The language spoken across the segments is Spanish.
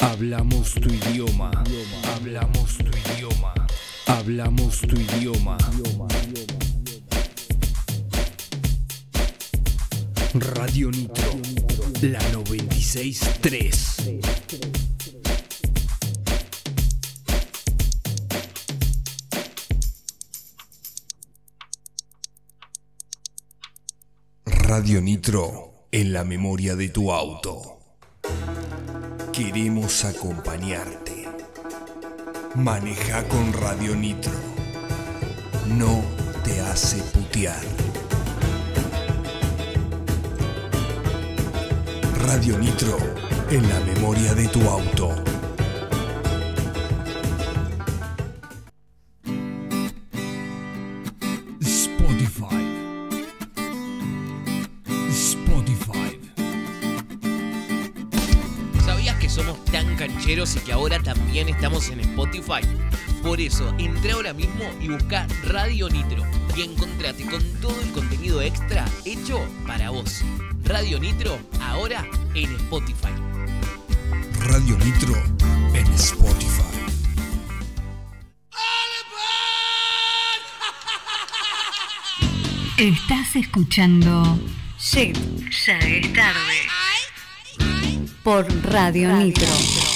Hablamos tu idioma. Hablamos tu idioma. Hablamos tu idioma. Radio Nitro, la 963. Radio Nitro, en la memoria de tu auto. Queremos acompañarte. Maneja con Radio Nitro. No te hace putear. Radio Nitro, en la memoria de tu auto. Spotify. Spotify. ¿Sabías que somos tan cancheros y que ahora también estamos en Spotify? Por eso, entra ahora mismo y busca Radio Nitro y encontrate con todo el contenido extra hecho para vos. Radio Nitro, ahora en Spotify. Radio Nitro en Spotify. Estás escuchando Shit, Ya es tarde por Radio, Radio Nitro. Nitro.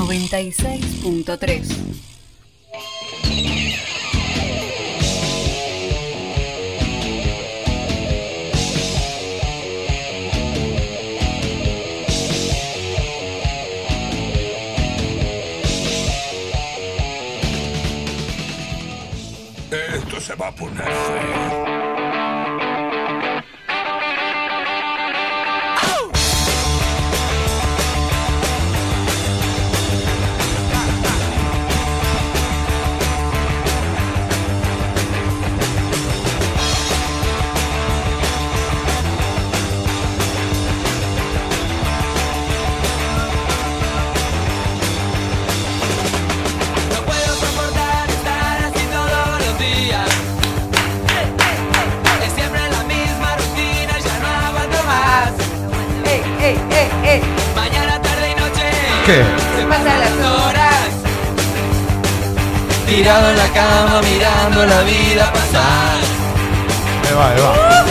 96.3 Esto se va a poner feo. No puedo soportar estar así todos los días. Es siempre la misma rutina, ya no aguanto más. Ey, ey, ey, ey, Mañana, tarde y noche. ¿Qué? Se Pasan pasan las las horas. Tirado en la cama, mirando la vida pasar. Ahí va, ahí va.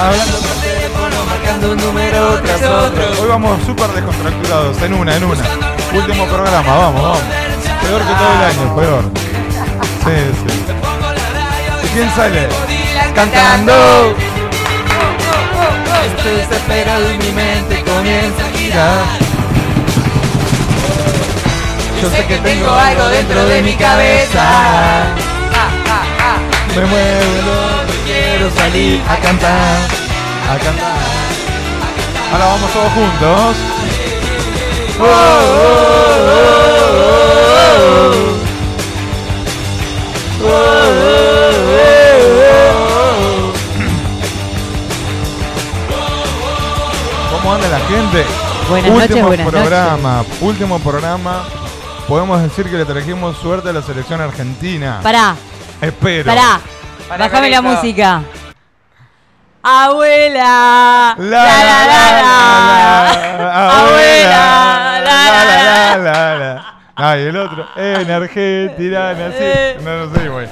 Hablando por teléfono, marcando un número tras Hoy otro. vamos súper descontracturados, en una, en una. Último programa, vamos, vamos. Peor que todo el año, peor. Sí, sí. Me pongo la radio ¿Y quién sale? Dylan Cantando. Estoy desesperado y mi mente comienza a girar. Yo Sé que tengo algo dentro de mi cabeza. Ah, ah, ah. Me muevo loco y quiero salir a cantar. A cantar. Ahora vamos todos juntos. Oh, oh, oh, oh, oh. ¿Cómo anda la gente? Buenas último noches, buenas programa, último programa. Podemos decir que le trajimos suerte a la selección argentina. Pará, Espero. pará. Pará, Bájame la Careta. música. Abuela. La la la la, la. Abuela. La la la. la, la. Ah, y el otro. En Argentina, Eh. así. No, no sé, güey.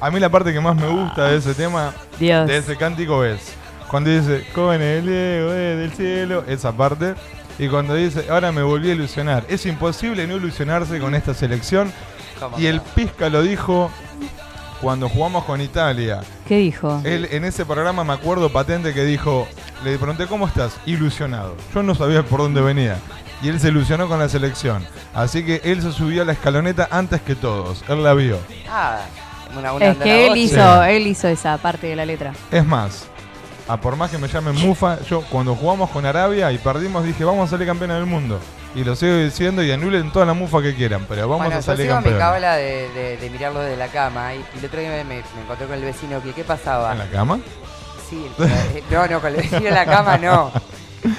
A mí la parte que más me gusta de ese tema, Dios. de ese cántico, es cuando dice, con el ego del cielo, esa parte. Y cuando dice, ahora me volví a ilusionar. Es imposible no ilusionarse con esta selección. Y el Pisca lo dijo cuando jugamos con Italia. ¿Qué dijo? Él en ese programa me acuerdo patente que dijo, le pregunté cómo estás, ilusionado. Yo no sabía por dónde venía. Y él se ilusionó con la selección. Así que él se subió a la escaloneta antes que todos. Él la vio. Ah, una, una Es onda que la él voz. hizo, él hizo esa parte de la letra. Es más, a por más que me llamen Mufa, yo cuando jugamos con Arabia y perdimos dije, vamos a salir campeona del mundo. Y lo sigo diciendo y anulen toda la mufa que quieran, pero vamos bueno, a salir yo sigo mi campeona. cábala de, de- de mirarlo desde la cama y, y el otro día me, me- me encontré con el vecino que ¿qué pasaba? ¿En la cama? Sí, el- no, no, con el vecino en la cama no.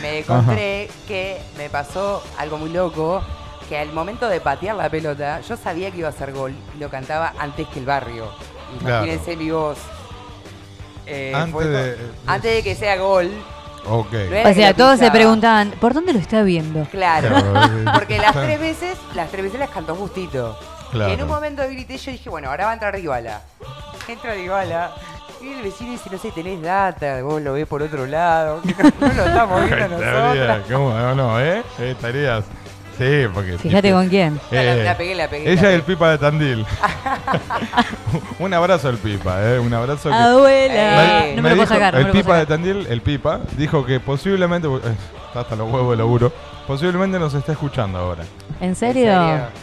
me encontré que me pasó algo muy loco, que al momento de patear la pelota, yo sabía que iba a hacer gol y lo cantaba antes que el barrio. Claro. Imagínense mi voz. Eh, Antes fue- de- antes de que sea gol. Ok. no era O que sea, lo todos se pinchaba. preguntaban, ¿por dónde lo está viendo? Claro. Claro. Porque las tres veces, las tres veces las cantó justito. Claro. Y en un momento grité, yo dije, bueno, ahora va a entrar Dybala. Entra Dybala. Y el vecino dice, no sé, tenés data, vos lo ves por otro lado. No, lo estamos viendo Tareas, nosotros. ¿cómo? No, no, ¿eh? Eh, Tareas. Sí, porque. este, eh, Fíjate con quién. La- la- la pegué, la pegué, la Ella pegué. es el pipa de Tandil. un abrazo al pipa, ¿eh? Un abrazo. que- Abuela. Eh, no me lo puedo dijo- sacar. no El me lo puedo pipa de sacar. Tandil, el pipa, dijo que posiblemente. eh, Está hasta los huevos de laburo. Posiblemente nos está escuchando ahora. ¿En serio?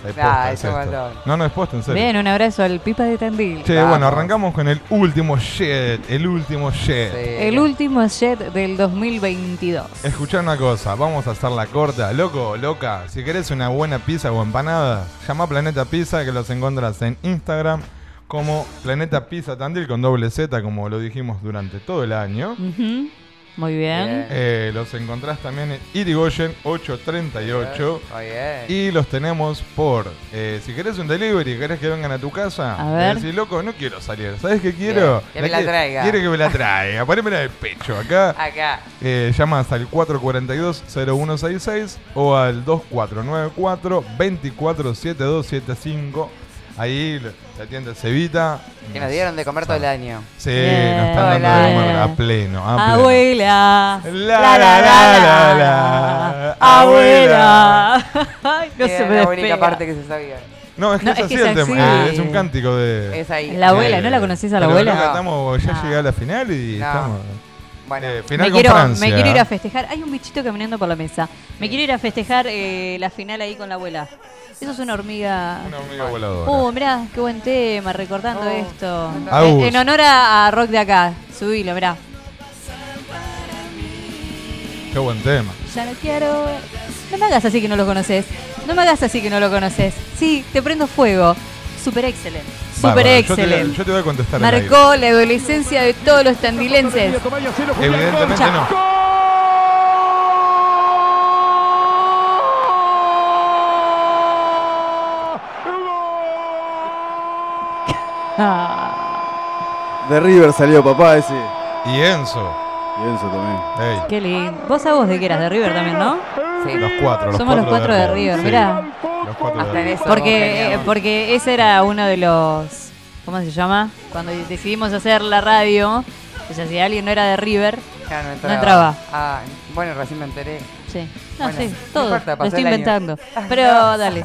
Es posta, Nah, es es un esto. montón. No, no, es posta, en serio. Bien, un abrazo al pipa de Tandil. Che, Vamos. bueno, arrancamos con el último jet, el último jet. Sí. El último jet del 2022. Escuchá una cosa, vamos a hacerla corta. Loco, loca, si querés una buena pizza o empanada, llama a Planeta Pizza que los encontrás en Instagram como Planeta Pizza Tandil con doble Z, como lo dijimos durante todo el año. Ujú. Muy bien. Bien. Eh, los encontrás también en Irigoyen 838. Muy bien. Y los tenemos por, eh, si querés un delivery, querés que vengan a tu casa, A ver. le decís, Eh, loco, no quiero salir, ¿sabes qué quiero? Bien, que me la qui- traiga. Quiero que me la traiga, ponémela de pecho acá. Acá. Eh, llamas al 442-0166 o al 2494-247275. Ahí lo- te atiende Cevita. Que nos dieron de comer todo el año. Sí, Bien. nos están dando de Hola. comer a pleno. A pleno. Abuela. La, la, la, la, la. Abuela. Ay, no Era se me la única despega. parte que se sabía. No, es que No, es es así que el es así. tema. eh, es un cántico de. Es ahí. La abuela, Eh, ¿no la conocés a la pero abuela? loca, No. estamos- ya No. llegué a la final y No. estamos. Bueno, eh, final Me con quiero, Francia. me quiero ir a festejar. Hay un bichito caminando por la mesa. Me quiero ir a festejar eh, la final ahí con la abuela. Eso es una hormiga. Una hormiga voladora. Uh, mirá, qué buen tema, recordando esto. Agus. En, en honor a, a Rock de acá, subilo, mirá. Qué buen tema. Ya no quiero. No me hagas así que no lo conoces. No me hagas así que no lo conoces. Sí, te prendo fuego. Super excelente. Super Bárbaro. Yo te- Yo, excelente. te voy a contestar. al aire. Marcó la adolescencia de todos los tandilenses. Evidentemente no. Ah, De River salió papá ese. Y Enzo. Y Enzo también. Ey, qué lindo. Vos a vos de que eras de River también, ¿no? sí. los cuatro. Los Somos los cuatro de River, Sí, mirá. Los cuatro Hasta de en River. eso. Porque, eh, somos genios. porque ese era uno de los. ¿Cómo se llama? Cuando decidimos hacer la radio, o sea, si alguien no era de River, Ya no entraba. entraba. Ah, bueno, recién me enteré. Sí. No, Bueno, sí, no todo. importa, lo pasó estoy el año. Ah, inventando. Pero dale.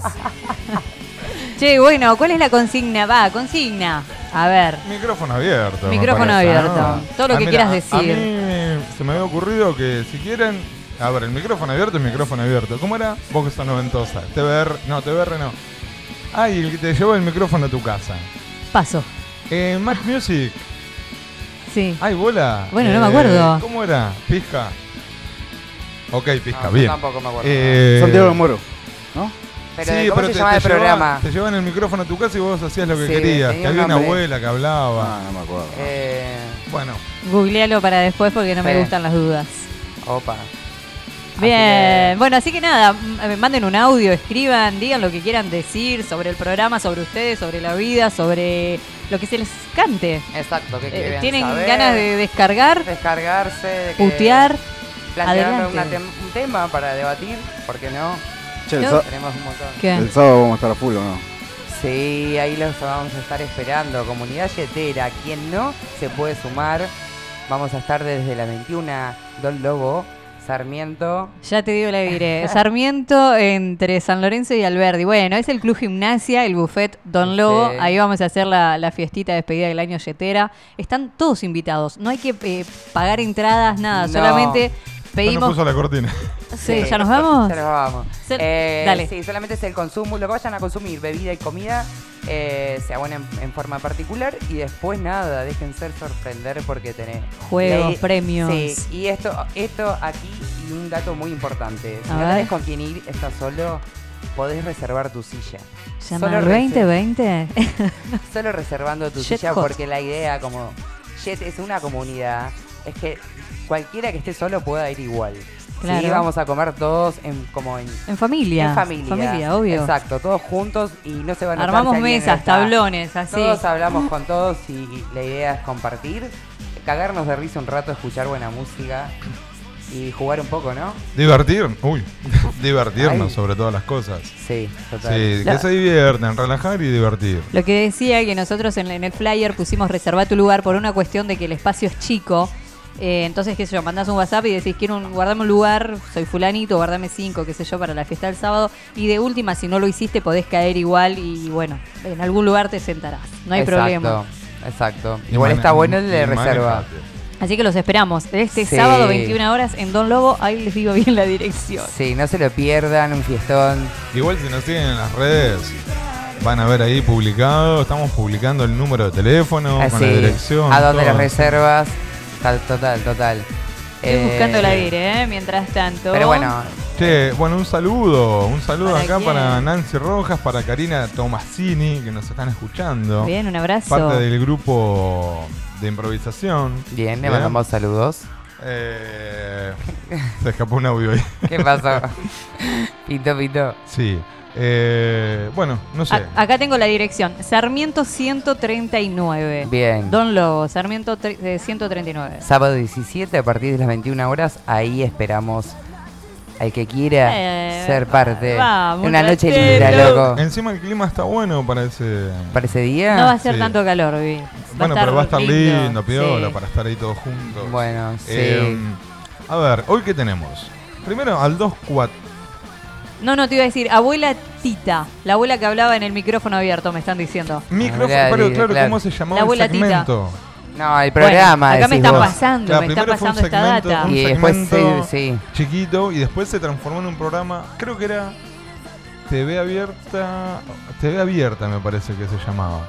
che, bueno, ¿cuál es la consigna? Va, consigna. A ver. Micrófono abierto. me Micrófono parece, abierto. Todo lo que mira, quieras a- decir. A mí se me había ocurrido que si quieren. A ver, el micrófono abierto, el micrófono abierto. ¿Cómo era? Vos que sos noventosa. TBR. No, TBR no. Ah, y el que te llevó el micrófono a tu casa. Paso. Eh, Mac Music. Sí. Ay, bola. Bueno, no me Eh, acuerdo. ¿Cómo era? Pizca. Ok, pizca, No, bien. Tampoco me acuerdo. Eh, Santiago del Moro. ¿No? pero ¿cómo se llamaba llevaban- el programa? te llevaban el micrófono a tu casa y vos hacías lo que Sí, querías. tenía Que un había una nombre. abuela que hablaba. Ah, no me acuerdo. Eh, Bueno, Googlealo para después porque no me Sí. gustan las dudas. opa. Bien, bueno, así que nada, m- eh, manden un audio, escriban, digan lo que quieran decir sobre el programa, sobre ustedes, sobre la vida, sobre lo que se les cante. Exacto, ¿qué Eh, quieren ¿Tienen saber? ganas de descargar, descargarse, de que- putear? plantearme una Adelante. tem- un tema para debatir, ¿por qué no? Che, el, Yo- sa- Tenemos un montón. ¿Qué? el sábado vamos a estar a full, ¿o no? Sí, ahí los vamos a estar esperando. Comunidad Yetera, quien no se puede sumar. Vamos a estar desde las 21, Don Lobo, Sarmiento. Ya te digo, la diré. Sarmiento entre San Lorenzo y Alberdi. Bueno, es el Club Gimnasia, el Buffet Don Lobo. Sí. Ahí vamos a hacer la, la fiestita de despedida del año Yetera. Están todos invitados. No hay que eh, pagar entradas, nada. No. ya Solamente nos pedimos. puso la cortina. Sí, ¿Ya nos vamos? Ya nos vamos. Se- Eh, dale. Sí, solamente es el consumo, lo que vayan a consumir, bebida y comida, eh, se abonen en forma particular y después nada, déjense sorprender porque tenés Juegos, ley- premios. Sí, y esto, esto aquí y un dato muy importante. Si A no ver. tenés con quién ir, estás solo, podés reservar tu silla. Llama al 2020. reser- solo reservando tu Jet silla Hot. porque la idea como Jet es una comunidad, es que cualquiera que esté solo pueda ir igual. Claro. Sí, vamos a comer todos en, como en, En familia. en familia. Familia, obvio. Exacto, todos juntos y no se van a Armamos mesas, tablones, así. Todos hablamos con todos y la idea es compartir, cagarnos de risa un rato, escuchar buena música y jugar un poco, ¿no? Divertir, uy, divertirnos Ay. sobre todas las cosas. Sí, total. Sí, que La- se diviertan, relajar y divertir. Lo que decía que nosotros en, en el flyer pusimos reservar tu lugar por una cuestión de que el espacio es chico. Eh, entonces, qué sé yo, mandás un WhatsApp y decís, quiero un, guardame un lugar, soy fulanito, guardame cinco, qué sé yo, para la fiesta del sábado. Y de última, si no lo hiciste, podés caer igual y bueno, en algún lugar te sentarás. No hay Exacto, problema. Exacto. Igual Y está mane- bueno el de y reserva. manejate. Así que los esperamos. Este Sí. sábado, 21 horas, en Don Lobo. Ahí les digo bien la dirección. Sí, no se lo pierdan, un fiestón. Igual si nos siguen en las redes, van a ver ahí publicado, estamos publicando el número de teléfono, con Así, la dirección. Ah, a donde todo. las reservas. Tal, total, total. Estoy Eh, buscando la dire, ¿eh? Mientras tanto. Pero bueno, Che, bueno, un saludo, un saludo ¿Para acá quién? para Nancy Rojas, para Karina Tomasini, que nos están escuchando. Bien, un abrazo. Parte del grupo de improvisación. bien, le Bien. mandamos saludos. Eh, se escapó un audio ahí. ¿Qué pasó? pito, pito. Sí. Eh, bueno, no Ah, sé. A- acá tengo la dirección. Sarmiento 139. Bien. Don Lobo, Sarmiento tre- eh, 139. Sábado 17 a partir de las 21 horas. Ahí esperamos al que quiera Eh, ser parte. vamos, Una noche ratero. linda, loco. Encima el clima está bueno para ese... Para ese día. No va a ser sí. tanto calor, Vi. Va bueno, pero va a estar lindo, piola, Sí. para estar ahí todos juntos. Bueno, sí. Eh, a ver, hoy qué tenemos. Primero al 2-4. No, no, te iba a decir, abuela Tita, la abuela que hablaba en el micrófono abierto, me están diciendo. Micrófono, mirá, pero Lili, claro, claro. ¿cómo se La llamaba el abuela Tita. segmento? no, el programa. Bueno, acá me decís está vos. pasando, Claro, me está primero fue un pasando esta segmento, data. un Y después sí, segmento sí. chiquito y después se transformó en un programa, creo que era TV abierta, TV abierta me parece que se llamaba.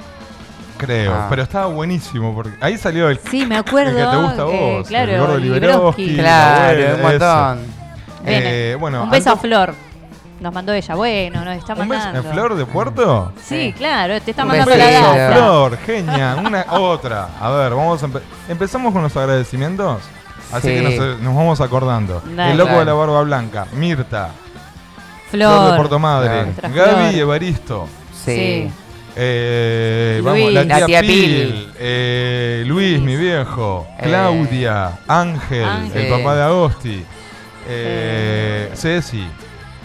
Creo, Ah. pero estaba buenísimo porque ahí salió el Sí, me acuerdo. El que te gusta a eh, vos, claro, el gordo Liberoski. Liberoski. Claro, un Bueno, eso. montón. Bien, eh, bueno, un beso a Anto- Flor. Nos mandó ella. Bueno, nos está un beso mandando. en Flor de Puerto. Sí, claro, te está Un mandando beso la a data. Flor, genia, una otra. A ver, vamos a empe- empezamos con los agradecimientos. Así Sí. que nos, nos vamos acordando. Dale. El loco de Dale. la barba blanca, Mirta, Flor, de Flor. Puerto Madre, Nuestra Gaby Flor. Evaristo, Sí. Sí. eh, Luis. vamos, la tía, La tía Pil, Pil. eh, Luis, mi viejo, Eh. Claudia, Ángel, Ángel. el papá de Agosti, eh, Ceci,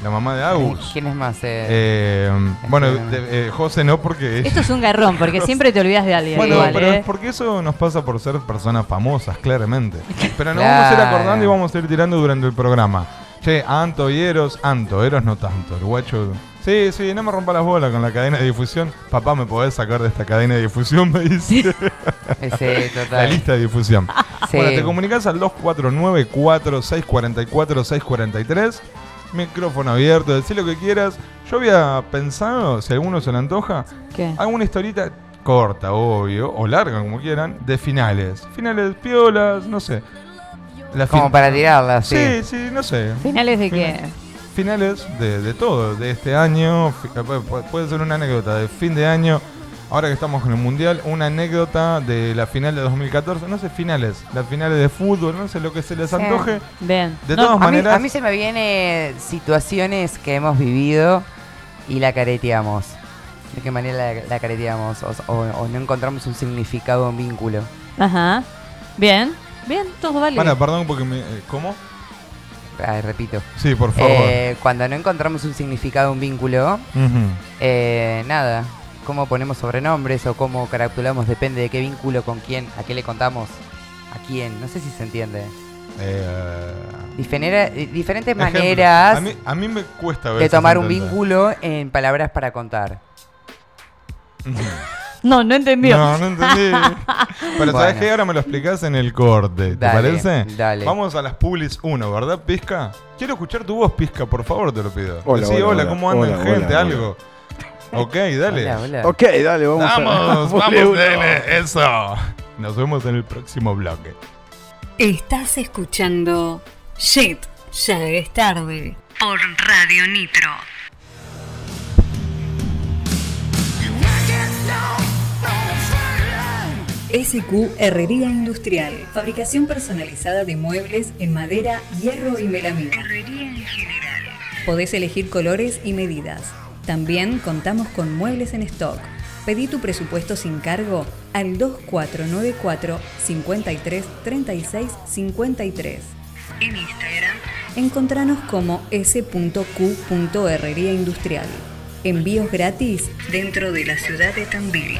la mamá de Agus. ¿Quién es más? Eh, Eh, bueno, de- eh, José no porque... Esto es un garrón, porque siempre te olvidas de alguien. Bueno, igual, pero ¿eh? es porque eso nos pasa por ser personas famosas, claramente. Pero nos Claro. vamos a ir acordando y vamos a ir tirando durante el programa. Che, Anto y Eros, Anto, Eros no tanto, el guacho. Sí, sí, no me rompa las bolas con la cadena de difusión. Papá, ¿me podés sacar de esta cadena de difusión? Me dice ese, la total. lista de difusión. Sí. Bueno, te comunicas al 249-4644-643. Micrófono abierto, decí lo que quieras. Yo había pensado, si a alguno se le antoja, ¿Qué? Hago una historita corta, obvio, o larga, como quieran, de finales. Finales piolas, no sé. La Como fin- para tirarla, Ah, sí. Sí, sí, no sé. ¿Finales de qué? Finales. Finales de, de todo, de este año. fi- eh, pu- pu- Puede ser una anécdota de fin de año. Ahora que estamos con el Mundial, una anécdota de la final de 2014. No sé, finales. Las finales de fútbol, no sé, lo que se les Sí. antoje. Bien. De No, todas A mí, maneras, a mí se me Eh. viene situaciones que hemos vivido y la careteamos. ¿De qué manera la, la careteamos? O, o- o no encontramos un significado, un vínculo. Ajá. Bien. Bien, todo vale. Para, perdón, porque me... eh, ¿Cómo? Ay, repito. Sí, por favor. Eh, cuando no encontramos un significado, un vínculo, Ujú. eh, nada. ¿Cómo ponemos sobrenombres o cómo caracteramos? Depende de qué vínculo, con quién, a qué le contamos, a quién. No sé si se entiende. Eh, Diferera- diferentes Ejemplo, maneras A mí, a mí me cuesta ver. de tomar un vínculo en palabras para contar. No, no entendió. No, no entendí. Pero sabes Bueno. que ahora me lo explicás en el corte, ¿te Dale, parece? dale. Vamos a las Publis 1, ¿verdad, Pisca? Quiero escuchar tu voz, Pisca, por favor, te lo pido. Hola, Decí, hola, hola, hola, ¿cómo andan, hola, gente? hola, algo. Ok, dale. Hola, hola. Ok, dale, vamos. a- Vamos, vamos, Ponle uno. dale, eso. Nos vemos en el próximo bloque. Estás escuchando Shit, ya es tarde. Por Radio Nitro. SQ Herrería Industrial. Fabricación personalizada de muebles en madera, hierro y melamina. Podés elegir colores y medidas. También contamos con muebles en stock. Pedí tu presupuesto sin cargo al 2494 53 36 53. En Instagram encontranos como s.q.herrería industrial. Envíos gratis dentro de la ciudad de Tandil.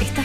¿Estás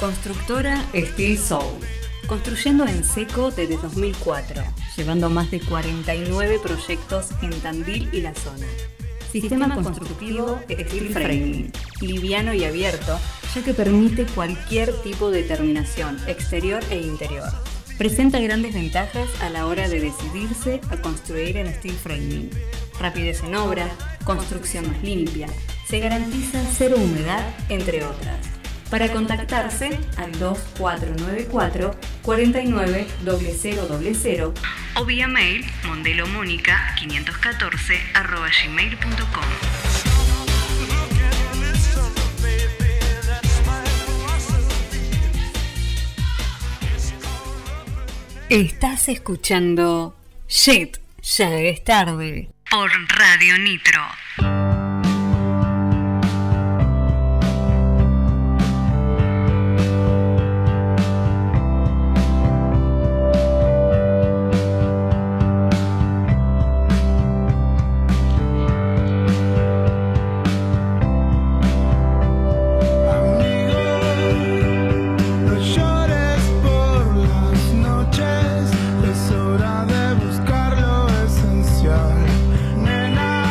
Constructora Steel Soul. Construyendo en seco desde 2004, llevando más de 49 proyectos en Tandil y la zona. Sistema, constructivo, Steel Framing. Liviano y abierto, ya que permite cualquier tipo de terminación, exterior e interior. Presenta grandes ventajas a la hora de decidirse a construir en steel framing. Rapidez en obra, construcción más limpia, se garantiza cero humedad, entre otras. Para contactarse al 2494 49 000 o vía mail mondelomónica 514 arroba gmail.com. Estás escuchando Shit, ya es tarde. Por Radio Nitro. No llores por las noches, es hora de buscar lo esencial. Nena,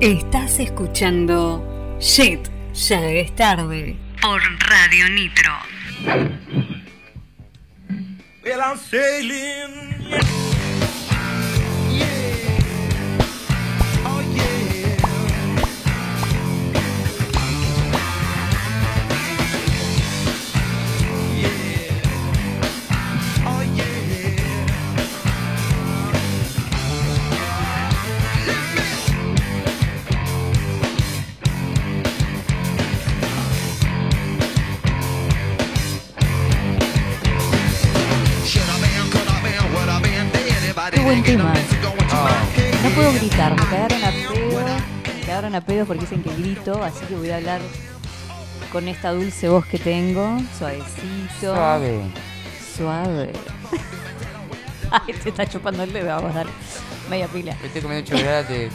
Estás escuchando Shit, ya es tarde. Por Radio Nitro. Well, I'm sailing. Oh, Oh, Qué buen tema. No puedo gritar, me cagaron a pedo. Me cagaron a pedo porque dicen que grito, así que voy a hablar con esta dulce voz que tengo. Suavecito. Suave. Suave. Ay, te está chupando el dedo, vamos a dar media pila. Estoy comiendo chocolate.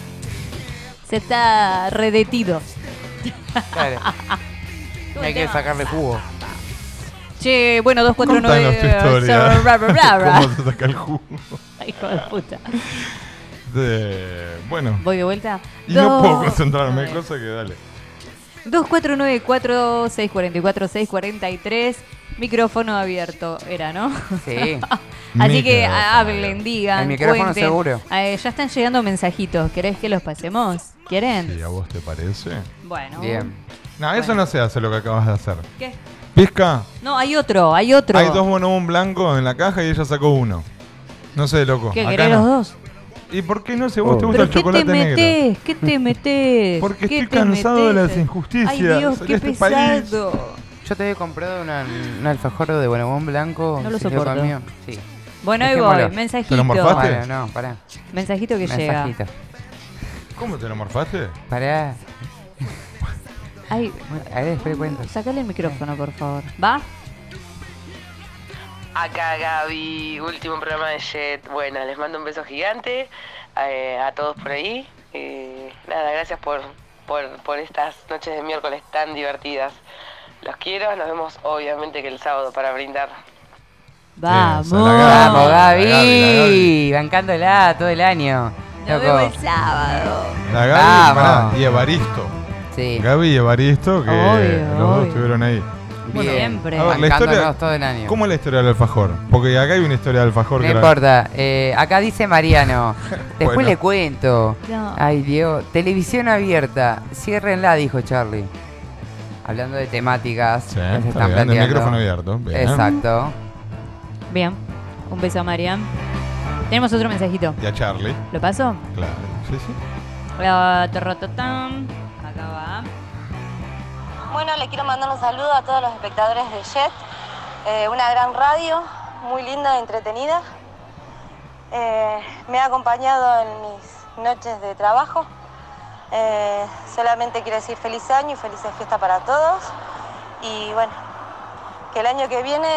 Se está redetido. Claro. Hay que sacarle jugo. Che, bueno, Contanos tu 249. historia. bra, bra, bra, bra. ¿Cómo se saca el jugo? Ay, Hijo de puta. De- Bueno. Voy de vuelta. Y no Dos- puedo concentrarme, cosa que dale. 2494-644-643. Micrófono abierto era, ¿no? Sí. Así que Micrófono hablen, digan. El micrófono cuenten. seguro. Eh, ya están llegando mensajitos. ¿Querés que los pasemos? ¿Quieren? ¿Y a vos te parece? Bueno. Bien. No, eso no se hace lo que acabas de hacer. ¿Qué? Pisca, No, hay otro, hay otro. hay dos bonobos blancos en la caja y ella sacó uno. No sé, loco. ¿Qué acá querés no. los dos? ¿Y por qué no? Si a Oh. vos te gusta ¿Pero el qué te chocolate negro. metés? ¿Qué te metés? Porque ¿Qué estoy te cansado de metés? las injusticias Ay, Dios, en qué este país. pesado. Yo te había comprado una- un alfajor de bonobón blanco. No lo se quedó soporto. conmigo. Sí. Bueno, ahí Dejémoslo. voy, mensajito. ¿Te lo morfaste? Bueno, no, pará. Mensajito que llega. Mensajito. ¿Cómo te lo morfaste? Pará. Ay, A ver, después cuento. sacale el micrófono, por favor. ¿Va? Acá Gaby, último programa de Jet. Bueno, les mando un beso gigante eh, a todos por ahí. Eh, nada, gracias por, por, por estas noches de miércoles tan divertidas. Los quiero, nos vemos obviamente que el sábado para brindar. Vamos. Vamos, Gaby, Gaby. la Gaby. Bancándola todo el año. Nos Loco. vemos el sábado. La Gaby Ah, Vamos. pará, y Evaristo. Sí. Gaby y Evaristo, que Obvio, los dos obvio. estuvieron ahí. Bien. Siempre. A ver, la Bancándonos historia, todo el año. ¿Cómo es la historia del alfajor? Porque acá hay una historia del alfajor No que la- importa. eh, acá dice Mariano. Después Bueno. le cuento. No. Ay, Dios. Televisión abierta. Ciérrenla, dijo Charlie. Hablando de temáticas. que se está están bien, del planteando. micrófono abierto, bien. Exacto. Bien. Un beso a Marian. Tenemos otro mensajito. Y a Charlie. ¿Lo paso? Claro. Sí, sí. Ah, tarratatán. Acá va. Bueno, le quiero mandar un saludo a todos los espectadores de Jet. Eh, una gran radio, muy linda, entretenida. Eh, me ha acompañado en mis noches de trabajo. Eh, solamente quiero decir feliz año y felices fiestas para todos. Y bueno, que el año que viene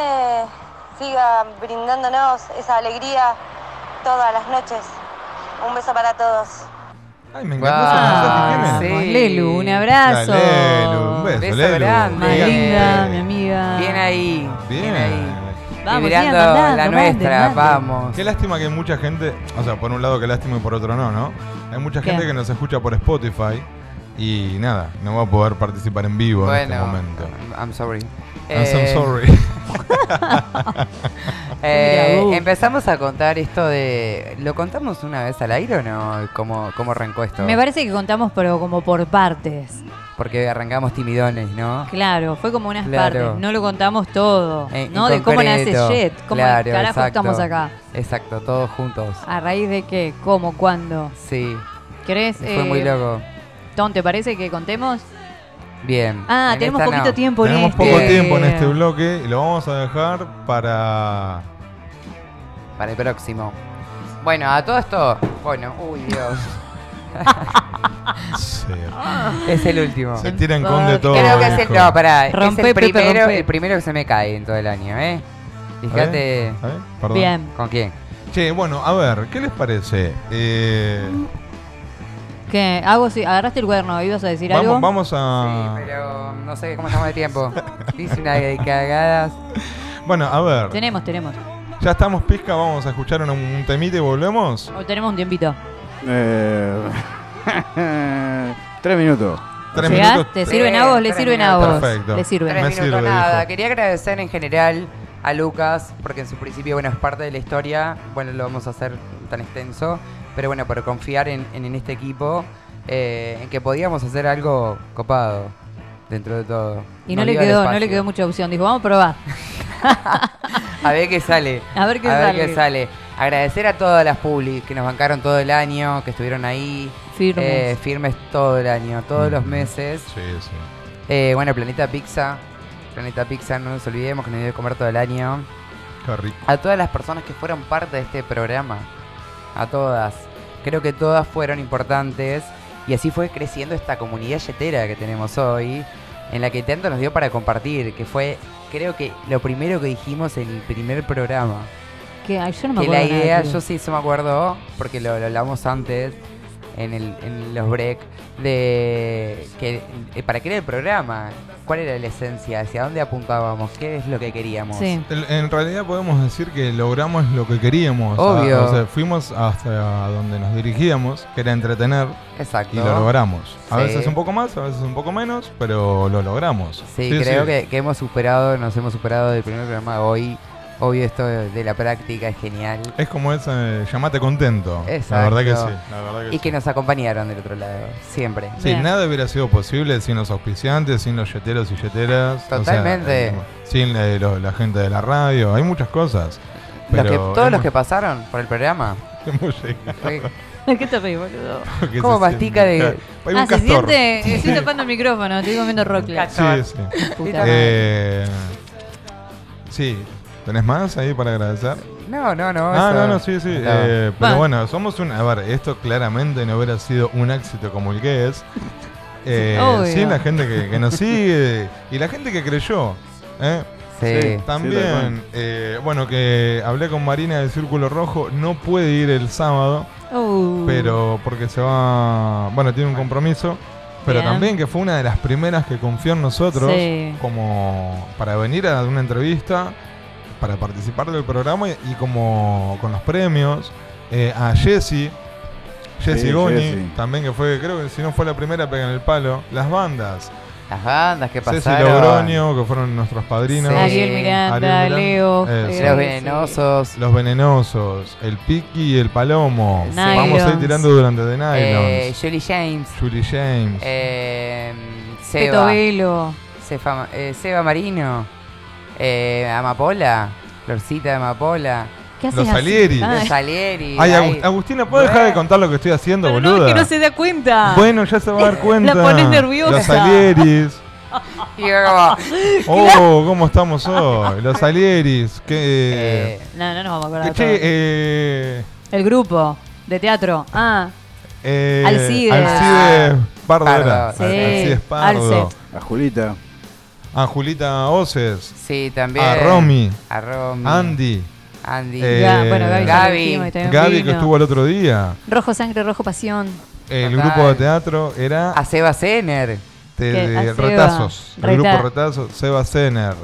siga brindándonos esa alegría todas las noches. Un beso para todos. Ay, me encantó ese mensaje que Vamos, tiene. Lelu, un abrazo. La Lelu, un beso, Beso Lelu. grande. Más linda, Pues, Bien. mi amiga. Bien ahí. Bien, Bien. ahí. Vamos, Liderando sigan mandando, la manden, nuestra. manden. Vamos. Qué lástima que mucha gente, o sea, por un lado qué lástima y por otro no, ¿no? Hay mucha ¿Qué? gente que nos escucha por Spotify y nada, no va a poder participar en vivo en este Bueno, momento. I'm sorry. I'm so Eh, sorry. Eh, Mira vos. empezamos a contar esto de. ¿Lo contamos una vez al aire o no? ¿Cómo, cómo arrancó esto? Me parece que contamos pero como por partes. Porque arrancamos timidones, ¿no? Claro, fue como unas Claro. partes. No lo contamos todo. Eh, ¿No? en De cómo nace concreto. Jet. ¿Cómo Claro, carajo exacto. estamos acá? Exacto, todos juntos. ¿A raíz de qué? ¿Cómo? ¿Cuándo? Sí. ¿Querés? Fue muy eh, loco. Tom, ¿te parece que contemos? Bien. Ah, En tenemos esta poquito no. tiempo en Tenemos este. poco tiempo en este bloque y lo vamos a dejar para... Para el próximo. Bueno, a todo esto. Bueno, uy, Dios. Es el último. Se tiran con de todo. Creo que es el. viejo. No, pará. es Rompe, el Pepe, primero, rompe. el primero que se me cae en todo el año, ¿eh? Fíjate. ¿Está bien? Perdón. Bien. ¿Con quién? Che, bueno, a ver, ¿qué les parece? Eh, ¿Qué? Hago si agarraste el cuerno, ibas a decir algo. vamos, vamos a... Pero no sé cómo estamos de tiempo. Dice una de cagadas. Bueno, a ver, Tenemos, tenemos. ya estamos pizca, vamos a escuchar un, un temita y volvemos. Hoy tenemos un tiempito. Eh, Tres minutos. Tres Llegás, minutos. te sirven Sí, a vos, le tres sirven a minutos. vos, Perfecto. le sirven. Tres Me minutos, sirve, nada. dijo. Quería agradecer en general a Lucas, porque en su principio, bueno, es parte de la historia. Bueno, lo vamos a hacer tan extenso. Pero bueno, por confiar en, en- en este equipo, eh, en que podíamos hacer algo copado dentro de todo. Y no, le iba al quedó, no le espacio. quedó mucha opción. Dijo, vamos a probar. A ver qué sale. A ver qué sale. sale. Agradecer a todas las publis que nos bancaron todo el año, que estuvieron ahí. Firmes. eh, firmes todo el año, todos los meses. Mm. Sí, sí. Eh, bueno, Planeta Pizza. Planeta Pizza, no nos olvidemos que nos dio de comer todo el año. Qué rico. A todas las personas que fueron parte de este programa. A todas. Creo que todas fueron importantes. Y así fue creciendo esta comunidad yetera que tenemos hoy. En la que tanto nos dio para compartir. Que fue, creo que, lo primero que dijimos en el primer programa. Que, ay, yo no me Que acuerdo. la nada, idea, tío. yo sí, se me acuerdo, porque lo, lo hablamos antes en, el, en los break, de que eh, para qué era el programa, cuál era la esencia, hacia dónde apuntábamos, qué es lo que queríamos. El- En realidad podemos decir que logramos lo que queríamos. Obvio. Ah, o sea, fuimos hasta donde nos dirigíamos, que era entretener. Exacto. Y lo logramos. A Sí. veces un poco más, a veces un poco menos, pero lo logramos. Sí, creo Que, que hemos superado, nos hemos superado del primer programa a hoy. Obvio, esto de de la práctica es genial. Es como esa, eh, llamate contento. Exacto. La verdad que sí. la verdad que y que nos acompañaron del otro lado, siempre. Sí, nada hubiera sido posible sin los auspiciantes, sin los yeteros y yeteras. o sea, Totalmente. eh, sin eh, lo- la gente de la radio. Hay muchas cosas. pero Los que- todos los hemos- que pasaron por el programa. hemos llegado. Fue- ¿Qué te reís, boludo? que ¿Cómo se mastica siente- de.? Eh, Hay un Ah, se castor. siente. Estoy tapando el micrófono, estoy comiendo rocklet. Sí, sí. Puta Eh, sí. ¿Tenés más ahí para agradecer? No, no, no. Ah, eso- no, no, sí, sí. Estaba. eh, Va. pero bueno, somos un. A ver, esto claramente no hubiera sido un éxito como el que es. Eh, Obvio. sí, la gente que, que nos sigue y la gente que creyó. ¿eh? Sí. Sí, sí, tal También, cual. eh, bueno, que hablé con Marina del Círculo Rojo. No puede ir el sábado, Uh. pero porque se va. Bueno, tiene un compromiso. Pero Bien. también que fue una de las primeras que confió en nosotros Sí. como para venir a una entrevista, para participar del programa y, y como con los premios. Eh, a Jessy, Jessy Sí, Goni, Jessy. también que fue, creo que si no fue la primera, pegan el palo. Las bandas. Las bandas que Ceci pasaron. Logroño, que fueron nuestros padrinos. Sí. Ariel Miranda, Ariel Miranda. Leo, Eso. Los venenosos. Los venenosos. El Piqui y el Palomo. Sí. Vamos a ir Nylons. tirando durante The Nylons. Eh, Julie James. Julie James. Eh, Beto Seba. Velo. Cefa- eh, Seba Marino. Eh, Amapola. Florcita de Amapola. ¿Qué Ah, Los Salieri. Los Salieri. Ay, ay. Agust- Agustina, ¿puedo dejar de contar lo que estoy haciendo, No, es boluda? que no se da cuenta. Bueno, ya se va a dar cuenta. La pones nerviosa. Los Salieris. Y luego- Oh, ¿cómo estamos hoy? Los Salieris. Que, No, no nos vamos a acordar. que che, todos. Este, eh, El grupo de teatro. Ah, eh, Alcides. Alcides Pardo, Pardo. era. Sí. Alcides Pardo. Alce. A Julita. A Julita Oces. Sí, también. A Romy. A Romy. Andy. Andy. Eh, Ga- bueno, Gaby ya lo Gaby. dijimos y también Gaby, vino. que estuvo el otro día. Rojo Sangre, Rojo Pasión. El grupo de teatro era. A Seba Zener. de, Que- de a Seba. Retazos. El Reta- grupo Retazos, Seba Zener.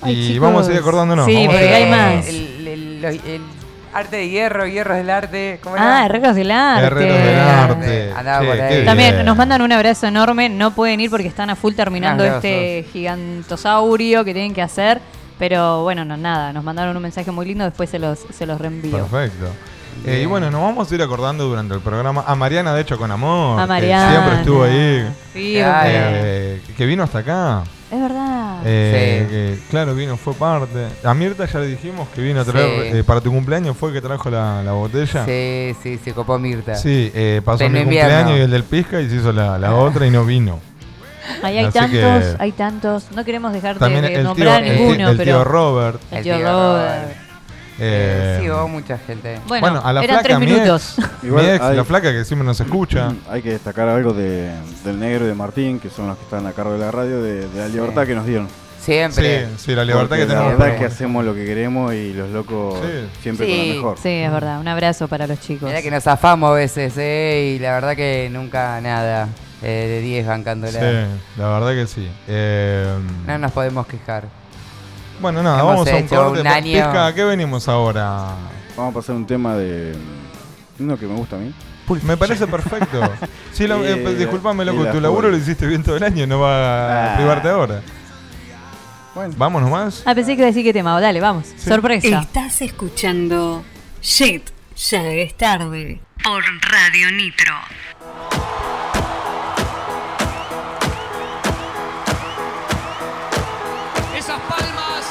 Ay, y chicos. vamos a ir acordándonos. Sí, vamos a ir porque hay acordándonos. más. El, el- el- el arte de hierro, hierro del arte. ¿Cómo era? Ah, Herreros del Arte. Herreros del Arte. Andaba Che, por qué ahí. También bien. nos mandan un abrazo enorme. No pueden ir porque están a full terminando Abrazos. este gigantosaurio que tienen que hacer. Pero bueno, no, nada. Nos mandaron un mensaje muy lindo. Después se los, se los reenvío. Perfecto. Eh, y bueno, nos vamos a ir acordando durante el programa a Mariana, de hecho, con amor. A que Mariana. siempre estuvo ahí. Firme. Eh, que vino hasta acá. Es verdad. Eh, que, claro, vino, fue parte. A Mirta ya le dijimos que vino a traer, Sí. eh, para tu cumpleaños fue que trajo la, la botella. Sí, sí, se copó Mirta. Sí, eh, pasó Pleno mi invierno. Ah. cumpleaños y el del pizca y se hizo la, la otra y no vino. Ahí hay Así tantos, que- hay tantos. No queremos dejar de, También de el tío, nombrar el a tío- ninguno, el pero. tío Robert. El tío Robert. Eh, Sí, hubo mucha gente. Bueno, a la eran flaca, tres mi minutos. ex- Igual mi ex, hay- la flaca que siempre nos escucha. Mm, Hay que destacar algo de, del negro y de Martín, que son los que están a cargo de la radio, de, de la libertad que nos dieron. Siempre. Sí, sí, la libertad Porque que tenemos. La verdad es que hacemos lo que queremos y los locos Sí. siempre con lo mejor. Sí, es verdad. Un abrazo para los chicos. Mira que nos zafamos a veces, ¿eh? Y la verdad que nunca nada. eh, de 10 bancándola. Sí, la verdad que sí. Eh, No nos podemos quejar. bueno, nada, Hemos vamos a un hecho corte. un año. Pizca, ¿a qué venimos Ah, ahora? Vamos a pasar un tema de uno que me gusta a mí. Pulp Me parece perfecto. Sí, lo, eh, Eh, disculpame, loco, y la tu laburo Pulp. lo hiciste bien todo el año, no va a Ah. privarte ahora. Vamos nomás. Ah, pensé que iba a decir qué tema. Dale, vamos. Sorpresa. Estás escuchando Shit, ya es tarde. Por Radio Nitro. Esas palmas.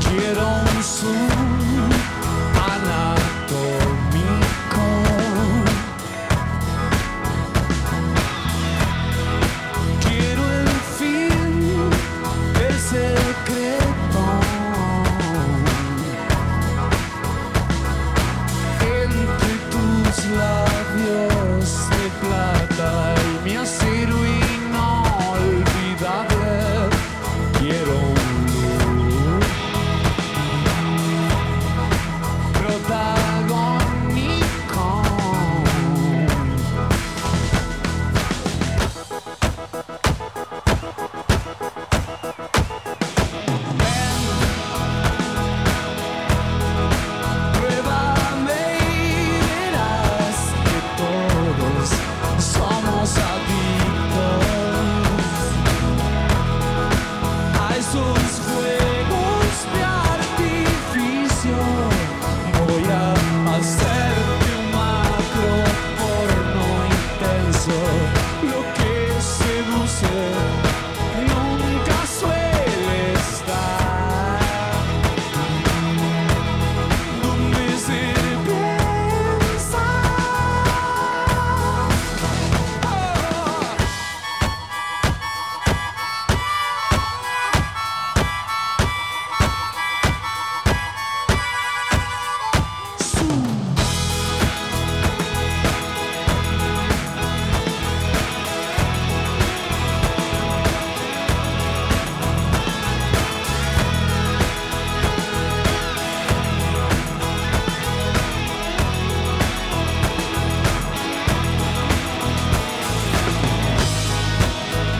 Quiero un zoom anatómico. Quiero el fin, el secreto. Entre tus labios de plata y mi acero inolvidable. Quiero un look protagónico. Ven, pruébame y verás que todos somos adictos a esos fuegos de artificio. Voy a hacerte un macro porno intenso. Lo que seduce nunca suele estar. Donde se piensa. Oh.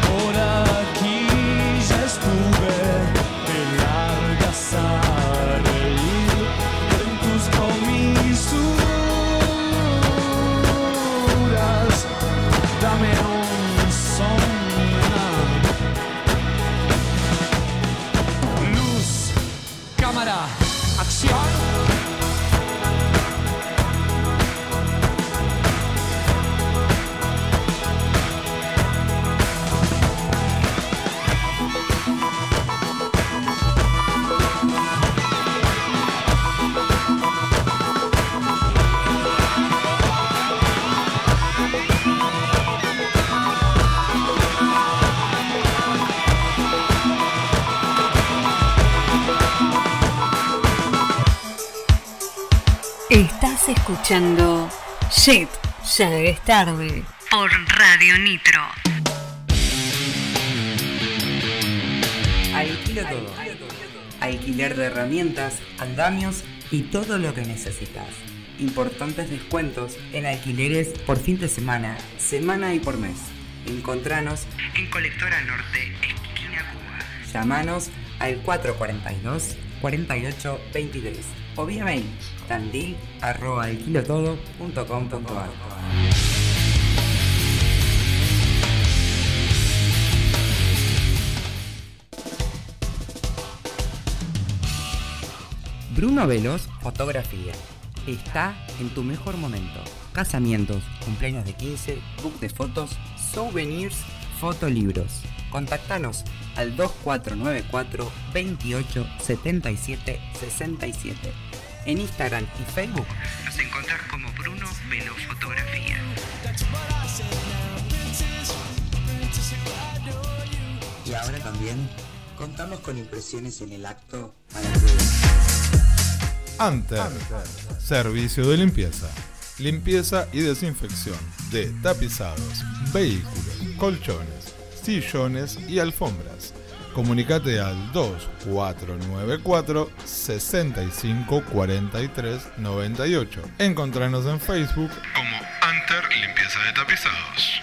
Por aquí ya estuve de largas a reír en tus comisuras. Dame un son. Luz, cámara, acción. Estás escuchando Shit, ya es tarde. Por Radio Nitro. Alquilo todo. Alquiler de herramientas, andamios y todo lo que necesitas. Importantes descuentos en alquileres por fin de semana, semana y por mes. Encontranos en Colectora Norte, esquina Cuba. Llamanos al 442 4823 o vía mail tandil arroba alquilotodo.com.ar. Bruno Velos, fotografía. Está en tu mejor momento. Casamientos, cumpleaños de 15, book de fotos, souvenirs, fotolibros. Contactanos al 2494 28 77 67. En Instagram y Facebook nos encontrás como Bruno Velos Fotografía. Y ahora también contamos con impresiones en el acto para que Anter. Servicio de limpieza. Limpieza y desinfección de tapizados, vehículos, colchones, sillones y alfombras. comunicate al 2494 654398 98. Encontranos en Facebook como Anter Limpieza de Tapizados.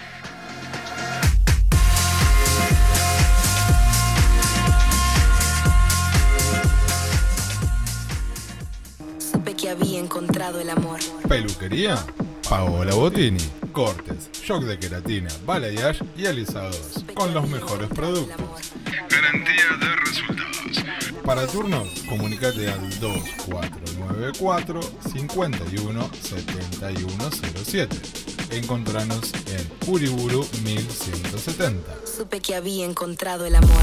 Supe que había encontrado el amor. Peluquería Paola Botini. Cortes, shock de queratina, balayage y alisados. Con los mejores productos. Garantía de resultados. Para turnos, comunícate al 2494 51 7107. Encontranos en Uriburu 1170. Supe que había encontrado el amor.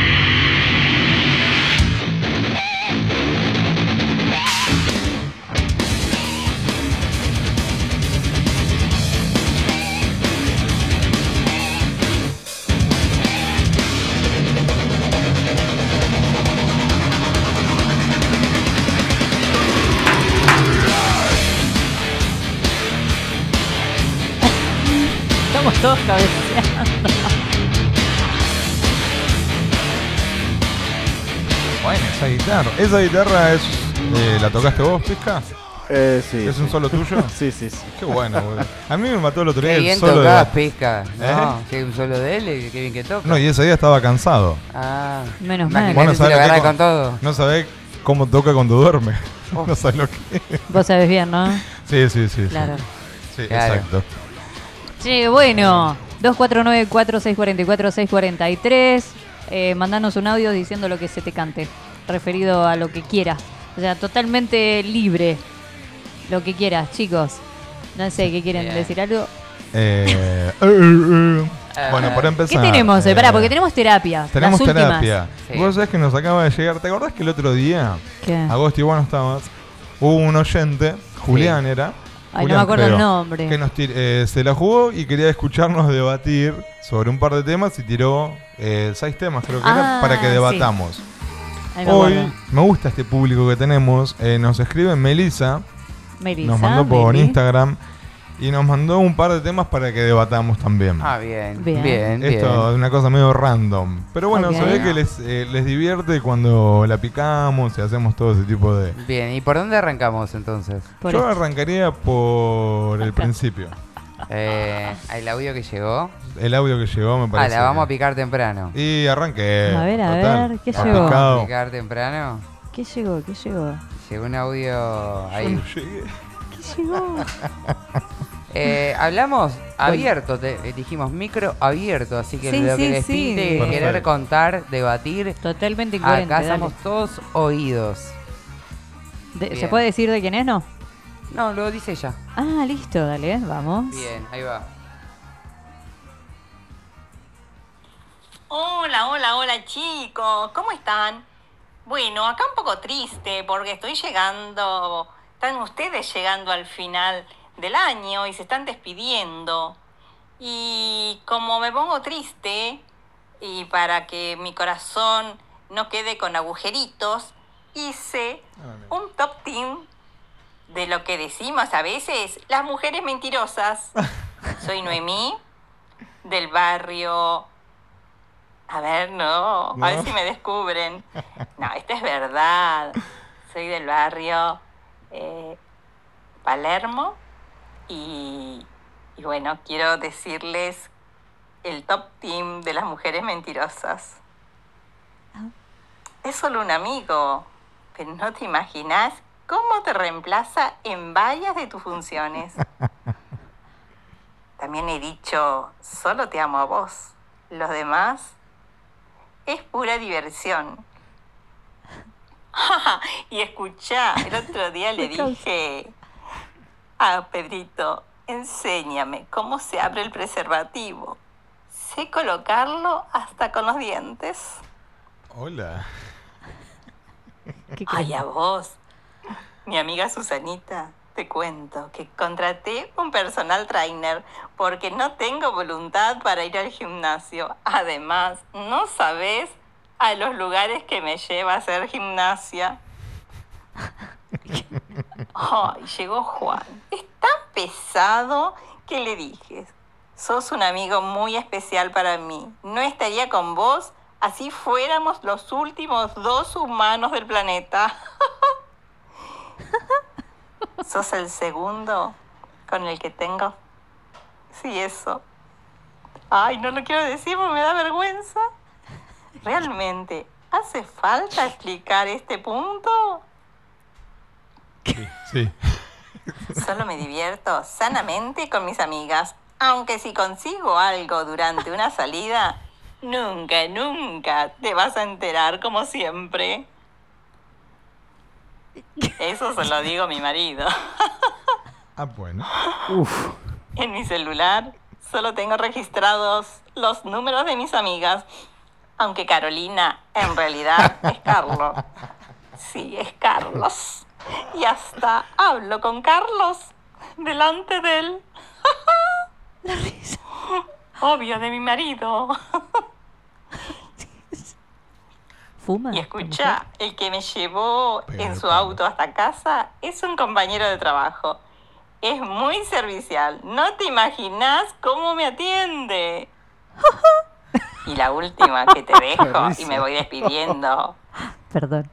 Estamos todos cabeceando. Bueno, esa guitarra. Esa guitarra es. eh, ¿La tocaste vos, Pisca? Eh, sí. ¿Es un sí. solo tuyo? sí, sí, sí. Qué bueno, boludo. A mí me mató el otro día Qué el bien solo de tocás, la- Pisca. No, ¿Eh? que hay un solo de él y qué bien que toca. No, y ese día estaba cansado. Ah, Menos mal. Vos no se lo sabés lo que agarra es con todo. No sabés cómo toca cuando duerme. Oh. No sabés lo que es. Vos sabés bien, ¿no? Sí, sí, sí. sí. Claro. Sí, Claro. exacto. Che, bueno, 2494-644-643. Eh, mandanos un audio diciendo lo que se te cante, referido a lo que quieras. O sea, totalmente libre. Lo que quieras, chicos. No sé, ¿qué quieren decir algo? Eh, eh, eh. bueno, para ¿Qué empezar. tenemos? Eh, eh, pará, porque tenemos terapia. tenemos las últimas. terapia. Vos sabés que nos acaba de llegar. ¿Te acordás que el otro día, ¿Qué? agosto y vos no estabas, hubo un oyente, Julián era. Ay, no me acuerdo el creo, nombre. Que nos tir- eh, se la jugó y quería escucharnos debatir sobre un par de temas y tiró eh, seis temas, creo que Ah, era, para que sí. debatamos. Ahí me Hoy acuerdo. me gusta este público que tenemos. Eh, nos escribe Melissa, Melissa, nos mandó por Meli. Instagram y nos mandó un par de temas para que debatamos también. Ah, bien. Bien. Bien, bien. Esto es una cosa medio random. Pero bueno, Ok. se ve que les, eh, les divierte cuando la picamos y hacemos todo ese tipo de... Bien, ¿y por dónde arrancamos entonces? Yo arrancaría por el principio. Eh, el audio que llegó. El audio que llegó me Ah, parece. la vamos a picar temprano. Y arranqué. A ver, a ver, ¿qué Vamos llegó? a picar temprano. ¿Qué llegó? ¿Qué llegó? Llegó un audio ahí. no ¿Qué llegó? Eh, hablamos abierto, te- eh, dijimos micro abierto, así que Sí, lo sí, que les sí. pinte Perfecto. querer contar, debatir. Totalmente incoherente, Acá dale. somos todos oídos. De- ¿Se Bien. puede decir de quién es, no? No, lo dice ella. Ah, listo, dale, vamos. Bien, ahí va. Hola, hola, hola chicos, ¿cómo están? Bueno, acá un poco triste porque estoy llegando, están ustedes llegando al final del año y se están despidiendo. Y como me pongo triste y para que mi corazón no quede con agujeritos, hice un top team de lo que decimos a veces las mujeres mentirosas. Soy Noemí, del barrio a ver, no. No. A ver si me descubren. No, esta es verdad. Soy del barrio eh, Palermo y, y bueno, quiero decirles el top team de las mujeres mentirosas. Es solo un amigo, pero no te imaginas cómo te reemplaza en varias de tus funciones. También he dicho, solo te amo a vos. Los demás es pura diversión. y escuchá, el otro día le Me causa. dije a Pedrito, enséñame cómo se abre el preservativo. Sé colocarlo hasta con los dientes. Hola. Ay, a vos. Mi amiga Susanita, te cuento que contraté un personal trainer porque no tengo voluntad para ir al gimnasio. Además, no sabes a los lugares que me lleva a hacer gimnasia. Ay, llegó Juan. Es tan pesado que le dije, sos un amigo muy especial para mí. No estaría con vos así fuéramos los últimos dos humanos del planeta. sos el segundo con el que tengo. Sí, eso. Ay, no lo quiero decir porque me da vergüenza. Realmente, ¿hace falta explicar este punto? Sí. Solo me divierto sanamente con mis amigas, aunque si consigo algo durante una salida, nunca, nunca te vas a enterar como siempre. Eso se lo digo a mi marido. Ah, bueno. En mi celular solo tengo registrados los números de mis amigas, aunque Carolina en realidad es Carlos. Sí, es Carlos. Y hasta hablo con Carlos delante de él. Obvio, de mi marido. Fuma. Y escucha, el que me llevó en su auto hasta casa es un compañero de trabajo. Es muy servicial. No te imaginas cómo me atiende. Y la última que te dejo y me voy despidiendo. Perdón.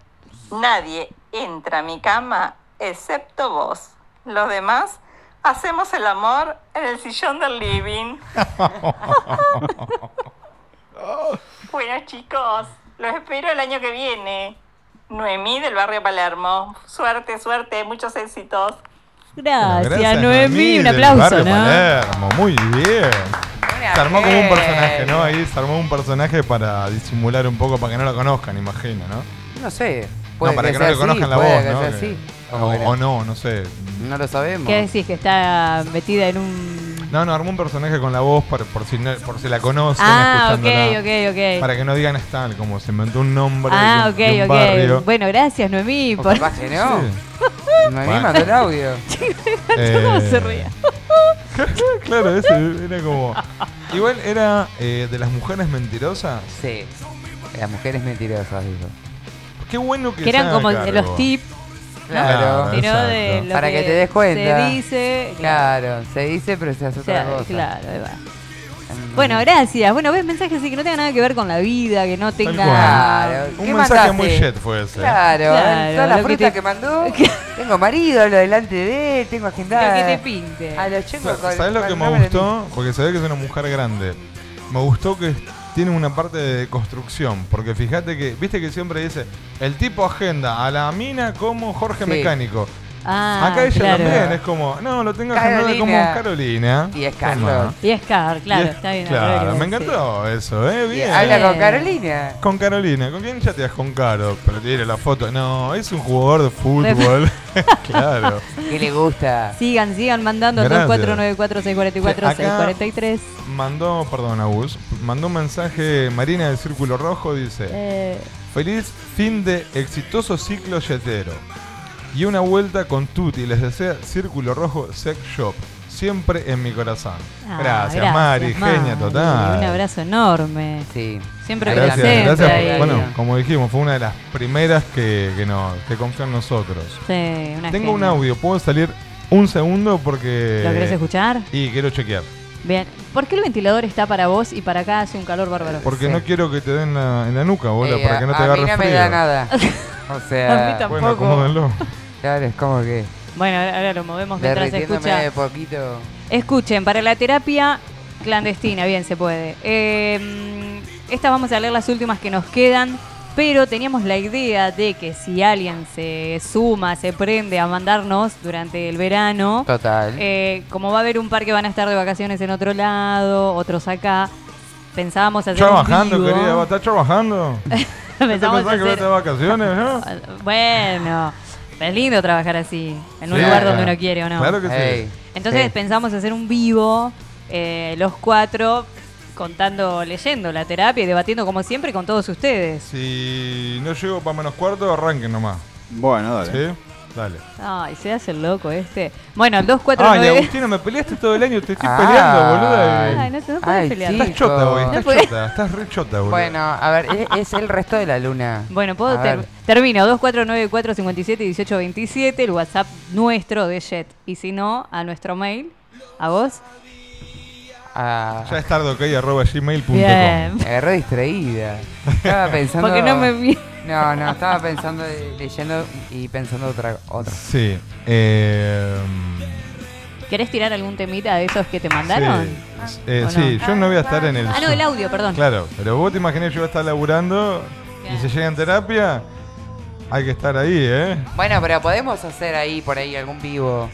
Nadie entra a mi cama excepto vos. Los demás hacemos el amor en el sillón del living. Bueno, chicos, los espero el año que viene. Noemí del barrio Palermo. Suerte, suerte, muchos éxitos. Gracias, Gracias, Noemí. Un del aplauso, barrio ¿no? Palermo, muy bien. Se armó como un personaje, ¿no? Ahí se armó un personaje para disimular un poco, para que no lo conozcan, imagino, ¿no? No sé. No, puede para que no sea le conozcan así, la puede voz, que ¿no? sea Que- así. o, o no, no sé. No lo sabemos. ¿Qué decís? Que está metida en un. No, no, armó un personaje con la voz por, por si, no- por si la conocen. Ah, ok, escuchándola. ok, ok. Para que no digan es tal, como se inventó un nombre. Ah, y ok, un- y un ok. barrio. Bueno, gracias, Noemí. Por... capaz que no. Noemí mandó el audio. ¿Cómo Eh, se ría? claro, ese era como. Igual era eh, de las mujeres mentirosas. Sí. Las mujeres mentirosas, dijo. Qué bueno que Que eran sea como cargo. los tips. Claro. Sino de lo Para que, que te des cuenta. se dice, Claro. se dice, pero se hace O sea, otra cosa. claro, ahí va. Bueno, gracias. Bueno, ves mensajes así que no tengan nada que ver con la vida, que no tengan. Claro. Un ¿Qué mensaje mandaste? muy jet fue ese. Claro, Claro, toda la lo que fruta te- que, mandó. tengo marido, lo delante de él, tengo agendada. Lo que te pinte. A los chicos con- ¿Sabes lo con que me nombre- gustó? Porque sabés que es una mujer grande. Me gustó que tiene una parte de construcción. Porque fíjate que, viste que siempre dice, el tipo agenda a la mina como Jorge Sí. Mecánico. Ah, Acá ella claro. también es como, no, lo tengo agendado como Carolina. Carolina. Y es Toma. Carlos. Y es Car, claro, Y es- está bien. claro, ahora que me lo decís. encantó eso, ¿eh? Bien. Habla con Carolina. Con Carolina, ¿con quién chateas con Caro? Pero tiene la foto. No, es un jugador de fútbol. claro. Que le gusta. Sigan, sigan mandando Gracias. 2494 644 Sí, acá- 643 Mandó, perdón, Agus, mandó un mensaje Marina del Círculo Rojo, dice, Eh, feliz fin de exitoso ciclo yetero. Y una vuelta con Tuti, les desea Círculo Rojo Sex Shop, siempre en mi corazón. Ah, gracias, Mari, genia Mari, total. Un abrazo enorme. Sí. Siempre Gracias, presente gracias. ahí. Bueno, como dijimos, fue una de las primeras que, que, nos- que confió en nosotros. Sí, una Tengo un genia. audio, ¿puedo salir un segundo? Porque... ¿Lo querés escuchar? Y quiero chequear. Bien. ¿Por qué el ventilador está para vos y para acá hace un calor bárbaro? Porque no quiero que te den la- en la nuca, bola, Eh, para que no te a agarre mí no me frío. da nada. O sea, A mí Bueno, tampoco. acomódenlo. Claro, es como que Bueno, ahora ahora lo movemos mientras se derritiéndome escucha. de poquito. Escuchen, para la terapia clandestina, bien se puede. Eh, estas vamos a leer las últimas que nos quedan, pero teníamos la idea de que si alguien se suma, se prende a mandarnos durante el verano, Total. eh, como va a haber un par que van a estar de vacaciones en otro lado, otros acá, pensábamos hacer ¿Estás un trabajando, vivo. querida? ¿Estás trabajando? pensás Pensábamos que vas hacer- de vacaciones, no? Bueno, pero es lindo trabajar así, en un Sí. lugar donde uno quiere o no. Claro que sí. Ey. Entonces Sí. pensamos hacer un vivo, eh, los cuatro, contando, leyendo la terapia y debatiendo como siempre con todos ustedes. Si no llego para menos cuarto, arranquen nomás. Bueno, dale. ¿Sí? Dale. Ay, se hace el loco este. Bueno, el 249... Ay, Agustina, me peleaste todo el año, te estoy Ah. peleando, boluda. Ay, no te- no podés Ay, pelear. Estás chico. chota, güey, No estás podés. chota, estás re chota, boluda. Bueno, a ver, e- es el resto de la luna. Bueno, puedo A ter- ver. termino. 2494-57-1827, el WhatsApp nuestro de Jet. Y si no, a nuestro mail, a vos. Ya es tardok.gmail.com Bien. Me agarró distraída. Estaba pensando. Porque no me vi. No, no, estaba pensando, eh, leyendo y pensando otra. otra. Sí. Eh, ¿Querés tirar algún temita de esos que te mandaron? sí, eh, Ah, ¿O no? sí, yo no voy a estar en el. Ah, no, el audio, perdón. Claro, pero vos te imaginas que yo voy a estar laburando y si llega en terapia, hay que estar ahí, ¿eh? Bueno, pero podemos hacer ahí por ahí algún vivo.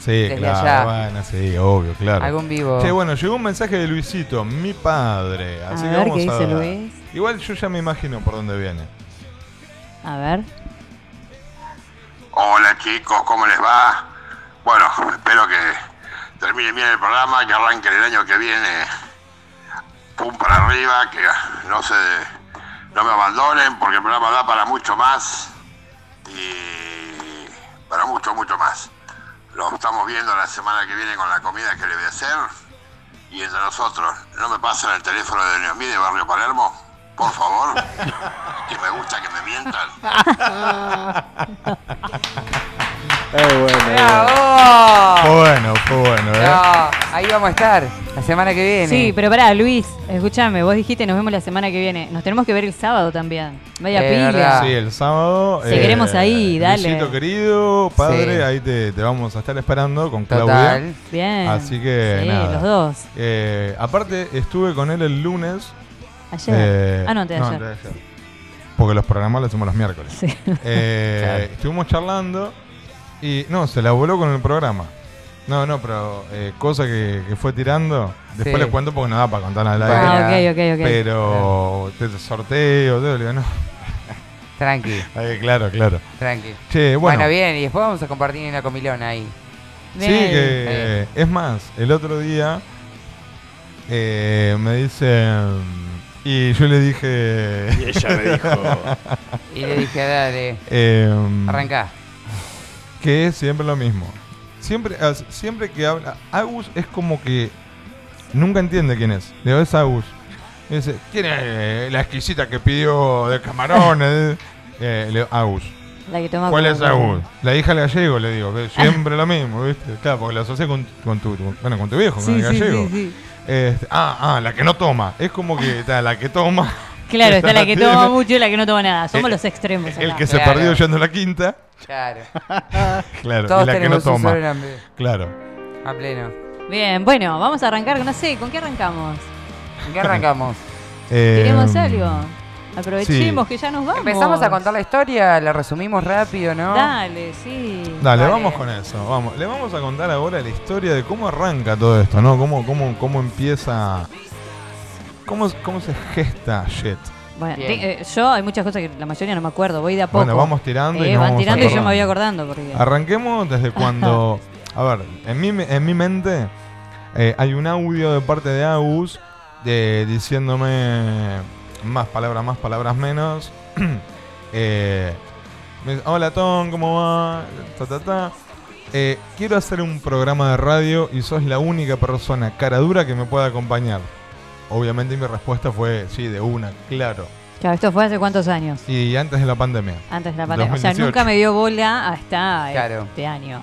Sí, Desde claro. allá. Bueno, sí, obvio, claro. Algún vivo. Che, bueno, llegó un mensaje de Luisito, mi padre. Así que ver, vamos ¿qué a dice ver. Luis? Igual yo ya me imagino por dónde viene. A ver. Hola chicos, ¿cómo les va? Bueno, espero que termine bien el programa, que arranquen el año que viene pum para arriba, que no se no me abandonen porque el programa da para mucho más y para mucho, mucho más. Lo estamos viendo la semana que viene con la comida que le voy a hacer y entre nosotros, no me pasen el teléfono de Neosmi de Barrio Palermo, por favor, que me gusta que me mientan. Eh, bueno, ¡Bravo! Fue bueno, fue bueno, ¿eh? Ah. No, Ah, ahí vamos a estar la semana que viene. Sí, pero pará, Luis, escúchame, vos dijiste nos vemos la semana que viene. Nos tenemos que ver el sábado también. Vaya Eh, pila. verdad. Sí, el sábado. eh, Si queremos ahí, dale. Luisito querido, padre, Sí. ahí te, te vamos a estar esperando con Total. Claudia. Bien. Así que Sí, nada. los dos. Eh, aparte, estuve con él el lunes. Ayer. Eh, Ah, no, antes de ayer. Porque los programas los hacemos los miércoles. Eh, Claro. Estuvimos charlando y no, se la voló con el programa. No, no, pero eh, cosa que, que fue tirando. Después Sí. les cuento porque no da para contar al aire. Ah, ok, ok, ok. Pero te sorteo, todo, le digo, no. Tranqui. Eh, claro, claro. Tranqui. Che, bueno. bien, y después vamos a compartir en la comilona ahí. Sí, que eh, es más, el otro día eh, me dice y yo le dije Y ella me dijo. Y le dije, dale. Em, Arrancá. que es siempre lo mismo. Siempre as- siempre que habla Agus es como que nunca entiende quién es. Le digo, es Agus. Me dice, ¿quién es eh, la exquisita que pidió de camarones? eh, le digo, Agus. La que toma ¿Cuál como- es Agus? La hija del gallego, le digo, que siempre lo mismo, ¿viste? Claro, porque lo asocié con, con tu, tu- bueno, con tu viejo, Sí, con el sí, gallego. sí, sí. Este, ah, ah, la que no toma. Es como que está la que toma. Claro, está la que tiene, toma mucho y la que no toma nada. Somos Eh, los extremos. El acá. que se perdió yendo a la quinta. Claro. Claro, Todos y la que no tenemos un toma. sobrenombre. Claro. A pleno. Bien, bueno, vamos a arrancar, no sé, ¿con qué arrancamos? ¿En qué arrancamos? Eh, ¿Queremos algo? Aprovechemos que ya nos vamos. Empezamos a contar la historia, la resumimos rápido, ¿no? Dale, sí. Dale, vamos con eso. Vamos. Le vamos a contar ahora la historia de cómo arranca todo esto, ¿no? Cómo, cómo, cómo empieza. Cómo, cómo se gesta Jet. Bueno, te- eh, yo hay muchas cosas que la mayoría no me acuerdo, voy de a poco. Bueno, vamos tirando y Eh, nos van vamos tirando y yo me voy acordando. acordando. Porque... Arranquemos desde cuando. A ver, en mi, en mi mente eh, hay un audio de parte de Agus de, diciéndome más palabras más, palabras menos. Eh, me dice, Hola Tom, ¿cómo va? Ta, ta, ta. Eh, quiero hacer un programa de radio y sos la única persona cara dura que me pueda acompañar. Obviamente mi respuesta fue sí, de una, claro. Claro, esto fue hace cuántos años, Y antes de la pandemia. antes de la pandemia. O sea, 2018. nunca me dio bola hasta Claro. este año.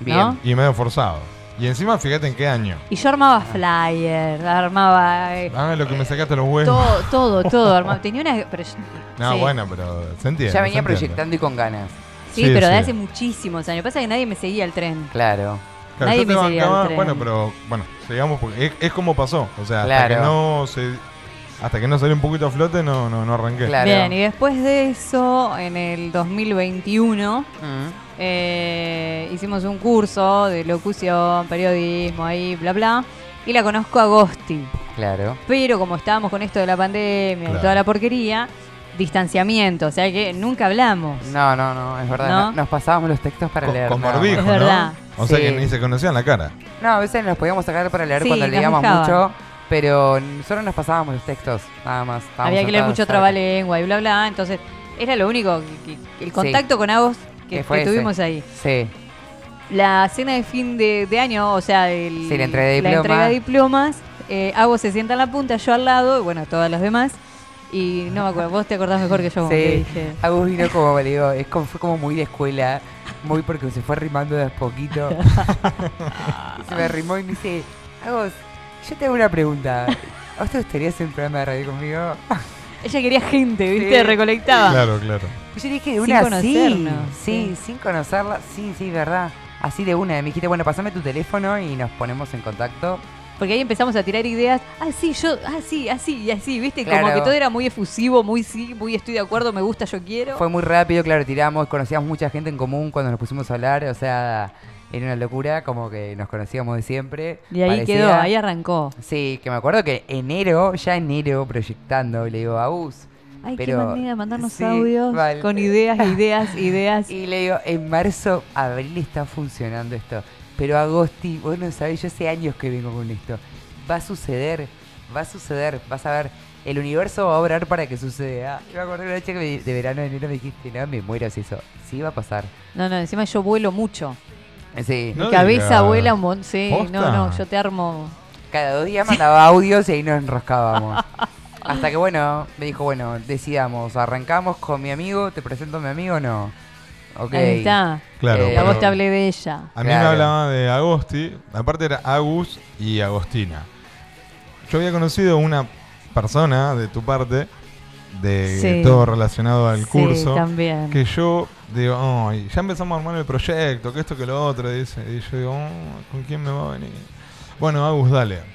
Bien. ¿No? Y medio forzado. Y encima, fíjate en qué año. Y yo armaba flyer, armaba eh, Ah, lo que me sacaste los huevos. todo, todo, todo. armaba- Tenía una... pero yo- No, sí. bueno, pero se entiende. Ya venía se entiende. proyectando y con ganas. Sí, pero de hace muchísimos años. Pasa que nadie me seguía el tren. Claro. Claro, Nadie yo te me seguía bancaba, el tren. bueno, pero bueno, sigamos porque es, es como pasó. O sea, hasta Claro. que no se, hasta que no salió un poquito a flote, no, no, no arranqué. Bien, y después de eso, en el 2021, Mm, eh, hicimos un curso de locución, periodismo, ahí, bla, bla. Y la conozco a Gosti. Claro. Pero como estábamos con esto de la pandemia y Claro. toda la porquería, distanciamiento, o sea que nunca hablamos. No, no, no, es verdad. ¿No? no- Nos pasábamos los textos para leer. Con nada más. barbijo, Es verdad. ¿no? O sea Sí. que ni se conocían la cara. No, a veces nos podíamos sacar para leer Sí, cuando nos leíamos dejaban. mucho, pero solo nos pasábamos los textos, nada más. Estábamos Había que leer sentados mucho cerca. trabalengua y bla, bla. Entonces, era lo único, que- que- el contacto con Agos que, Que fue que ese. tuvimos ahí. Sí. La cena de fin de, de año, o sea, el- Sí, la entrega de diploma. entrega de diplomas. eh, Agos se sienta en la punta, yo al lado, y bueno, todos los demás. Y no me acuerdo, vos te acordás mejor que yo. porque Sí, dije- Agus vino como, le digo, es como, fue como muy de escuela, muy porque se fue rimando de a poquito. y se me rimó y me dice, Agus, yo te hago una pregunta. ¿A vos te gustaría hacer un programa de radio conmigo? Ella quería gente, ¿viste? Sí. Recolectaba. Claro, claro. Y yo dije, de Sin una sí, conocernos, sí, sin conocerla, sí, sí, verdad. Así de una, me dijiste, bueno, pasame tu teléfono y nos ponemos en contacto. Porque ahí empezamos a tirar ideas. Ah, sí, yo, ah, sí, así, y así, ¿viste? Como Claro. que todo era muy efusivo, muy sí, muy estoy de acuerdo, me gusta, yo quiero. Fue muy rápido, claro, tiramos, conocíamos mucha gente en común cuando nos pusimos a hablar, o sea, era una locura, como que nos conocíamos de siempre. Y ahí Parecía- quedó, ahí arrancó. Sí, que me acuerdo que enero, ya enero, proyectando, le digo, Agus. Ay, qué pero manera de mandarnos sí, audios mal. con ideas, ideas, ideas. Y le digo, en marzo, abril está funcionando esto. Pero Agosti, vos no sabés, yo hace años que vengo con esto. Va a suceder, va a suceder, vas a ver. El universo va a obrar para que suceda. Y me acuerdo una noche que me- de verano de enero me dijiste, no, me muero si eso. Sí, va a pasar. No, no, encima yo vuelo mucho. Sí. Mi cabeza vuela un montón. Sí, ¿Posta? no, no, yo te armo. Cada dos días mandaba audios y ahí nos enroscábamos. Hasta que bueno, me dijo, bueno, decidamos, arrancamos con mi amigo, te presento a mi amigo o no. Ok. Eh, Ahí está. Eh, Claro, a vos pero- te hablé de ella. A mí me hablaba de Agosti, aparte era Agus y Agostina. Yo había conocido una persona de tu parte, de Sí. todo relacionado al Sí, curso, también. que yo digo, "Ay, ya empezamos a armar el proyecto, que esto, que lo otro, dice. Y yo digo, "Oh, ¿con quién me va a venir? Bueno, Agus, dale.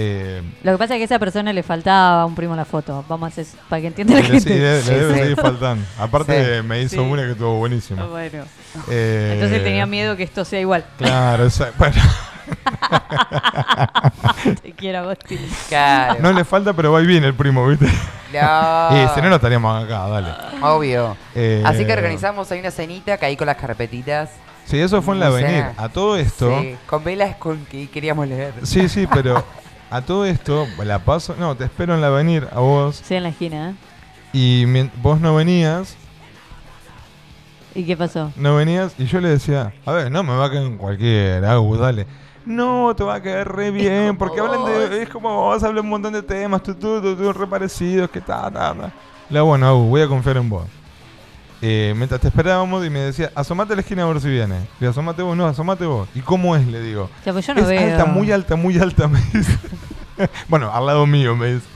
Eh, Lo que pasa es que a esa persona le faltaba un primo en la foto. Vamos a hacer para que entienda la le, sí, gente. le- le debe seguir faltando. Aparte, Sí. me hizo Sí. Ah, una que estuvo buenísima. Bueno. Eh, Entonces tenía miedo que esto sea igual. Claro, esa- bueno. Te quiero, Agustín. Claro. No le falta, pero va y viene el primo, ¿viste? No. Y si no, no estaríamos acá, dale. Obvio. Eh, Así que organizamos ahí una cenita, caí con las carpetitas. Sí, eso fue en la O sea, avenida. A todo esto. Sí, con velas con que queríamos leer. Sí, sí, pero a todo esto, la paso. No, te espero en la avenida a vos. Sí, en la esquina. ¿eh? Y mien- vos no venías, ¿Y qué pasó? no venías, y yo le decía, a ver, no me va a caer en cualquiera, Agus, dale. No, te va a caer re bien, porque hablan de. Es como vos, hablan un montón de temas, tú, tú, tú, tú, re parecidos, que ta, ta, ta. La bueno, Agus, voy a confiar en vos. Eh, mientras te esperábamos y me decía, asomate a la esquina a ver si viene. Le digo, asomate vos, no, asomate vos. ¿Y cómo es? Le digo. Ya, pues yo no es veo. alta, muy alta, muy alta, me dice. bueno, al lado mío, me dice.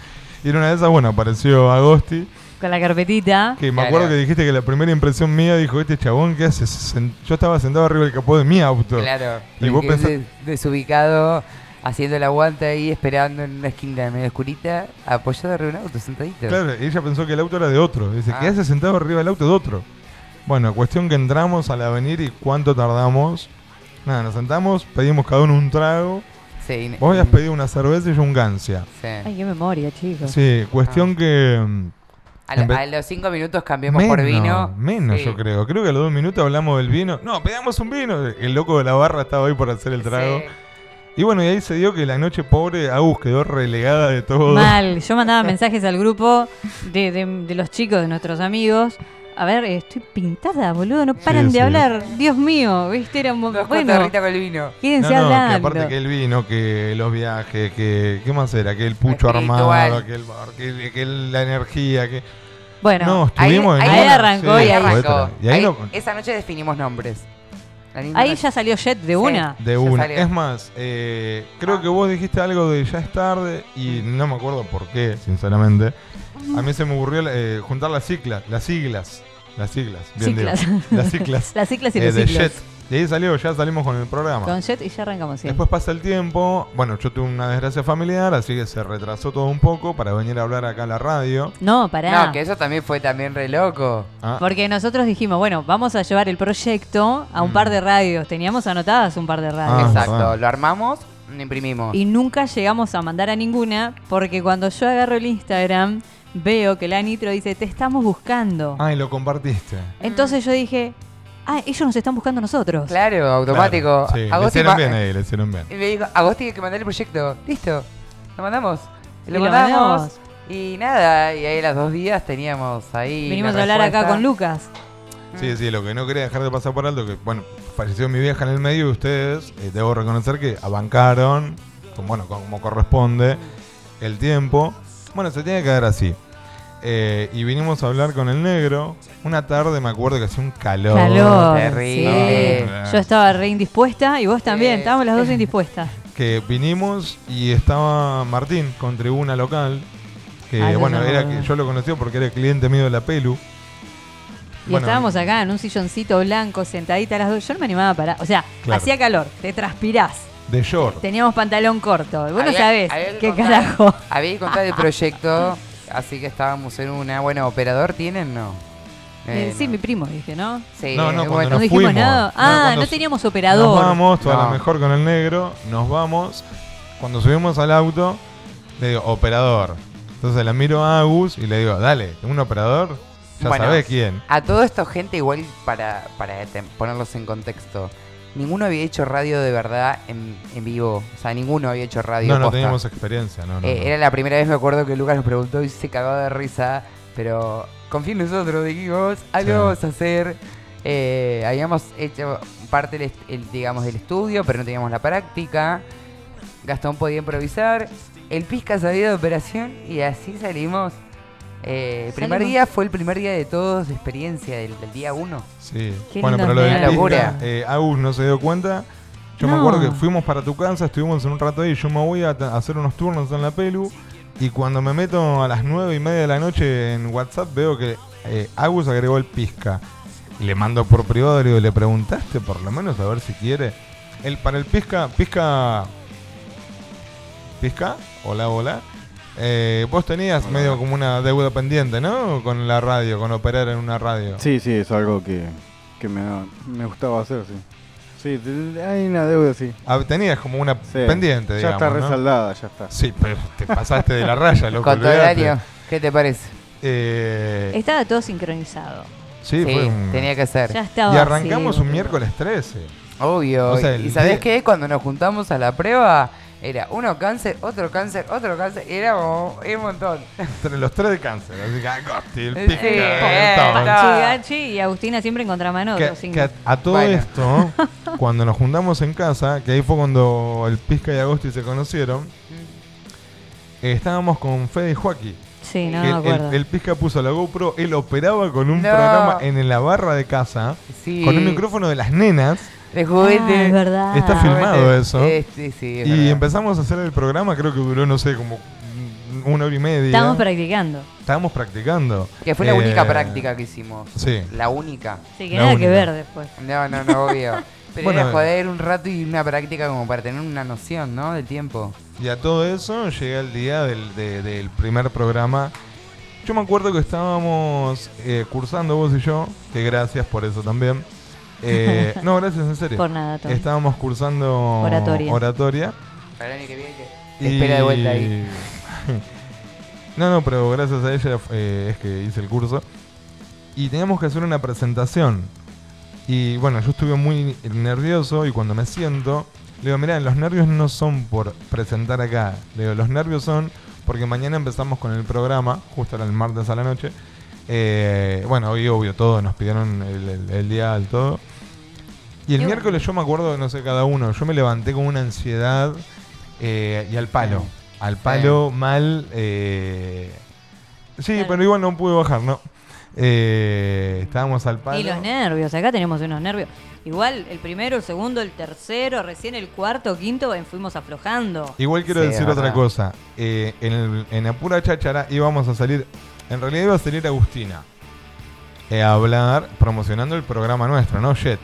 Y en una de esas, bueno, apareció Agosti. Con la carpetita. Que me acuerdo que dijiste que la primera impresión mía dijo, este chabón, ¿qué hace? Se sen- Yo estaba sentado arriba del capó de mi auto. Claro. Y vos que pensás, de- desubicado, haciendo el aguante ahí, esperando en una esquina medio oscurita, apoyado arriba de un auto, sentadito. claro, ella pensó que el auto era de otro. Dice, ¿qué Ah. hace sentado arriba del auto de otro? Bueno, cuestión que entramos a la avenida y cuánto tardamos. Nada, nos sentamos, pedimos cada uno un trago. Sí. Vos habías pedido una cerveza y yo un gancia. Ay, qué memoria, chicos. Sí, Ah. cuestión que... mm, A, lo- en vez- a los cinco minutos cambiamos por vino. Menos, Sí. yo creo. Creo que a los dos minutos hablamos del vino. No, pedamos un vino. El loco de la barra estaba ahí por hacer el trago. Sí. Y bueno, y ahí se dio que la noche pobre Agus quedó relegada de todo. Mal. Yo mandaba mensajes al grupo de, de- de los chicos, de nuestros amigos. A ver, eh, estoy pintada, boludo. No paran Sí, de sí. hablar. Dios mío, viste, era mo- Dos bueno. cuatas de Rita con el vino. No, Quédense no, que hablando. aparte que el vino, que los viajes, que... ¿Qué más era? Que el pucho Espiritual. armado, aquel bar, que, que la energía, que... Bueno, no, estuvimos ahí- en ahí una- arrancó sí, y ahí- fue Arrancó. otra. Y ahí, Ahí- no- Esa noche definimos nombres. La misma Ahí noche. ya salió Jet de una. De Ya una. salió. Es más, eh, creo que vos dijiste algo de ya es tarde y no me acuerdo por qué, sinceramente. A mí se me ocurrió eh, juntar las siglas, las siglas, las siglas, bien digo. Ciclas. las siglas. Las siglas y eh, los de siglos. Jet. De ahí salió, ya salimos con el programa. Con Jet y ya arrancamos. sí. Después pasa el tiempo, bueno, yo tuve una desgracia familiar, así que se retrasó todo un poco para venir a hablar acá a la radio. No, pará. No, que eso también fue también re loco. Ah, Porque nosotros dijimos, bueno, vamos a Mm. Ah, llevar el proyecto a un par de radios. Teníamos anotadas un par de radios. Exacto, lo armamos, No imprimimos. Y nunca llegamos a mandar a ninguna porque cuando yo agarro el Instagram veo que la Nitro dice, te estamos buscando. Ah, y lo compartiste. Entonces yo dije, ah, ellos nos están buscando a nosotros. Claro, automático. Claro, sí, le Agosti hicieron pa- bien ahí, le hicieron bien. Y me dijo, Agosti tiene que mandar el proyecto. Listo. Lo mandamos. Lo, Y lo mandamos. mandamos. Y nada, y ahí los dos días teníamos ahí. Vinimos la a hablar acá respuesta. con Lucas. Mm. Sí, sí, lo que no quería dejar de pasar por alto, que bueno, falleció mi vieja en el medio y ustedes, eh, debo reconocer que abancaron, como, bueno, como corresponde, el tiempo. Bueno, se tiene que dar así. Eh, y vinimos a hablar con el negro. Una tarde me acuerdo que hacía un calor. Calor. No, sí. no, no. Yo estaba re indispuesta y vos también, estábamos las dos indispuestas. que vinimos y estaba Martín con tribuna local. Que Ah, eso bueno, no me era acuerdo. que yo lo conocí porque era cliente mío de la Pelu. Y Bueno, estábamos acá en un silloncito blanco, sentadita las dos. Yo no me animaba a parar. O sea, Claro. hacía calor, te transpirás. de short. Teníamos pantalón corto. Vos no Había- sabés había que qué contar- carajo. Había que contar el proyecto, así que estábamos en una. Bueno, ¿operador tienen? No. Eh, Eh, sí, mi primo, dije, ¿no? Sí, No, no, bueno. cuando No nos dijimos fuimos. nada. Ah, cuando no teníamos operador. Nos vamos, toda la No. mejor con el negro, nos vamos. Cuando subimos al auto, le digo, operador. Entonces la miro a Agus y le digo, dale, un operador, ya Bueno, sabés quién. A todo esto, gente, igual para, para te- ponerlos en contexto. Ninguno había hecho radio de verdad en, en vivo. O sea, ninguno había hecho radio. No, no posta. teníamos experiencia, no, no, Eh, no. Era la primera vez, me acuerdo, que Lucas nos preguntó y se cagó de risa. Pero confía en nosotros, dijimos, algo Sí. vamos a hacer. Eh, habíamos hecho parte del, est- el, digamos, del estudio, pero no teníamos la práctica. Gastón podía improvisar. El Pisca sabía de operación y así salimos. Eh, el primer Salimos. día fue el primer día de todos de experiencia, del, del día uno. Sí. Qué Bueno, lindo pero lo que de era. Locura. eh, Agus no se dio cuenta. Yo me No. acuerdo que fuimos para tu casa, estuvimos en un rato ahí, yo me voy a ta- a hacer unos turnos en la pelu. Y cuando me meto a las nueve y media de la noche en WhatsApp veo que eh, Agus agregó el pizca. Y le mando por privado y le preguntaste por lo menos a ver si quiere. El, para el pizca, pizca Pisca, hola, hola. Eh, vos tenías medio como una deuda pendiente, ¿no? Con la radio, con operar en una radio. Sí, sí, es algo que, que me, me gustaba hacer, sí. Sí, te- hay una deuda, sí. Ah, Tenías como una pendiente, Ya digamos. está ¿no? resaldada, ya está. Sí, pero te pasaste de la raya, loco. Con todo el olvidate. año, ¿qué te parece? Eh, Estaba todo sincronizado. sí, Sí, fue un- tenía que ser. Ya estaba Y arrancamos así, un miércoles 13. Obvio. O sea, y el sabés día- qué? Cuando nos juntamos a la prueba, era uno cáncer, otro cáncer, otro cáncer. y Era como un montón. Entre los tres de cáncer. Así que Agosti, el Sí, Pisca, eh, el Tom. Panchi, Gachi y Agustina siempre en contramano. Que- otros cinco. que a, a todo Bueno. esto, cuando nos juntamos en casa, que ahí fue cuando el Pisca y Agosti se conocieron, eh, estábamos con Fede y Joaquín. Sí, no, Que me el- acuerdo. el, Pisca puso la GoPro, él operaba con un No. programa en la barra de casa, Sí. con un micrófono de las nenas. De juguete. Ah, es verdad. Está filmado Obviamente, eso. eh, sí, sí, es y verdad. empezamos a hacer el programa, creo que duró, no sé, como una hora y media. Estábamos practicando. Estábamos practicando. Que fue la Eh, única práctica que hicimos. Sí. La única. Sí, que La nada que única. ver después. No, no, no, obvio. Pero Bueno, eh. era joder un rato y una práctica como para tener una noción, ¿no? Del tiempo. Y a todo eso llega el día del, de- del primer programa. Yo me acuerdo que estábamos eh, cursando vos y yo, que gracias por eso también. Eh, no, gracias, en serio. Por nada, Tom. Estábamos cursando Oratoria. oratoria. Para el año que viene. Te espera de vuelta ahí. No, no, pero gracias a ella eh, es que hice el curso. Y teníamos que hacer una presentación. Y bueno, yo estuve muy nervioso y cuando me siento, le digo, mirá, los nervios no son por presentar acá. Le digo, los nervios son porque mañana empezamos con el programa, justo era el martes a la noche. Eh, bueno, hoy obvio todo, nos pidieron el, el, el día al todo. Y el Y bueno. miércoles yo me acuerdo, no sé, cada uno, yo me levanté con una ansiedad eh, y al palo. Al palo, mal. eh, Sí, pero igual no pude bajar, ¿no? Eh, estábamos al palo. Y los nervios, acá tenemos unos nervios. Igual el primero, el segundo, el tercero, recién el cuarto, quinto, eh, fuimos aflojando. Igual quiero Sí, decir es otra verdad. cosa. Eh, en, el- en la pura cháchara íbamos a salir. En realidad iba a salir Agustina eh, a hablar promocionando el programa nuestro, ¿no? Jet.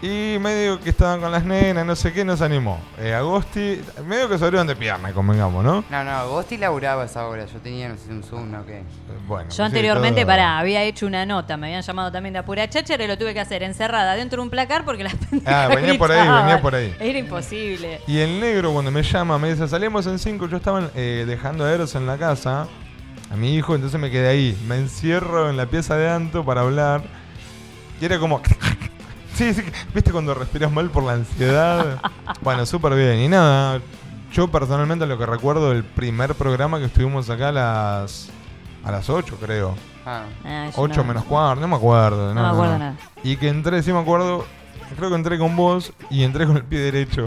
Y medio que estaban con las nenas, no sé qué, nos animó. Eh, Agosti, medio que sobrieron de pierna, convengamos, ¿no? No, no, Agosti laburaba esa hora. Yo tenía, no sé, un Zoom, ¿no? ¿Qué? Bueno. Yo anteriormente, pará, había hecho una nota, me habían llamado también de apura cháchara y lo tuve que hacer encerrada dentro de un placar porque las pendejas Ah, venía por ahí, gritaban. venía por ahí. Era imposible. Y el negro cuando me llama me dice, salimos en 5, yo estaba eh, dejando a Eros en la casa, a mi hijo, entonces me quedé ahí, me encierro en la pieza de Anto para hablar. Y era como... Sí, sí, viste cuando respiras mal por la ansiedad. Bueno, súper bien. Y nada, yo personalmente lo que recuerdo del primer programa que estuvimos acá a las, a las 8, creo. Ah. Ah, yo 8 no. menos cuarto, no me acuerdo. No, No me acuerdo nada. Y que entré, sí me acuerdo, creo que entré con vos y entré con el pie derecho.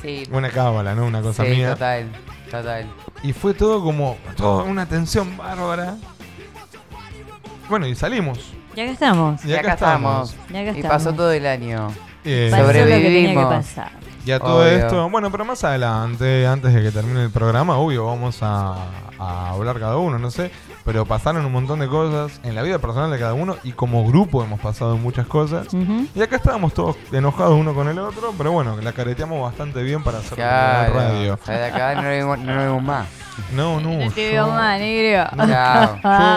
Sí. Una cábala, ¿no? Una cosa sí, mía. total, total. Y fue todo como, todo una tensión bárbara. Bueno, y salimos. Y acá estamos. Y acá estamos. Y acá Y estamos. pasó todo el año. Eh, Pasó lo que tenía que Sobrevivimos. pasar. Y a todo Obvio. esto, bueno, pero más adelante, antes de que termine el programa, obvio, vamos a, a hablar cada uno, no sé, pero pasaron un montón de cosas en la vida personal de cada uno y como grupo hemos pasado muchas cosas. Y acá estábamos todos enojados uno con el otro, pero bueno, la careteamos bastante bien para hacer Claro. la radio. O sea, de acá no lo vimos- no lo vimos más. No, no. No te yo- veo más, negro. No,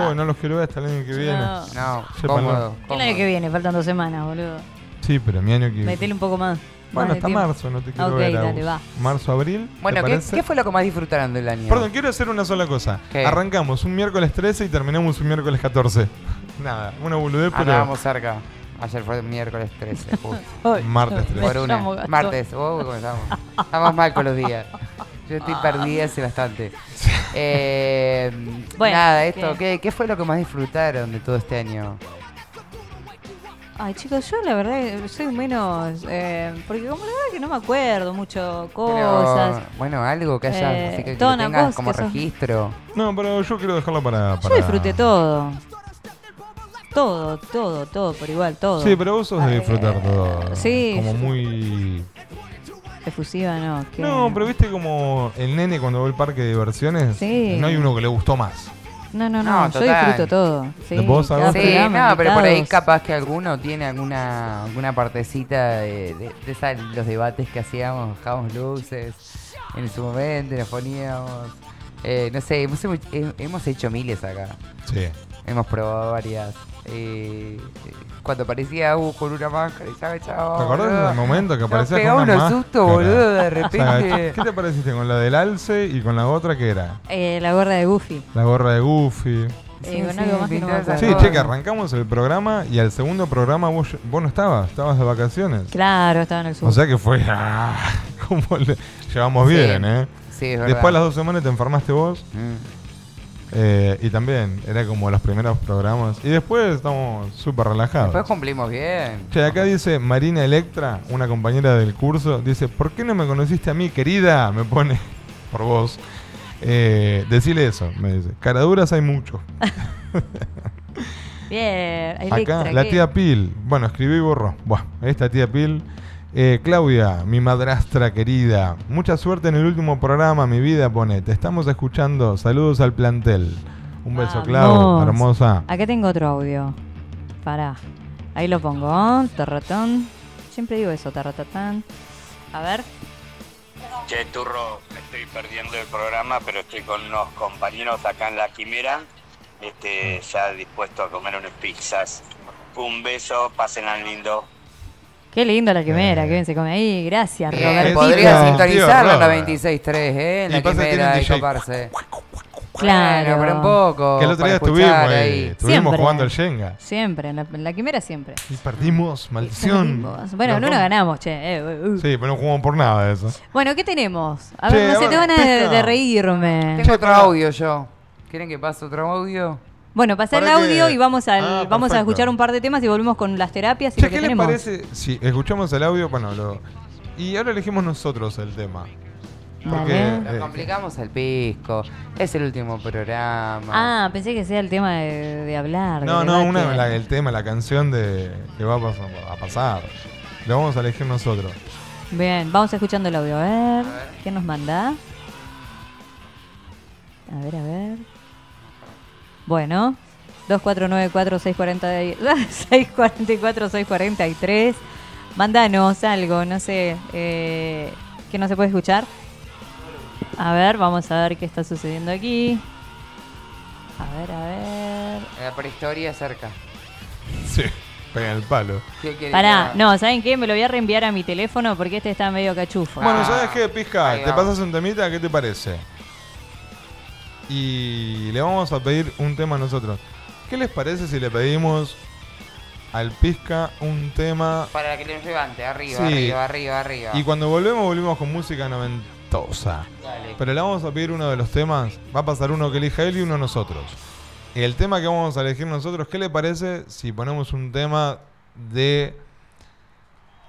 yo no los quiero ver hasta el año que viene. No. No, Sépanlo. cómodo. ¿Qué año que viene? Faltan dos semanas, boludo. Sí, pero mi año que viene. Metele un poco más. Bueno, más de hasta tiempo. marzo no te quiero Ok, ver. dale, Agus. va. Marzo, abril. ¿te Bueno, ¿qué, parece? qué fue lo que más disfrutaron del año? Perdón, quiero hacer una sola cosa. ¿Qué? Arrancamos un miércoles 13 y terminamos un miércoles 14. Nada, una boludez, pero. Andábamos Ah, cerca. Ayer fue miércoles 13, justo. Ay, Martes Por 13. me una. llamo Gastón. Martes. Uy, ¿cómo estamos? Estamos mal con los días. Yo estoy perdida hace bastante. Eh, Bueno, nada, esto, ¿qué? ¿qué, ¿qué fue lo que más disfrutaron de todo este año? Ay, chicos, yo la verdad soy menos. eh, porque como la verdad que no me acuerdo mucho Pero, cosas. bueno, algo que haya, Eh, así que, que lo Tona, tengas vos como que sos- registro. No, pero yo quiero dejarlo para. Yo para- disfruté todo. Todo, todo, todo, por igual, todo. eh, Sí, pero vos sos de disfrutar todo. sí. Como muy. Efusiva, no. que- No, pero viste como el nene cuando va al parque de diversiones. Sí. No hay uno que le gustó más. No, no, No, no, yo total. disfruto todo. Sí, ¿Vos, cada Agus? Sí, programa, no, pero por ahí invitados. capaz que alguno tiene alguna alguna partecita de, de, de esa- los debates que hacíamos, bajábamos luces en su momento, nos poníamos. Eh, no sé, hemos, hemos- hemos hecho miles acá. Sí. Hemos probado varias. Eh, eh, cuando aparecía Hugo con una máscara y sabe, chao. ¿Te acordás del momento que aparecía Nos pegaba con una unos sustos, máscara? boludo, de O sea, repente. ¿Qué te pareciste con la del alce y con la otra que era? Eh, la gorda de Goofy. La gorra de Goofy. Eh, con algo más que no me pintaba acuerdo. Sí, che, que arrancamos el programa y al segundo programa vos, vos no estabas, estabas de vacaciones. Claro, estaba en el sur. O sea que fue. ah, ¿Cómo le llevamos Sí. bien, eh? Sí, es verdad. Mm. Después de las dos semanas te enfermaste vos. Eh, y también era como los primeros programas. Y después estamos súper relajados. Después cumplimos bien. Che, acá dice Marina Electra, una compañera del curso, dice, ¿por qué no me conociste a mí, querida? Me pone por vos. Eh, decile eso, me dice. Caraduras hay mucho. Bien, Acá, Electra, la ¿qué? tía Pil. Bueno, escribí y borró. Bueno, esta tía Pil. Eh, Claudia, mi madrastra querida. Mucha suerte en el último programa, mi vida, pone. Te estamos escuchando. Saludos al plantel. Un beso, Clau. Vamos. Hermosa. Acá tengo otro audio. Pará. Ahí lo pongo. Tarratón. Siempre digo eso, tarratatán. A ver. Che, Turro, me estoy perdiendo el programa, pero estoy con unos compañeros acá en La Quimera, este, ya dispuesto a comer unas pizzas. Un beso, pásenla lindo. Qué lindo la quimera, Eh. que bien se come ahí. Gracias, Robertito. Podría sintonizar la Robert. 26.3, ¿eh? En Y la pasa que tiene un primera y DJ. coparse. Claro. Bueno, pero un poco. Que el otro para día estuvimos escuchar ahí, estuvimos Siempre. eh, jugando al Jenga. Siempre, en la, en la quimera siempre. Y perdimos, maldición. Bueno, Los no dos. la ganamos, che. eh, uh, uh. Sí, pero no jugamos por nada de eso. Bueno, ¿qué tenemos? A Che, ver, no a sé, ver, tengo ganas de, pesca. de reírme. Tengo otro audio yo. ¿Quieren que pase otro audio? Bueno, pasé el Para que- audio y vamos, al, Ah, vamos a perfecto. escuchar un par de temas y volvemos con las terapias y Che, lo que ¿qué les tenemos. parece si escuchamos el audio? Bueno, lo... Y ahora elegimos nosotros el tema. Porque, Lo eh, complicamos al pisco. Es el último programa. Ah, pensé que sea el tema de, de hablar. No, del no, debate. una, la- el tema, la canción de que va a pasar, a pasar. Lo vamos a elegir nosotros. Bien, vamos escuchando el audio. A ver, ¿quién nos manda? A ver, a ver. Bueno, 2494-644-643. Mándanos algo, no sé, eh, que no se puede escuchar. A ver, vamos a ver qué está sucediendo aquí. A ver, a ver. La prehistoria cerca. Sí, pega el palo. ¿Qué quiere Pará, que haga? no, ¿saben qué? Me lo voy a reenviar a mi teléfono porque este está medio cachufo. Bueno, ¿sabes qué, Pizca? ahí Te vamos. pasas un temita, ¿qué te parece? Y le vamos a pedir un tema a nosotros. ¿Qué les parece si le pedimos al Pizca un tema? Para que lo levante, arriba, Sí. arriba, arriba, arriba. Y cuando volvemos, volvemos con música noventosa. Dale. Pero le vamos a pedir uno de los temas. Va a pasar uno que elija él y uno nosotros. El tema que vamos a elegir nosotros, ¿qué le parece si ponemos un tema de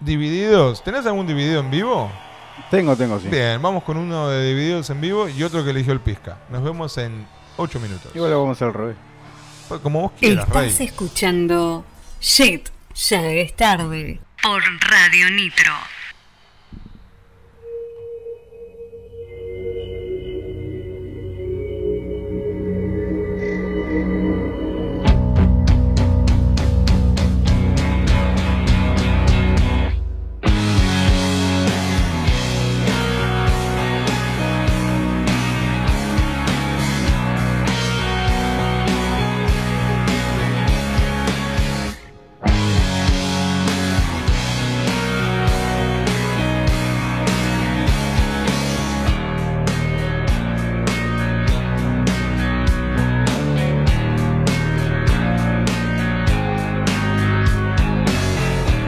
divididos? ¿Tenés algún dividido en vivo? Tengo, tengo, Ah, sí. Bien, vamos con uno de divididos en vivo y otro que eligió el Pizca. Nos vemos en 8 minutos. Igual lo vamos a hacer al revés. Pues Como vos quieras, Estás Rey. escuchando Shit, ya es tarde. Por Radio Nitro.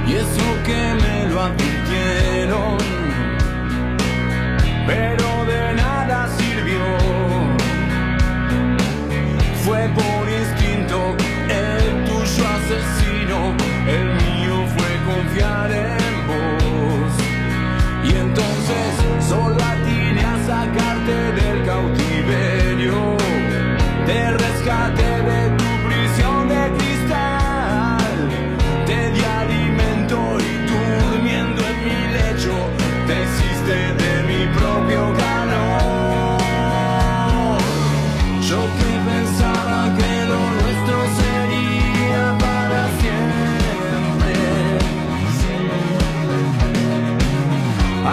Y eso que me lo advirtieron, pero de nada sirvió. Fue por instinto, el tuyo asesino, el mío fue confiar en vos. Y entonces solo atiné a sacarte del cautiverio, te rescaté de tu prisión de cristal. Te di alimento y tú durmiendo en mi lecho Te hiciste de mi propio calor Yo que pensaba que lo nuestro sería para siempre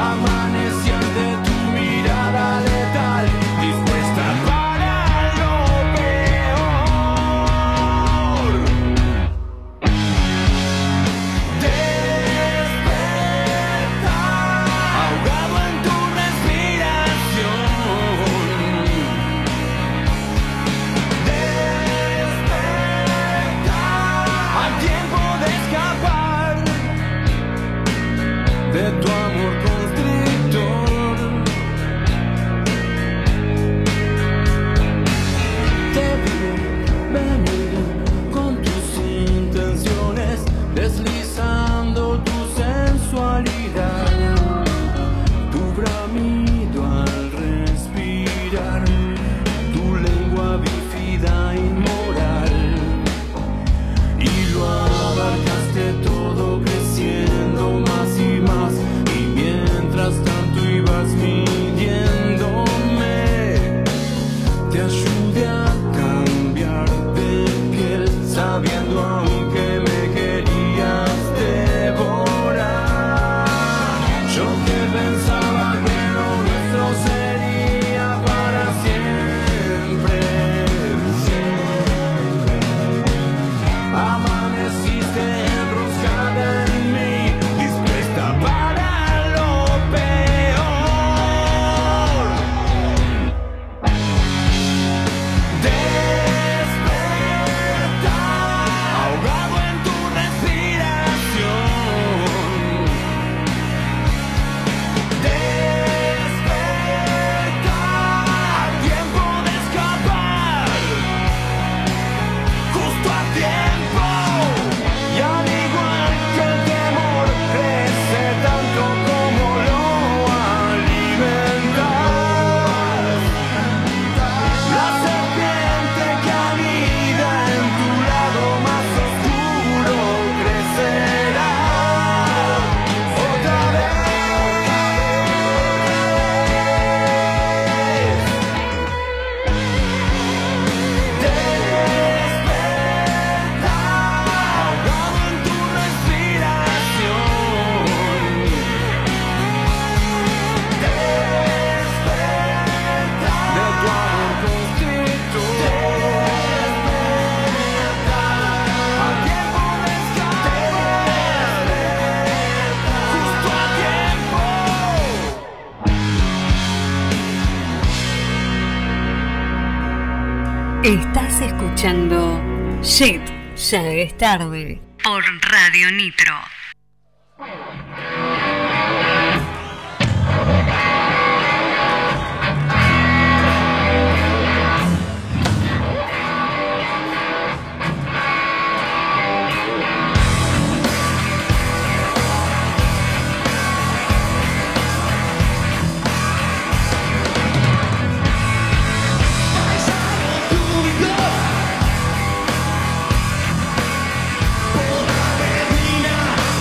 Amanecer de tu mirada letal Dispuesta para lo peor ahogado en tu respiración. Despertar al tiempo de escapar de tu amor constrictor. Te vi venir con tus intenciones, deslizando tu sensualidad, tu bramido al respirar, tu lengua bífida inmoral, y lo abarcaste todo creciendo más y más, y mientras tanto ibas midiéndome. Te ayudé a cambiar de piel Sabiendo aún que me querías devorar Yo que pensaba que lo nuestro sería para siempre Amaneciste enroscada en mí Dispuesta para lo peor Despertar, ahogado Estás escuchando Shit, ya es tarde. Por Radio Nitro. um Por la avenida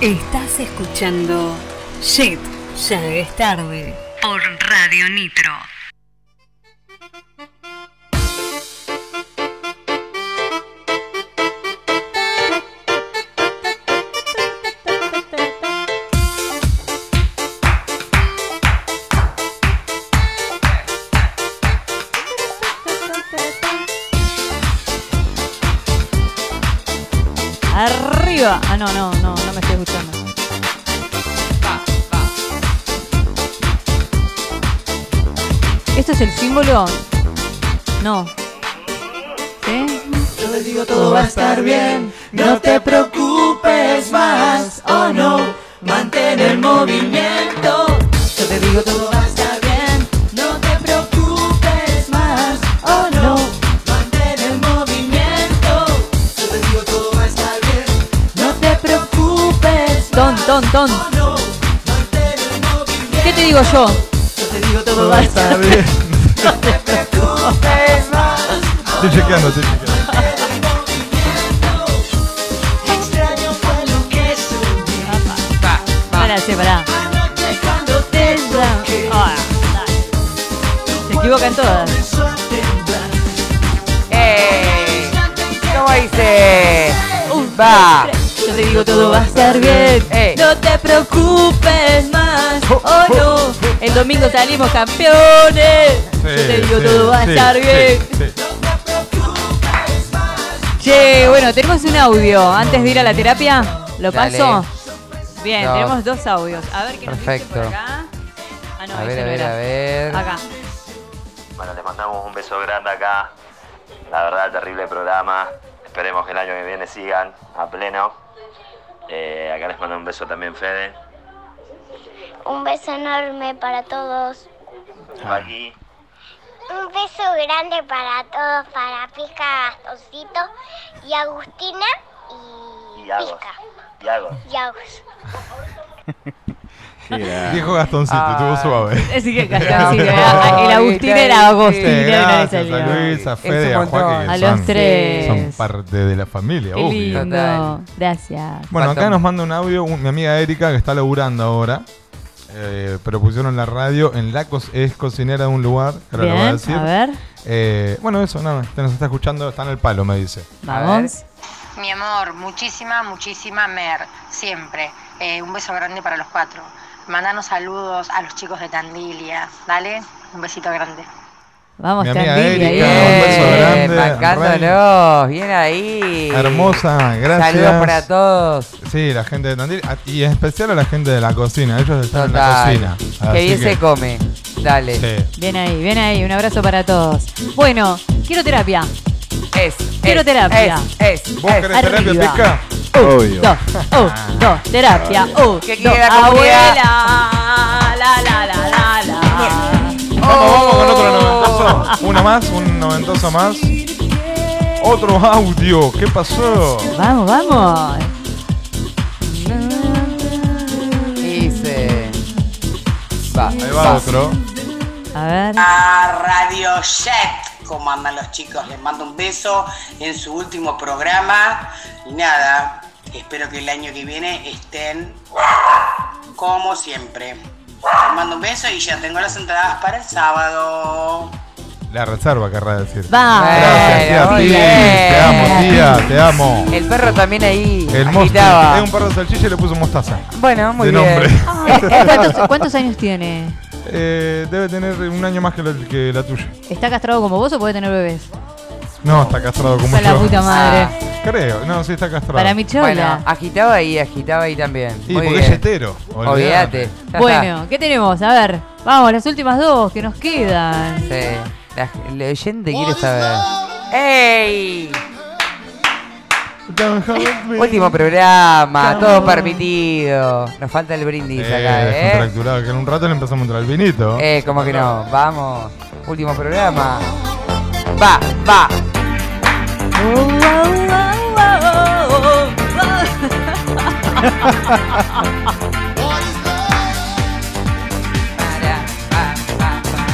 Estás escuchando Shit, ya es tarde. Por Radio Nitro. Arriba. Ah, no, no, no, no me estoy escuchando. ¿Esto es el símbolo? No. ¿Eh? ¿Sí? Yo les digo todo va a estar bien, no te preocupes más, oh no, mantén el movimiento. Yo te digo todo va a estar bien, no te preocupes más, oh no, mantén el movimiento. Yo te digo todo va a estar bien, no te preocupes Ton, ton, ton. ¿Qué te digo yo? Yo te digo todo va a estar bien. No te preocupes más. oh Estoy chequeando, estoy chequeando. Extraño fue lo que subí. Pará, che, pará. Cuando te toqué. Se equivocan todas. ¡Ey! ¿Cómo dice? ¡Va! Yo te digo todo va a estar bien. ¡Ey! No te preocupes más. Oh no. El domingo salimos campeones. Yo te digo sí, todo va a sí, estar sí, bien. Che, bueno, tenemos un audio. Antes de ir a la terapia, ¿lo Dale. paso? Bien, No. tenemos dos audios. A ver qué nos dice Perfecto. por acá. Ah, no, A ver, ese a no ver, era. a ver. Acá. Bueno, te mandamos un beso grande acá. La verdad, terrible programa. Esperemos que el año que viene sigan a pleno. Eh, acá les mando un beso también, Fede. Un beso enorme para todos. Aquí. Un beso grande para todos, para Pica Gastoncito y Agustina y, Y Agos. Pica Y Agos. y Agus. Viejo Gastoncito, Ah, estuvo suave. Sí, que Gastoncito, era- Ah, el Agustín era Agustín, Sí, era una gracias vez a al día. Luis, a Es Fede, un a Joaquín. montón. que A los son- tres. Son parte de la familia, Qué obvio. lindo. Gracias. Bueno, acá nos manda un audio un- mi amiga Erika que está laburando ahora. eh, pero pusieron la radio en la cos- es cocinera de un lugar. que ahora lo Bien, voy a, decir. a ver. Eh, bueno, eso, nada, te nos está escuchando, está en el palo, me dice. Vamos. Mi amor, muchísima, muchísima mer, siempre. Eh, un beso grande para los cuatro. Mandanos saludos a los chicos de Tandilia. Dale, un besito grande. Vamos, Mi amiga Tandil, Erika, ahí. un beso grande. bancándolos, bien ahí. Hermosa, gracias. Saludos para todos. Sí, la gente de Tandil. a- Y en especial a la gente de la cocina. Ellos están Total. en la cocina. Que así bien se come. Dale. Sí. Bien ahí, bien ahí. Un abrazo para todos. Bueno, quiero terapia. Es. Quiero es, terapia. Es. es, ¿Vos es. querés terapia, Arriba. Pica? Obvio. Dos, un, dos, oh, terapia. Un, ¿Qué dos, quiere la abuela. comunidad? La, la, la, la, la. Vamos, vamos con Oh. otro noventoso. Una más, un noventoso más. Otro audio. ¿Qué pasó? Vamos, vamos. Dice. Va. Ahí va otro. A ver. A Radio Jet, como andan los chicos, les mando un beso en su último programa. Y nada, espero que el año que viene estén como siempre. Les mando un beso y ya tengo las entradas para el sábado. La reserva, querrá decir. Va. Gracias, tía Bueno, muy Tis. Te amo, tía. Te amo. El perro también ahí. El agitaba. monstruo. Es un perro de salchicha y le puso mostaza. Bueno, muy de bien. nombre. Ay, ¿Cuántos, cuántos años tiene? Eh, debe tener un año más que la, que la tuya. ¿Está castrado como vos o puede tener bebés? No, está castrado como Con la yo. puta madre. Ah. Creo, no, sí está castrado. Bueno, agitaba ahí, agitaba ahí también. Y Muy porque bien. es hetero. Olvídate. Ya Bueno, ¿qué tenemos? A ver, vamos, las últimas dos que nos quedan. está. Sí. La, la oyente quiere saber. ¡Ey! Último programa, todo permitido. Nos falta el brindis acá, Eh, ¿eh? contracturado, que en un rato le empezamos a entrar el vinito. Eh, como que no. Vamos. Último programa. Va, va.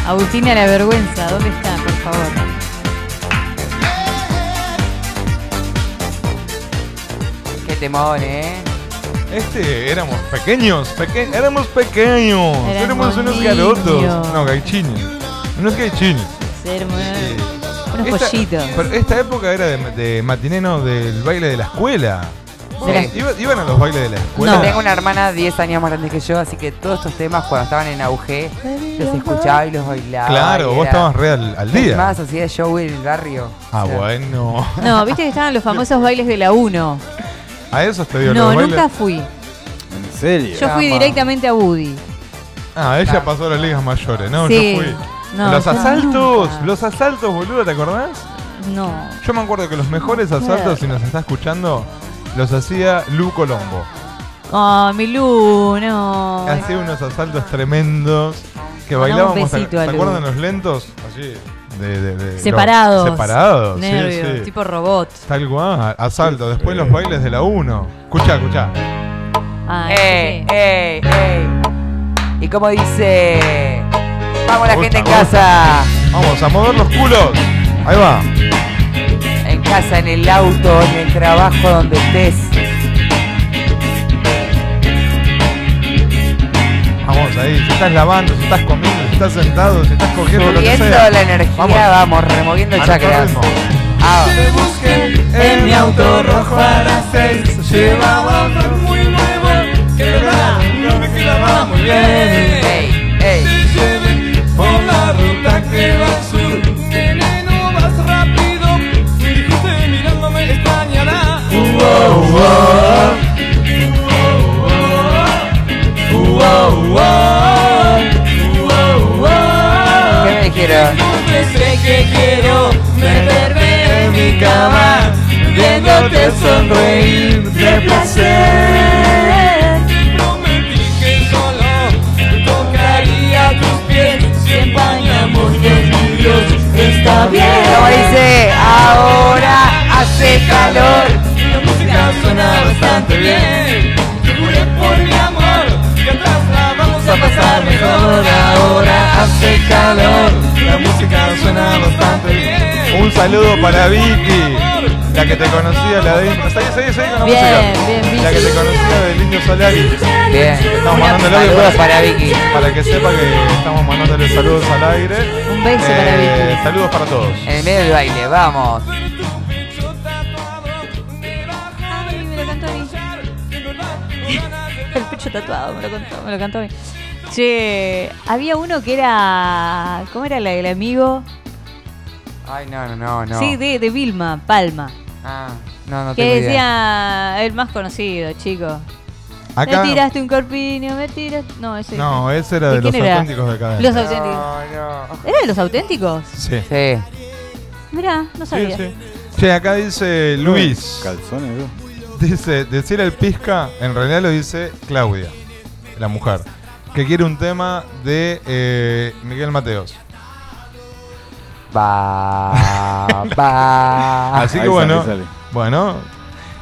Agustina la vergüenza, ¿dónde está, por favor? Qué temón, ¿eh? Este, éramos pequeños, peque- éramos pequeños, Éramos éramos unos niños. garotos. No, gaichines, unos gaichines. Ser muy- Eh, unos Esta- pollitos. Pero esta época era de, de matineno del baile de la escuela. De la- Iba- Iban a los bailes de la escuela. Tengo una hermana 10 años más grande que yo, así que todos estos temas cuando estaban en auge los escuchaba y los bailaba. Claro, y vos era- estabas re al, al Es día. más, hacía show en el barrio. Ah, bueno. No, viste que estaban los famosos bailes de la 1. A eso te digo, No, los bailes- nunca fui. ¿En serio? Yo fui directamente a Woody. Ah, ella pasó a las ligas mayores, ¿no? Sí. Yo fui. No, los yo asaltos, los asaltos, boludo, ¿te acordás? No. Yo me acuerdo que los mejores Claro. asaltos, si nos está escuchando, los hacía Lu Colombo. Oh, mi Lu, no. Hacía unos asaltos tremendos que Mandamos bailábamos. ¿Te, besito a te Lu. acuerdan los lentos? Así. De, de- de- Separados. los- separados. sí, Nervios, sí. tipo robot. Tal cual, asalto. Después los bailes de la 1. Escucha, escucha. Ah, ¡Ey, ey, ey! Y como dice. ¡Vamos la gente en casa! Vamos a mover los culos. Ahí va. En casa, en el auto, en el trabajo, donde estés. Vamos ahí. Si estás lavando, si estás comiendo, si estás sentado, si estás cogiendo lo que Subiendo sea. la energía, vamos, removiendo A nuestro chakras. ritmo. Ah. En mi auto rojo a las seis Llevaba pan muy nuevo Que era no me quedaba muy bien Te llevé por la ruta que va al sur Nene, no vas rápido Me dijiste mirándome extrañará ¿Qué me dijeron? Sé que quiero meterme en mi cama Viéndote sonreír de placer Prometí que solo tocaría tus pies Si bañamos los tuyos está bien Como dice, ahora hace calor La música suena bastante bien Te juré por mi amor Que atrás la vamos a pasar mejor Ahora hace calor La música suena bastante bien Un saludo para Vicky, la que te conocía, la de. Seguí, seguí, seguí con la Bien, música. bien, Vicky. La que te conocía del Indio Solari. Bien. Estamos mandándole Saludos saludos para Vicky. Para que sepa que estamos mandándole saludos al aire. Eh, Un beso para Vicky. Saludos para todos. En el medio del baile, vamos. Ay, me lo cantó a mí. El pecho tatuado, me lo contó, me lo cantó a mí. Che, había uno que era. ¿Cómo era el, el amigo? Ay, no, no, Ah, no, no. Sí, de, de Vilma, Palma. Ah, no, no tengo que idea. decía el más conocido, chico. Acá- Me tiraste un corpiño, me tiraste. No, ese. No, ese era de ¿Y los quién era? auténticos de cada Los auténticos. ¿Era de los auténticos? Sí. Sí. Mirá, no sabía. Che, acá dice Luis. Calzones, Dice, decir el pizca, en realidad lo dice Claudia, la mujer, que quiere un tema de eh, Miguel Mateos. Va, va. Así que bueno, bueno,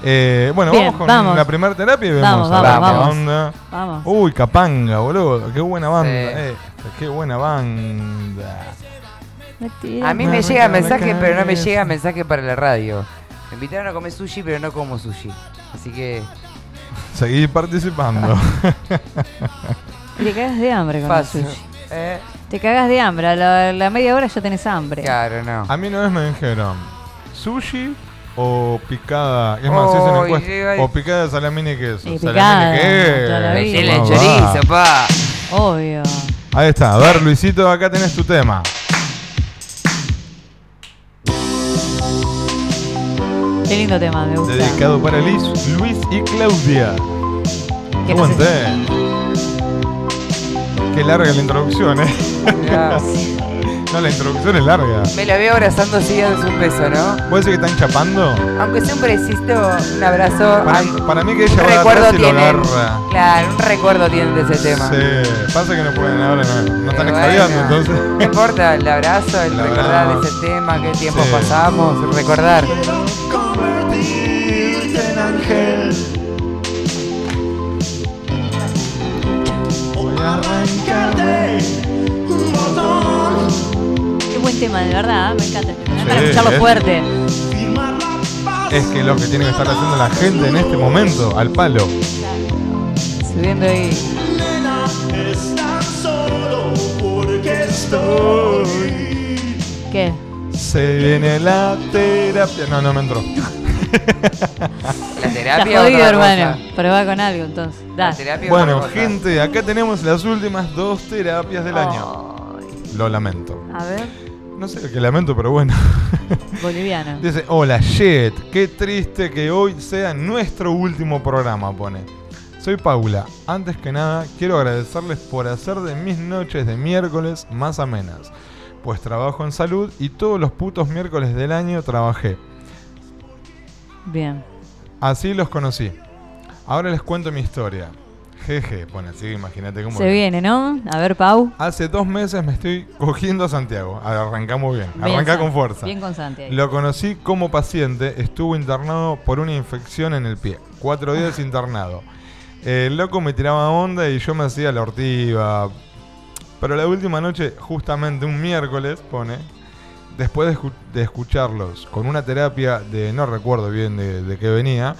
eh, bueno, Bien, vamos con vamos. la primera terapia y vemos Vamos, a ver vamos, qué vamos. onda. Vamos. Uy, Capanga, boludo, qué buena banda, eh, Sí. Eh, esta, qué buena banda. A mí me llega mensaje, pero no me llega mensaje para la radio. Me invitaron a comer sushi, pero no como sushi. Así que. Seguí participando. Y te cagas de hambre con el Fácil. sushi. Eh. Te cagas de hambre, a la, la media hora ya tenés hambre. Claro, no. A mí una vez me dijeron, ¿sushi o picada? Es más, hice una Oy, encuesta. llega- O picada de salamín y queso. Salamín y Y picada, queso, toda la vida. más va. chorizo, pues. pa. Obvio. Ahí está, a ver Luisito, acá tenés tu tema. Qué lindo tema, me gusta. Dedicado para Liz, Luis y Claudia. Que Qué no buen sé- tema. Qué larga la introducción, eh. Mirá. no, la introducción es larga. Me la veo abrazando así dándose un beso, ¿no? ¿Puede ser que están chapando? Aunque siempre existo un abrazo. Para, ay, para mí que ella va recuerdo atrás y lo tiene. agarra. Claro, un recuerdo tiene de ese tema. Sí, pasa que no pueden ahora, no, no están Pero extraviando, bueno, entonces. No importa, el abrazo, el recordar ese tema, qué tiempo Sí. pasamos, recordar. Voy a arrancarte un botón Qué buen tema, de verdad, me encanta este tema. Sí, Para escucharlo es- fuerte. Es que lo que tiene que estar haciendo la gente en este momento, al palo. subiendo ahí. Nena, estás solo porque estoy. ¿Qué? Se viene la terapia. No, no me entró. La Está terapia. jodido, otra hermano. cosa. Prueba con algo, entonces. Dale. Bueno, gente, acá tenemos las últimas dos terapias del año. Lo lamento. A ver, No sé qué lamento, pero bueno. boliviano. Dice, hola Jet, qué triste que hoy sea nuestro último programa, pone. Soy Paula. Antes que nada, quiero agradecerles por hacer de mis noches de miércoles más amenas. Pues trabajo en salud y todos los putos miércoles del año trabajé. Bien. Así los conocí. Ahora les cuento mi historia. Jeje, pone así, imagínate cómo... Se viene, ¿no? A ver, Pau. Hace dos meses me estoy cogiendo a Santiago. Arrancamos bien. Bien, Arranca San- con fuerza. bien constante ahí. Lo conocí como paciente. Estuvo internado por una infección en el pie. Cuatro días internado. Eh, El loco me tiraba onda y yo me hacía la ortiva. Pero la última noche, justamente un miércoles, pone, después de, escu- de escucharlos con una terapia de no recuerdo bien de, de qué venía,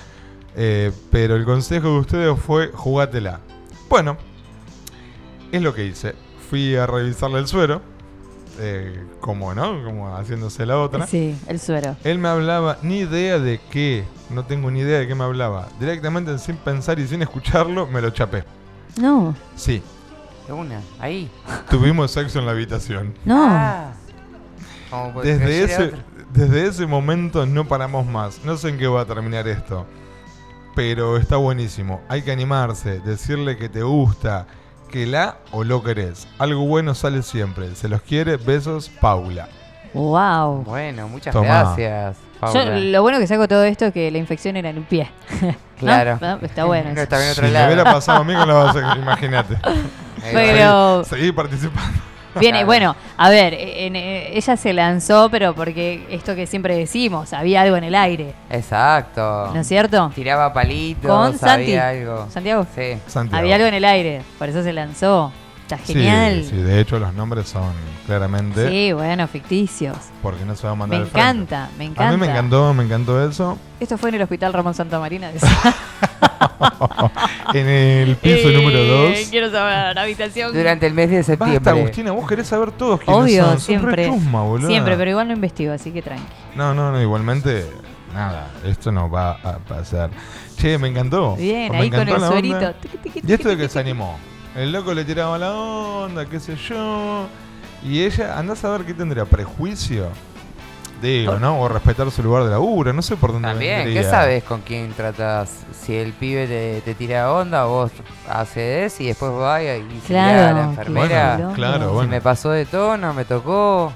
eh, pero el consejo de ustedes fue jugátela. Bueno, es lo que hice. Fui a revisarle el suero, eh, como no, como haciéndose la otra. Sí, el suero. Él me hablaba ni idea de qué, no tengo ni idea de qué me hablaba. Directamente sin pensar y sin escucharlo, me lo chapé. No, Sí, De una, ahí. tuvimos sexo en la habitación. no. Como puede- Desde pero llega ese, otro. desde ese momento no paramos más. No sé en qué va a terminar esto. Pero está buenísimo. Hay que animarse, decirle que te gusta, que la o lo querés. Algo bueno sale siempre. Se los quiere. Besos, Paula. Wow. Bueno, muchas Tomá. gracias, Yo, Paula. lo bueno que saco todo esto es que la infección era en el pie. ¿No? Claro. ¿No? Está bueno. No, eso. está bien otro Si me lado. hubiera pasado a mí, no lo vas a imagínate. Pero- Seguí, seguí participando. Viene, bueno, a ver, en- eh, ella se lanzó, pero porque esto que siempre decimos, había algo en el aire. Exacto. ¿No es cierto? Tiraba palitos, Con Santi. sabía algo. ¿Santiago? Sí. Había algo en el aire, por eso se lanzó. Está Sí, genial. Sí, de hecho los nombres son claramente Sí, bueno, ficticios. porque no se va a Me mandar al frente. encanta, me encanta. A mí me encantó, me encantó eso. Esto fue en el Hospital Ramón Santa Marina. en el Eh, piso número 2. Quiero saber, habitación. Durante el mes de septiembre. Basta, Agustina, vos querés saber todos quiénes Obvio, son. Son siempre. re chusma, boluda. siempre, pero igual no investigo, así que tranqui. No, no, no, igualmente, nada, esto no va a pasar. Che, me encantó. Bien, me ahí con encantó el la suerito. onda. Tiqui, tiqui, Y esto de que se animó. El loco le tiraba la onda, qué sé yo. Y ella, andás a ver qué tendría, prejuicio. Digo, ¿no? O respetar su lugar de laburo, no sé por dónde Bien, ¿qué vendría. sabes con quién tratas? Si el pibe te, te tira onda, vos accedes y después va y, y se Claro, tira a la qué enfermera. quilombo. claro, si bueno. me pasó de tono, me tocó.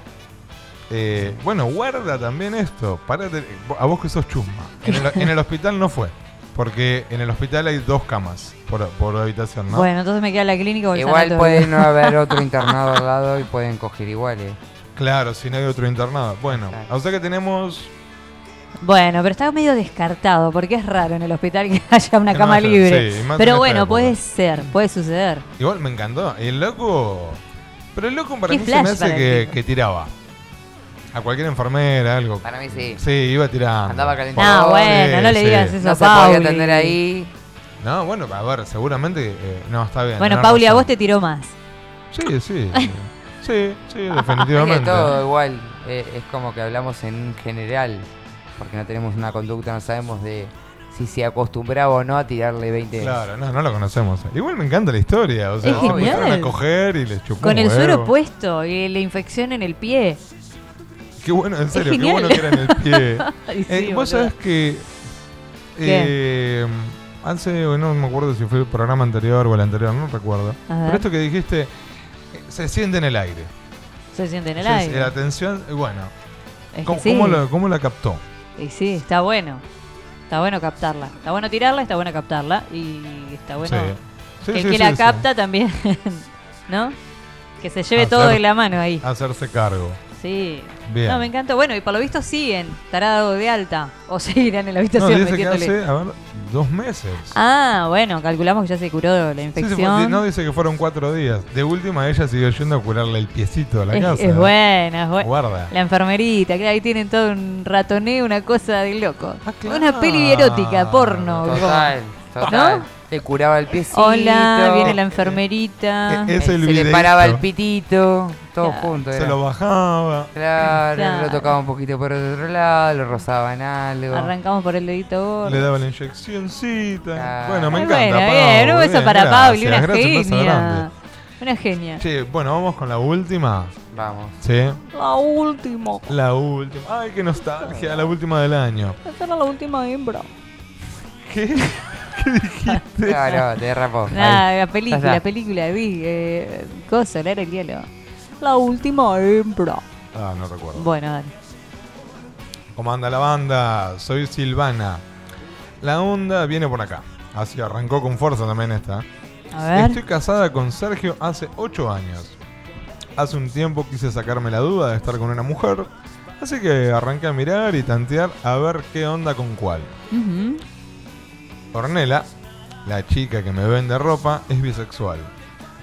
Eh, bueno, guarda también esto. Párate, a vos que sos chusma. En el, en el hospital no fue. Porque en el hospital hay dos camas por, por habitación, ¿no? Bueno, entonces me queda la clínica o el Igual sanatorio. puede no haber otro internado al lado y pueden coger ¿eh? iguales. Claro, si no hay otro internado. Bueno, o sea que tenemos. Bueno, pero está medio descartado, porque es raro en el hospital que haya una Que no cama haya, libre. sí, y más en pero esta bueno, época. puede ser, puede suceder. Igual me encantó. El loco. Pero el loco para Qué mí se me flash hace para el que, tipo. que tiraba. A cualquier enfermera, algo. Para mí sí. Sí, iba tirando. Andaba calentando. Ah, bueno, no le digas eso No a se podía Pauli. atender ahí. No, bueno, a ver, seguramente. eh, no, está bien. Bueno, tenés Pauli, a razón. vos te tiró más. Sí, sí. sí, sí, Hay de definitivamente. todo igual. eh, es como que hablamos en general. Porque no tenemos una conducta, no sabemos de si se acostumbraba o no a tirarle 20 Claro, no, no lo conocemos. Igual me encanta la historia. O sea, Es se empezaron genial. a coger y les chupó. Con un el suero huevo. puesto y la infección en el pie. Qué bueno, en serio, qué genial. bueno que era en el pie. Ay, Eh, sí, boludo. vos sabés que. eh, hace, no me acuerdo si fue el programa anterior o el anterior, no recuerdo. A ver. Pero esto que dijiste, eh, se siente en el aire. Se siente en el Se- aire. La tensión, eh, bueno. Es que ¿Cómo, sí. cómo lo- cómo la captó? Y sí, está bueno. Está bueno captarla. Está bueno tirarla, está bueno captarla. Y está bueno Sí. Sí, que el sí, que sí, la sí. capta también, ¿no? Que se lleve Hacer- todo de la mano ahí. Hacerse cargo. Sí. Bien. No, me encantó. Bueno, y por lo visto siguen. Tarado de alta. O seguirán en No, la habitación dice que metiéndole. hace, a ver, dos meses. Ah, bueno, calculamos que ya se curó la Sí, se fue- infección. no dice que fueron cuatro días. De última, ella siguió yendo a curarle el piecito a la es, casa. es buena, es buena. Guarda. La enfermerita, claro, ahí tienen todo un ratoneo, una cosa de loco. Ah, claro. Una peli erótica, porno. como- Total, total. ¿No? Le curaba el piecito. Hola, viene la enfermerita. Eh, es el Se le videíto. paraba el pitito, todo junto. Se era. lo bajaba. Claro, Claro. lo tocaba un poquito por el otro lado, lo rozaba en algo. Arrancamos por el dedito gordo. Le daba la inyeccióncita. Ah. Bueno, me Ay, encanta. bueno, Pablo, bien, un beso bien, para gracias, Pablo, una gracias, un beso genia. grande. Una genia. Che, bueno, vamos con la última. Vamos. Sí, La última. la última. Ay, qué nostalgia, la última del año. Esta era la última hembra. ¿Qué? Claro, te derrapó. Nada, Ahí. Ah, la película, Ya la está. película, vi. Eh, cosa, era el hielo. La última hembra. Ah, no recuerdo. Bueno, dale. ¿Cómo anda la banda? Soy Silvana. La onda viene por acá. Así arrancó con fuerza también esta. A ver. Estoy casada con Sergio hace 8 años. Hace un tiempo quise sacarme la duda de estar con una mujer. Así que arranqué a mirar y tantear a ver qué onda con cuál. Ujú. Ornella, la chica que me vende ropa, es bisexual.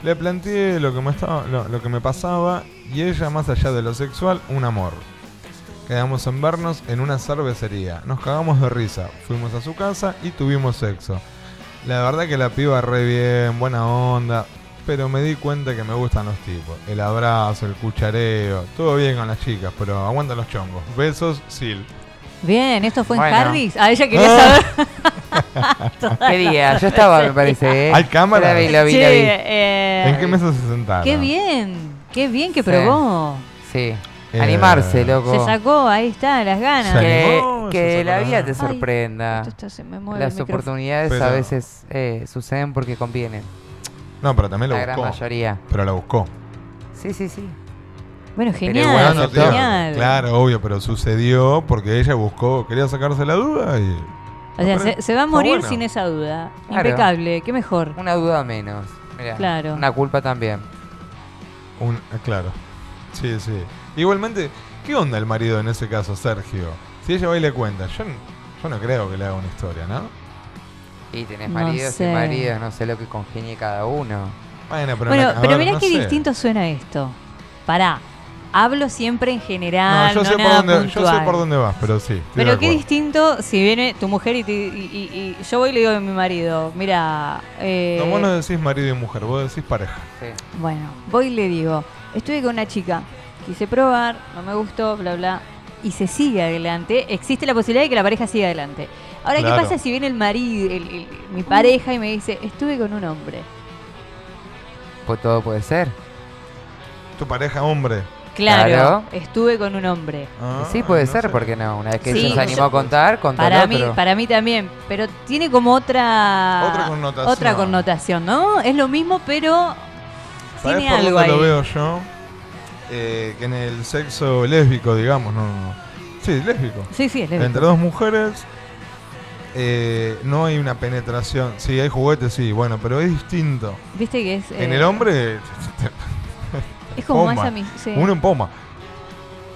Le planteé lo que, me estaba- lo- lo que me pasaba y ella, más allá de lo sexual, un amor. Quedamos en vernos en una cervecería. Nos cagamos de risa. Fuimos a su casa y tuvimos sexo. La verdad que la piba re bien, buena onda. Pero me di cuenta que me gustan los tipos. El abrazo, el cuchareo. Todo bien con las chicas, pero aguantan los chongos. Besos, Sil. Bien, esto fue Bueno. en Harris. Ah, ella quería Ah. saber. Qué día, yo estaba, me parece. ¿eh? Hay cámara. La vi, la vi, la Che, vi. eh, ¿En qué mesa se sentaron? Qué bien, qué bien que Sí. probó. Sí. Eh, Animarse, loco. Se sacó, ahí está, las ganas. que animó, que se sacó la la- vida te Ay, sorprenda. esto se me mueve el Las micrófono. oportunidades a Pero- veces eh, suceden porque convienen. No, pero también lo La buscó. gran mayoría. Pero la buscó. Sí, sí, sí. Bueno, Pero genial, igual No, aceptó. tío, Claro, obvio, pero sucedió porque ella buscó, quería sacarse la duda y. O sea, se, se va a Está morir bueno. sin esa duda. Claro. Impecable, qué mejor. Una duda menos. Mirá, Claro. Una culpa también. un- ah, claro. Sí, sí. Igualmente, ¿qué onda el marido en ese caso, Sergio? Si ella va y le cuenta, yo, n- yo no creo que le haga una historia, ¿no? Y tenés No maridos sé. y maridos, no sé lo que congenie cada uno. Bueno, pero, bueno, a pero ver, mirá no qué sé. distinto suena esto. Pará, hablo siempre en No, general, no, yo, sé por nada dónde, yo sé puntual. por dónde vas, pero sí. estoy de Pero qué acuerdo. distinto si viene tu mujer y, te- y- y- y yo voy y le digo a mi marido, mira, eh, No, vos no decís marido y mujer, vos decís pareja. Bueno, voy y le digo, estuve con una chica, quise probar, no me gustó, bla, bla, y se sigue adelante. Existe la posibilidad de que la pareja siga adelante. Ahora, Claro. ¿qué pasa si viene el marido, el- el- mi pareja y me dice, estuve con un hombre? Pues todo puede ser. Tu pareja hombre. Claro, estuve con un hombre. Ah. Y sí, puede ser, porque no? Una vez que Sí, ella se o animó sea, a contar, contó Para el mí, otro. para mí también, pero tiene como otra Otra connotación. otra connotación, ¿no? Es lo mismo, pero ¿Sabés tiene por algo dónde ahí. lo veo yo? Eh, que en el sexo lésbico, digamos, no, no. Sí, lésbico. Sí, sí, es lésbico. Entre dos mujeres eh, no hay una penetración. Sí, hay juguetes, sí, bueno, pero es distinto. Viste que es En eh, el hombre. Es como más poma. ami- sí. Uno en poma.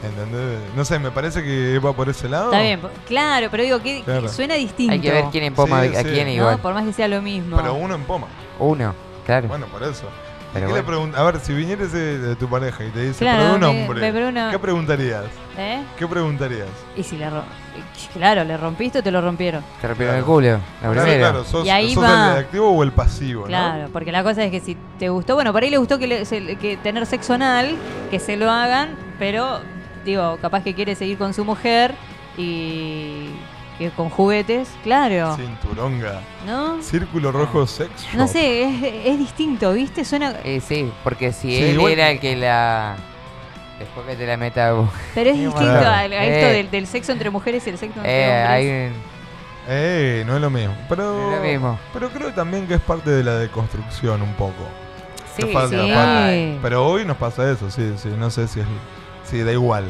¿Entendés? No sé, me parece que va por ese lado. Está bien, po- claro, pero digo que, que Claro. suena distinto. Ah. Hay que ver quién empoma Sí, a sí. quién No, igual. No, por más que sea lo mismo. Pero uno en poma. Uno, claro. Bueno, por eso. ¿Y Pero qué le bueno. pregun- a ver, si vinieras de, de tu pareja y te dice, Claro, pero un me- hombre, me pregunta- ¿qué preguntarías? ¿Eh? ¿Qué preguntarías? Y si le ro- eh, claro, le rompiste o te lo rompieron. Te rompieron el culo. La Claro, primera. claro, sos, Y ahí sos va. el activo o el pasivo, Claro, porque la cosa es que si te gustó, bueno, por ahí le gustó que, le- se- que tener sexo anal, que se lo hagan, pero digo, capaz que quiere seguir con su mujer y que con juguetes, claro. ¿no? Cinturonga. ¿No? Círculo rojo sex shop. No sé, es, es distinto, ¿viste? Suena Eh, sí, porque si Sí, él igual- era el que la. Después que te la meta a vos. Pero es Qué distinto bárbaro. al- a, esto Eh, del, del sexo entre mujeres y el sexo entre eh, hombres. hay un- Eh, no es lo mismo. Pero, No es lo mismo. pero creo también que es parte de la deconstrucción un poco. Sí, Nos falta, sí. falta. Sí. Pero hoy nos pasa eso, sí, sí. No sé si es. Sí, da igual.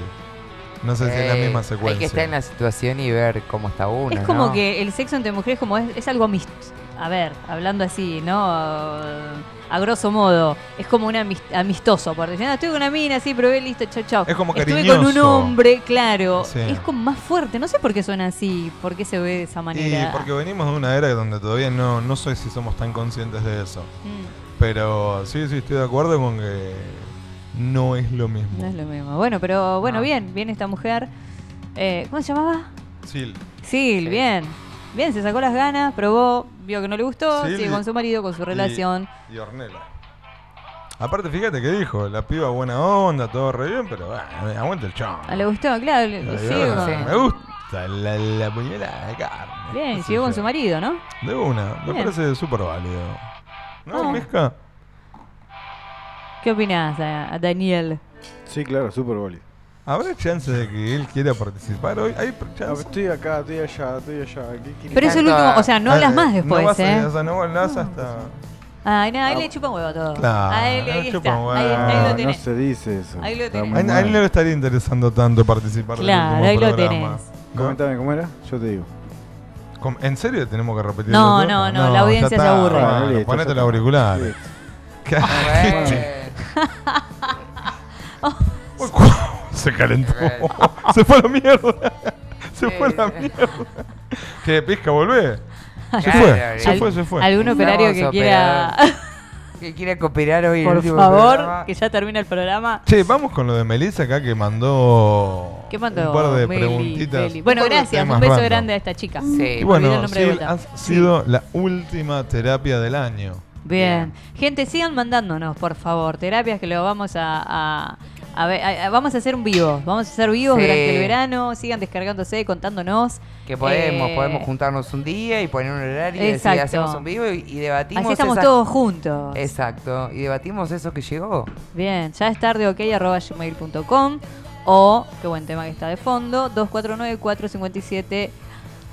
No sé si es la Eh, misma Hay que secuencia. estar en la situación y ver cómo está uno. Es como ¿no? que el sexo entre mujeres como es, es algo amistoso. A ver, hablando así, ¿no? A grosso modo, es como un amis- amistoso, por decir, "Ah, estoy con una mina, sí, probé, listo, chau, chau. Es como Estuve cariñoso. con un hombre, claro. Sí. Es como más fuerte. No sé por qué suena así, por qué se ve de esa Y manera. porque venimos de una era donde todavía no, no sé si somos tan conscientes de eso. Mm. Pero sí, sí, estoy de acuerdo con que no es lo mismo. No es lo mismo. Bueno, pero bueno, bien, bien esta mujer. Eh, ¿Cómo se llamaba? Sí, Sil, bien. Bien, se sacó las ganas, probó, vio que no le gustó, Sí, sigue y- con su marido, con su relación. Y Ornella. Aparte, fíjate que dijo, la piba buena onda, todo re bien, pero bueno, aguanta el chon. Ah, le gustó, claro, le- La sigue verdad, con- Me gusta la, la puñalada de carne. Bien, siguió con su marido, ¿no? De una, me Bien. parece súper válido. ¿No, Ah. Mezca? ¿Qué opinás a, a Daniel? Sí, claro, súper válido. ¿Habrá chance de que él quiera participar hoy? ¿Hay chance? Estoy acá, estoy allá, estoy allá. ¿Qué- qué- Pero es el último, o sea, no Ah, hablas eh, más no después, vas a- ¿eh? o sea, no hablas hasta... Ay, nada, a él Ah, le chupa un huevo todo. Claro, a él, ahí le está. chupa un Ahí, huevo. ahí lo No, tenés. no se dice eso. Ahí lo Está tenés. muy A, a él mal. no le estaría interesando tanto participar del Claro, último ahí lo programa, tenés. ¿no? Comentame, ¿cómo era? Yo te digo. Com- ¿En serio tenemos que repetir? No, el otro? no, no, la audiencia ya se está, aburre. hermano, Listo, ponete ya el está. auricular. ¿Qué? Ah, Oh. Se calentó. Se fue a la mierda. Se fue a la mierda. ¿Qué pizca volvé? Se fue, se Al- fue, se fue. Algún operario que Estamos quiera. Ah. Que quiera cooperar hoy. el Por último programa. favor, que ya termina el programa. Che, vamos con lo de Melissa acá que mandó ¿Qué mandó? un par de Meli, preguntitas. Meli? Bueno, un par de gracias. Un temas beso random. grande a esta chica. Sí. Y Olvidé el bueno, nombre de sí, vuelta. ha sido la última terapia del año. Bien. Gente, sigan mandándonos, por favor, terapias que lo vamos a, a- a ver, a- a- vamos a hacer un vivo. Vamos a hacer vivos Sí. durante el verano. Sigan descargándose, contándonos. Que podemos, Eh, podemos juntarnos un día y poner un horario y decir, Exacto. hacemos un vivo y, y debatimos. Así estamos esas- todos juntos. Exacto, y debatimos eso que llegó. Bien, ya es tarde, ok, arroba gmail.com o, qué buen tema que está de fondo, 249-457.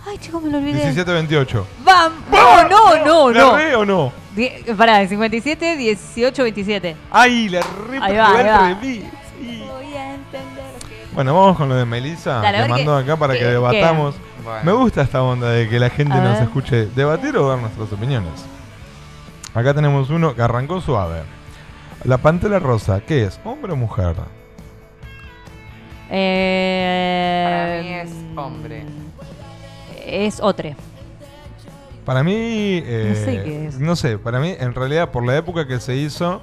Ay, chicos, me lo olvidé. 17-28. ¡Vamos! ¡No, no, no! ¿La no. re o no? Die- Pará, 57, 18, 27. ¡Ay, la re Ahí va, ahí la va. Bueno, vamos con lo de Melissa, Dale, a que ver mandó qué- acá para qué- que debatamos. qué. Bueno. Me gusta esta onda de que la gente A nos ver. escuche debatir o dar nuestras opiniones. Acá tenemos uno que arrancó suave. La pantera rosa, ¿qué es? ¿Hombre o mujer? Eh, Para mí es hombre. Em, Es otra. Para mí. eh, No sé qué es. no sé, para mí, en realidad, por la época que se hizo,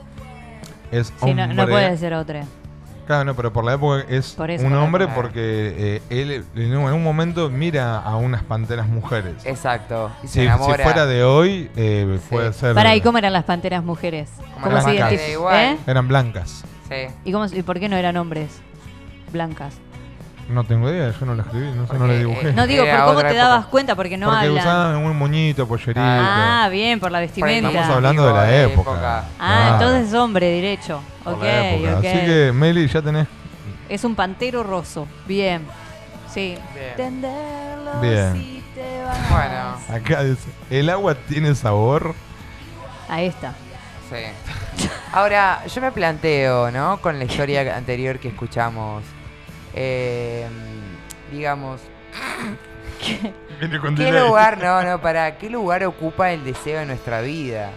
es Sí, hombre. no, no puede ser otra. Claro, no, pero por la época es Por eso, un por la hombre época. porque eh, él en un en un momento mira a unas panteras mujeres. Exacto. Si, Y se si enamora. fuera de hoy, eh, puede ser. Para, ¿y cómo eran las panteras mujeres? ¿Cómo eran se blancas. identifi- ¿Eh? Eran blancas. Sí. ¿Y, cómo, se- ¿Y por qué no eran hombres? Blancas. No tengo idea, yo no lo escribí, no, sé, no lo dibujé. eh, No Eh, digo, ¿por cómo te dabas cuenta? Porque no porque hablan. usaban un moñito, pollerito. Ah, bien, por la vestimenta. Estamos hablando de la época. Ah, Claro, entonces es hombre derecho. Ok, por la época. ok. Así que, Meli, ya tenés. Es un pantero roso. Bien. Sí. Bien. Tenderlo Bien. si te vas. Bueno, Acá dice: ¿el agua tiene sabor? Ahí está. sí. Ahora, yo me planteo, ¿no? Con la historia anterior que escuchamos. eh, digamos, Viene con ¿qué delay. lugar, no, no, para, qué lugar ocupa el deseo de nuestra vida?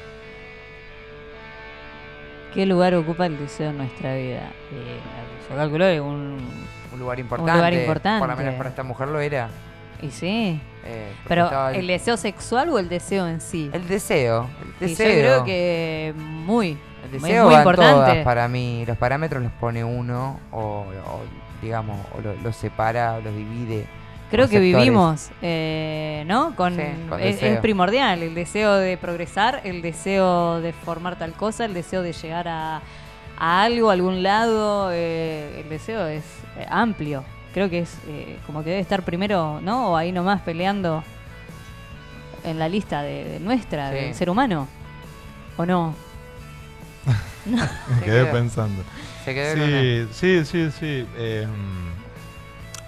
¿Qué lugar ocupa el deseo en nuestra vida? Eh, yo calculo que un... Un lugar importante. importante. Por lo menos para esta mujer lo era. Y sí. eh, porque Pero, estaba el, ¿el deseo sexual o el deseo en sí? el deseo. El Y yo deseo. creo que muy. El es deseo muy van importante. todas para mí. Los parámetros los pone uno o, o, digamos, o lo- los separa o los divide. Creo por que sectores. vivimos, eh, ¿no? Con, Sí, con es, deseo. es primordial el deseo de progresar, el deseo de formar tal cosa, el deseo de llegar a, a algo, a algún lado. eh, el deseo es eh, amplio. Creo que es eh, como que debe estar primero, ¿no? O ahí nomás peleando en la lista de, de nuestra, Sí. del ser humano. ¿O no? Me Se quedé quedó. pensando. Se quedó en sí, sí, sí, sí. eh,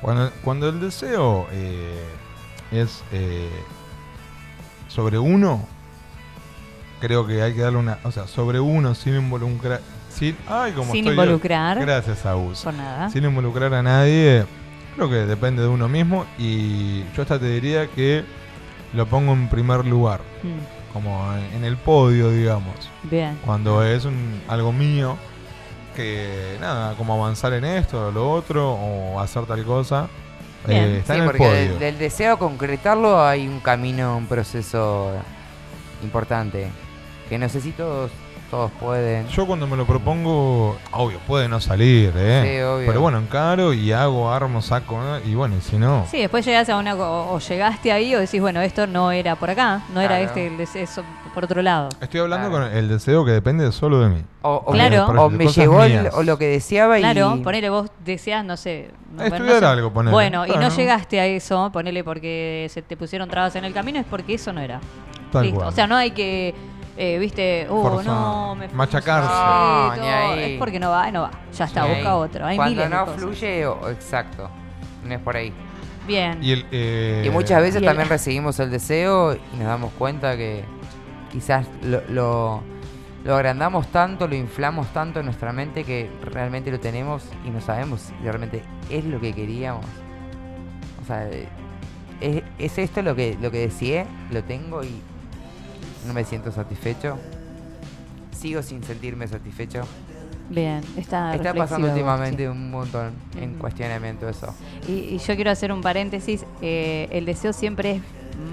cuando, cuando el deseo eh, es eh, sobre uno, creo que hay que darle una. O sea, sobre uno sin involucrar. Sin, ay, como Sin estoy hoy. involucrar. Gracias, Agus. Por nada. Sin involucrar a nadie, creo que depende de uno mismo. Y yo hasta te diría que lo pongo en primer lugar, Mm, como en- en el podio, digamos bien. cuando es un, algo mío que nada como avanzar en esto o lo otro o hacer tal cosa Bien. eh, está Sí, en el porque podio del, del deseo a concretarlo hay un camino, un proceso importante. Que no sé si todos, todos pueden. Yo cuando me lo propongo, obvio, puede no salir, ¿eh? Sí, obvio. Pero bueno, encaro y hago, armo, saco, ¿no? y bueno, y si no. Sí, después llegás a una. O, o llegaste ahí o decís, bueno, esto no era por acá, no era Claro. este, el des- eso por otro lado. Estoy hablando con el deseo que depende solo de mí. O, o- Claro. Por- o me cosas llegó el- mías. o lo que deseaba y. Claro, ponele, vos deseas, no sé. no- Estudiar no sé. algo, ponele. Bueno, y no Claro. llegaste a eso, ponele porque se te pusieron trabas en el camino, es porque eso no era. Tal Listo. cual. O sea, no hay que, eh, viste, oh, Forzar. no, me Machacarse. frustré, No, todo. Ah, ni ahí. Es porque no va, no va. Ya está, Ahí. busca otro. Hay Cuando miles de no cosas. fluye, o- exacto. No es por ahí. Bien. Y, el, eh, Y muchas veces Y el- también recibimos el deseo y nos damos cuenta que quizás lo, lo, lo agrandamos tanto, lo inflamos tanto en nuestra mente que realmente lo tenemos y no sabemos si realmente es lo que queríamos. O sea, eh, ¿es, es esto lo que, lo que deseé? ¿Lo tengo y no me siento satisfecho? ¿Sigo sin sentirme satisfecho? Bien, está Está reflexivo, pasando últimamente sí. un montón en Ujú. cuestionamiento eso. Y, y yo quiero hacer un paréntesis. eh, el deseo siempre es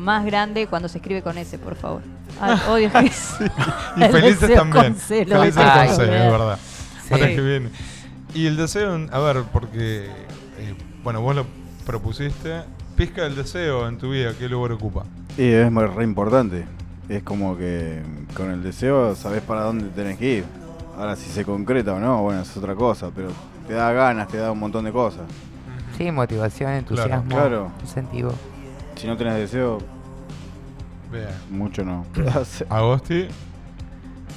más grande cuando se escribe con S, por favor. Ay, odio que Y felices también. Felices Ay, con C, mira. es verdad. Sí. Ahora que viene. Y el deseo, a ver, porque. eh, bueno, vos lo propusiste. Pizca el deseo en tu vida, ¿qué lugar ocupa? Y es muy- re importante. Es como que con el deseo sabes para dónde tenés que ir. Ahora, si se concreta o no, bueno, es otra cosa, pero te da ganas, te da un montón de cosas. Sí, motivación, entusiasmo, claro. incentivo. Si no tenés deseo, Bien. mucho no. Agosti.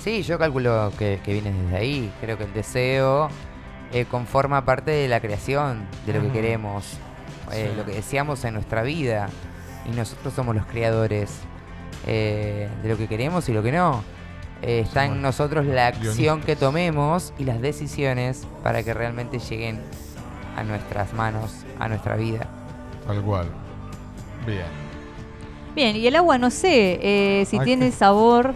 Sí, yo calculo que, que vienes desde ahí. Creo que el deseo eh, conforma parte de la creación, de lo que Ujú. queremos, eh, Sí. lo que deseamos en nuestra vida. Y nosotros somos los creadores eh, de lo que queremos y lo que no. Eh, está en nosotros la acción que tomemos y las decisiones para que realmente lleguen a nuestras manos, a nuestra vida. Tal cual. Bien. Bien, y el agua no sé eh, si Ay, tiene sabor.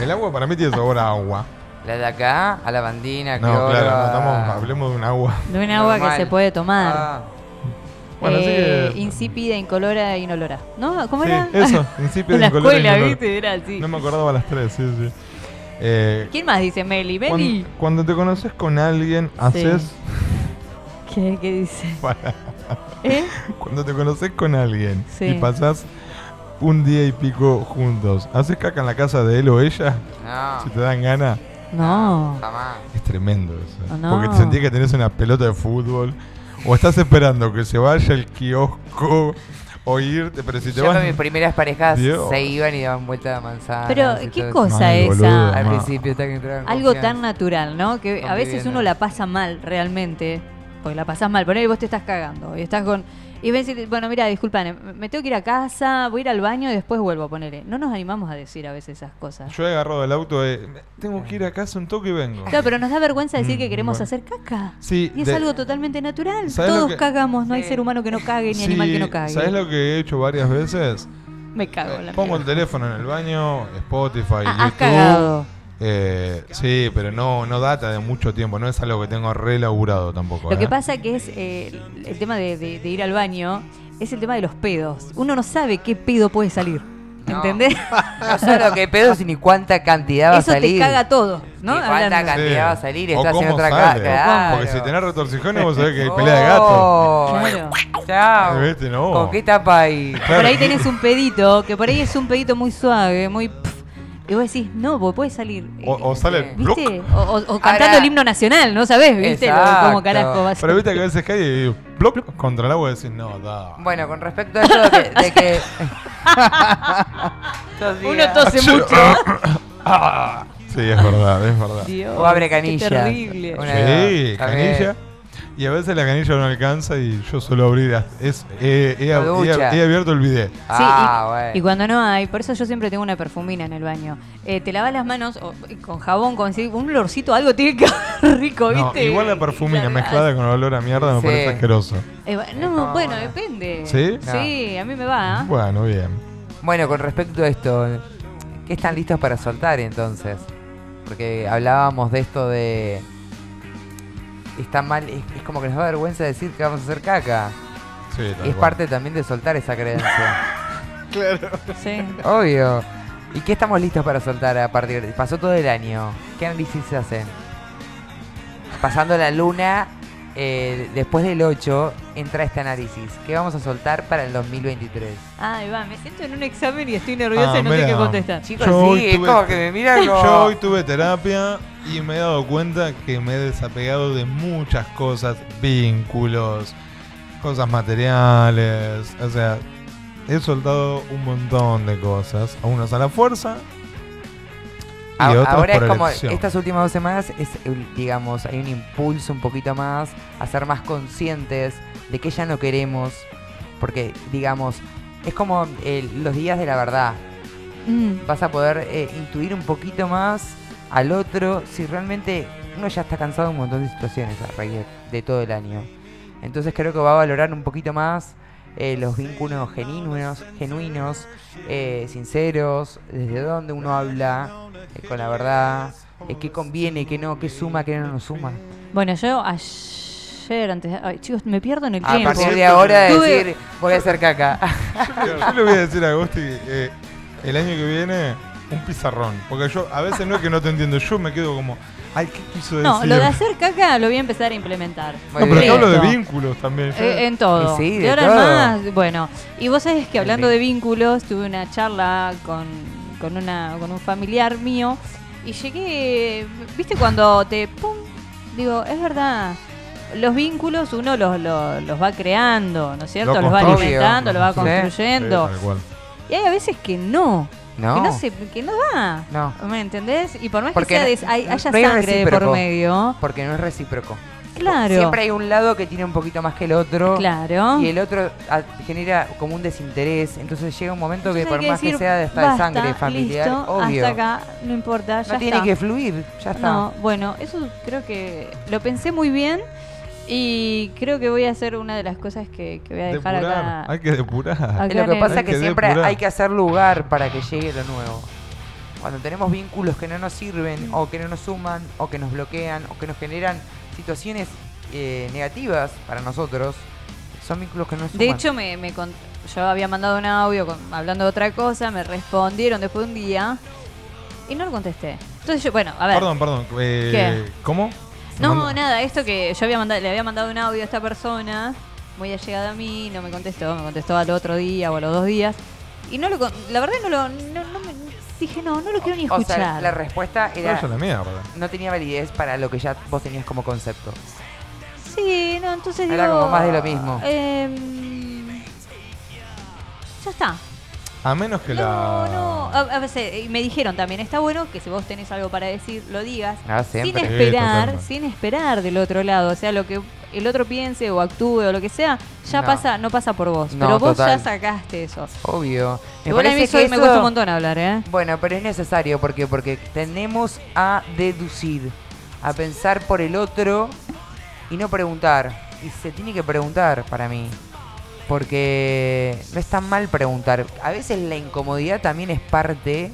El agua para mí tiene sabor a agua. La de acá, a lavandina, No, criollo, claro, no a- estamos, hablemos de un agua. De un agua Normal. que se puede tomar. Ah. Bueno, sí, Eh, eh, Insípida, incolora, e inolora. ¿No? ¿Cómo Sí, era? eso, e principio En la de incoloro, escuela, incoloro. ¿viste? Era así. No me acordaba las tres, sí, sí. Eh, ¿Quién más dice Meli? cuan- Meli. Cuando, te conoces con alguien, haces. ¿Qué, qué dice? Pará. ¿Eh? Cuando te conoces con alguien Sí. y pasás un día y pico juntos, ¿haces caca en la casa de él o ella? No. Si te dan ganas. No. Jamás. Es tremendo eso. No. Porque te sentís que tenés una pelota de fútbol. O estás esperando que se vaya el kiosco o irte, pero si te Yo vas. con mis primeras parejas Dios. se iban y daban vuelta de manzana. Pero, y ¿qué todo eso. cosa Mal, esa? boludo, Al ma. principio está que entraba en Algo confianza. tan natural, ¿no? Que a veces Conviviendo. uno la pasa mal realmente. Porque la pasás mal. Ponele, vos te estás cagando. Y estás con. Y ves, y te- bueno, mira, disculpan, me tengo que ir a casa, voy a ir al baño y después vuelvo a ponerle. No nos animamos a decir a veces esas cosas. Yo he agarrado el auto de. Tengo que ir a casa un toque y vengo. Claro, pero nos da vergüenza decir Mm, que queremos bueno. hacer caca. Sí, Y es de- algo totalmente natural. ¿Sabés lo Todos que- cagamos, no hay ser humano que no cague ni animal que no cague. ¿Sabes lo que he hecho varias veces? Me cago en la Pongo el mierda. teléfono en el baño, Spotify, Ah, has YouTube. cagado. Eh, sí, pero no, no data de mucho tiempo, no es algo que tengo re laburado tampoco. Lo que ¿eh? pasa que es eh, el- el tema de, de- de ir al baño, es el tema de los pedos. Uno no sabe qué pedo puede salir. ¿Entendés? No solo qué pedo, sino cuánta cantidad va a Eso salir. te caga todo, ¿no? Y cuánta Hablando. cantidad Sí. va a salir, O estás en cómo otra sale. casa. Claro. Porque si tenés retorcijones vos sabés que hay pelea de gato. Oh, Claro. Chao. ¿Viste? No. ¿Con qué tapa Oh. ahí? Por ahí tenés un pedito, que por ahí es un pedito muy suave, muy... pf, y vos decís, no, porque puede salir. O, o sale bloc. ¿Viste? O, o- o cantando el himno nacional, ¿no sabés? ¿Viste? Lo- Cómo carajo va a ser. Pero viste que a veces cae y bloc contra el agua y decís, no, da. Bueno, con respecto a eso de que... de que- eh. Estos Uno días- tose mucho. Ah. Sí, es verdad, es verdad. Dios, O abre qué canilla. terrible. Una Sí, edad, también. canilla. Y a veces la canilla no alcanza y yo suelo abrir. hasta- Es, he, he- La he- ducha. he abierto el bidet. Sí, y- Ah, y, bueno. cuando no hay, por eso yo siempre tengo una perfumina en el baño. Eh, te lavas las manos o- y con jabón, con sí, un olorcito, algo tiene que haber rico, No, ¿viste? igual la perfumina largás. mezclada con olor a mierda me Sí. parece asqueroso. Eh, va- no, bueno, depende. ¿Sí? Ah. Sí, a mí me va. ¿eh? Bueno, bien. Bueno, con respecto a esto, ¿qué están listos para soltar entonces? Porque hablábamos de esto de. Está mal, es, es como que nos da vergüenza decir que vamos a hacer caca. Sí, Y tal cual. es parte también de soltar esa creencia. Claro. Sí. Obvio. ¿Y qué estamos listos para soltar a partir de... Pasó todo el año. ¿Qué análisis se hacen? Pasando la luna, eh, después del 8, entra este análisis. ¿Qué vamos a soltar para el 2023? Ay, va, me siento en un examen y estoy nerviosa Ah, y no sé mira. qué contestar. Chicos, sí, es como que me miran como- Yo hoy tuve terapia y me he dado cuenta que me he desapegado de muchas cosas, vínculos, cosas materiales, o sea, he soltado un montón de cosas, a unas a la fuerza y A- otras ahora por es como elección. estas últimas dos semanas es el- digamos hay un impulso un poquito más a ser más conscientes de que ya no queremos porque digamos es como eh, los días de la verdad Mm. vas a poder eh, intuir un poquito más al otro si realmente uno ya está cansado de un montón de situaciones a raíz de, de todo el año entonces creo que va a valorar un poquito más eh, los vínculos genuinos genuinos eh, sinceros desde dónde uno habla eh, con la verdad, eh, qué conviene, qué no, qué suma, qué no nos suma. Bueno, yo ayer, antes. Ay, chicos, me pierdo en el A tiempo. partir de ahora Tuve- decir, voy a hacer caca. Yo le voy a decir a Agosti que eh, el año que viene un pizarrón, porque yo a veces no es que no te entiendo, yo me quedo como, ay, ¿qué quiso decir? No, lo de hacer caca lo voy a empezar a implementar. No, pero te hablo de Listo. vínculos también. yo- Eh, en todo. Y sí, de de ahora en todo. más, bueno. Y vos sabés que hablando de vínculos, tuve una charla con, con, una, con un familiar mío y llegué, viste cuando te, pum, digo, es verdad, los vínculos uno los, los, los va creando, ¿no es cierto? los va construye, alimentando, los va sí. construyendo. Sí, tal cual. y hay a veces que no. No. Que no, se, que no va. No. ¿Me entendés? Y por más Porque que sea no- des- hay- no haya es sangre de por recíproco. medio. Porque no es recíproco. Claro. Siempre hay un lado que tiene un poquito más que el otro. Claro. Y el otro ah, genera como un desinterés. Entonces llega un momento que Entonces hay por más decir, que sea de, hasta de basta, sangre familiar, listo, obvio. Hasta acá, no importa, ya tiene está. que fluir, ya está. No, bueno, eso creo que lo pensé muy bien y creo que voy a hacer una de las cosas que, que voy a dejar Depurar, acá. hay que depurar. Acá Lo que pasa Hay es que siempre depurar. hay que hacer lugar para que llegue lo nuevo. Cuando tenemos vínculos que no nos sirven, o que no nos suman, o que nos bloquean, o que nos generan situaciones eh, negativas para nosotros, son vínculos que no nos suman. De hecho, me, me con- yo había mandado un audio con- hablando de otra cosa, me respondieron después de un día y no lo contesté. Entonces yo, bueno, a ver. Perdón, perdón. eh, ¿Cómo? Se No, mandó- nada, esto que yo había mandado, le había mandado un audio a esta persona, muy allegada a mí, no me contestó, me contestó al otro día o a los dos días. Y no lo con- la verdad no lo no, no me- dije, no, no lo quiero ni o escuchar. sea, la respuesta era. Vaya la mierda. No tenía validez para lo que ya vos tenías como concepto. Sí, no, entonces Era digo, como más de lo mismo. em, ya está. A menos que la. No, a, a veces eh, me dijeron también, está bueno que si vos tenés algo para decir, lo digas. Ah, sin siempre. Sí, esperar, totalmente. sin esperar del otro lado. O sea, lo que el otro piense o actúe o lo que sea, ya No. pasa, no pasa por vos. No, pero vos total. ya sacaste eso. Obvio. Igual a mí soy- me cuesta un montón hablar, ¿eh? Bueno, pero es necesario porque porque tendemos a deducir, a pensar por el otro y no preguntar. Y se tiene que preguntar para mí. Porque no es tan mal preguntar. A veces la incomodidad también es parte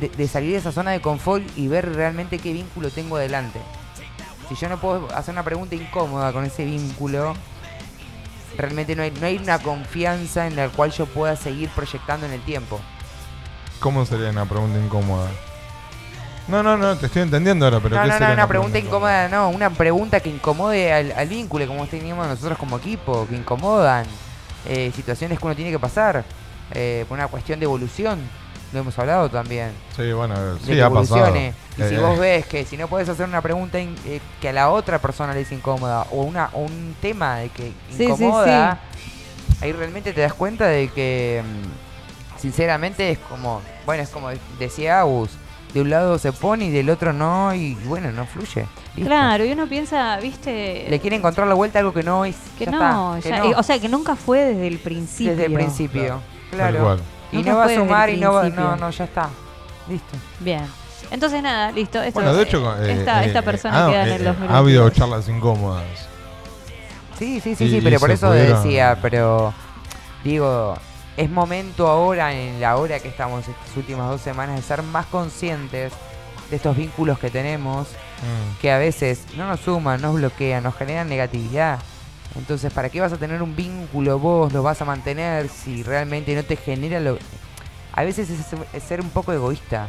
de, de salir de esa zona de confort y ver realmente qué vínculo tengo adelante. Si yo no puedo hacer una pregunta incómoda con ese vínculo, realmente no hay, no hay una confianza en la cual yo pueda seguir proyectando en el tiempo. ¿Cómo sería una pregunta incómoda? No, no, no, te estoy entendiendo ahora, pero no, ¿qué no, sería no, una pregunta incómoda, no, una pregunta que incomode al, al vínculo, como teníamos nosotros como equipo, que incomodan eh, situaciones que uno tiene que pasar, eh, por una cuestión de evolución, lo hemos hablado también. Sí, bueno, de sí, que ha pasado. evolucione. Y si Eh, vos ves que si no podés hacer una pregunta in- eh, que a la otra persona le es incómoda o una o un tema de que sí, incomoda, ahí realmente te das cuenta de que mm, sinceramente es como, bueno, es como decía Agus, de un lado se pone y del otro no y bueno, no fluye. Listo. Claro, y uno piensa, viste, Le quiere encontrar la vuelta a algo que no es que ya no, está, que ya- no. eh, o sea, que nunca fue desde el principio. desde el principio. Tal Claro. cual. Y Nunca no va a fue desde el sumar y no va, principio. no, no, ya está. Listo. Bien. Entonces nada, listo. esto- Bueno, de hecho, eh, esta, eh, esta eh, persona ah, queda en eh, el Ha 2000. habido charlas incómodas. Sí, sí, sí, Y- sí, y pero por se eso pudieron- decía, pero digo, es momento ahora, en la hora que estamos estas últimas dos semanas, de ser más conscientes de estos vínculos que tenemos, Mm. que a veces no nos suman, nos bloquean, nos generan negatividad. Entonces, ¿para qué vas a tener un vínculo vos? ¿Lo vas a mantener si realmente no te genera lo... a veces es, es ser un poco egoísta,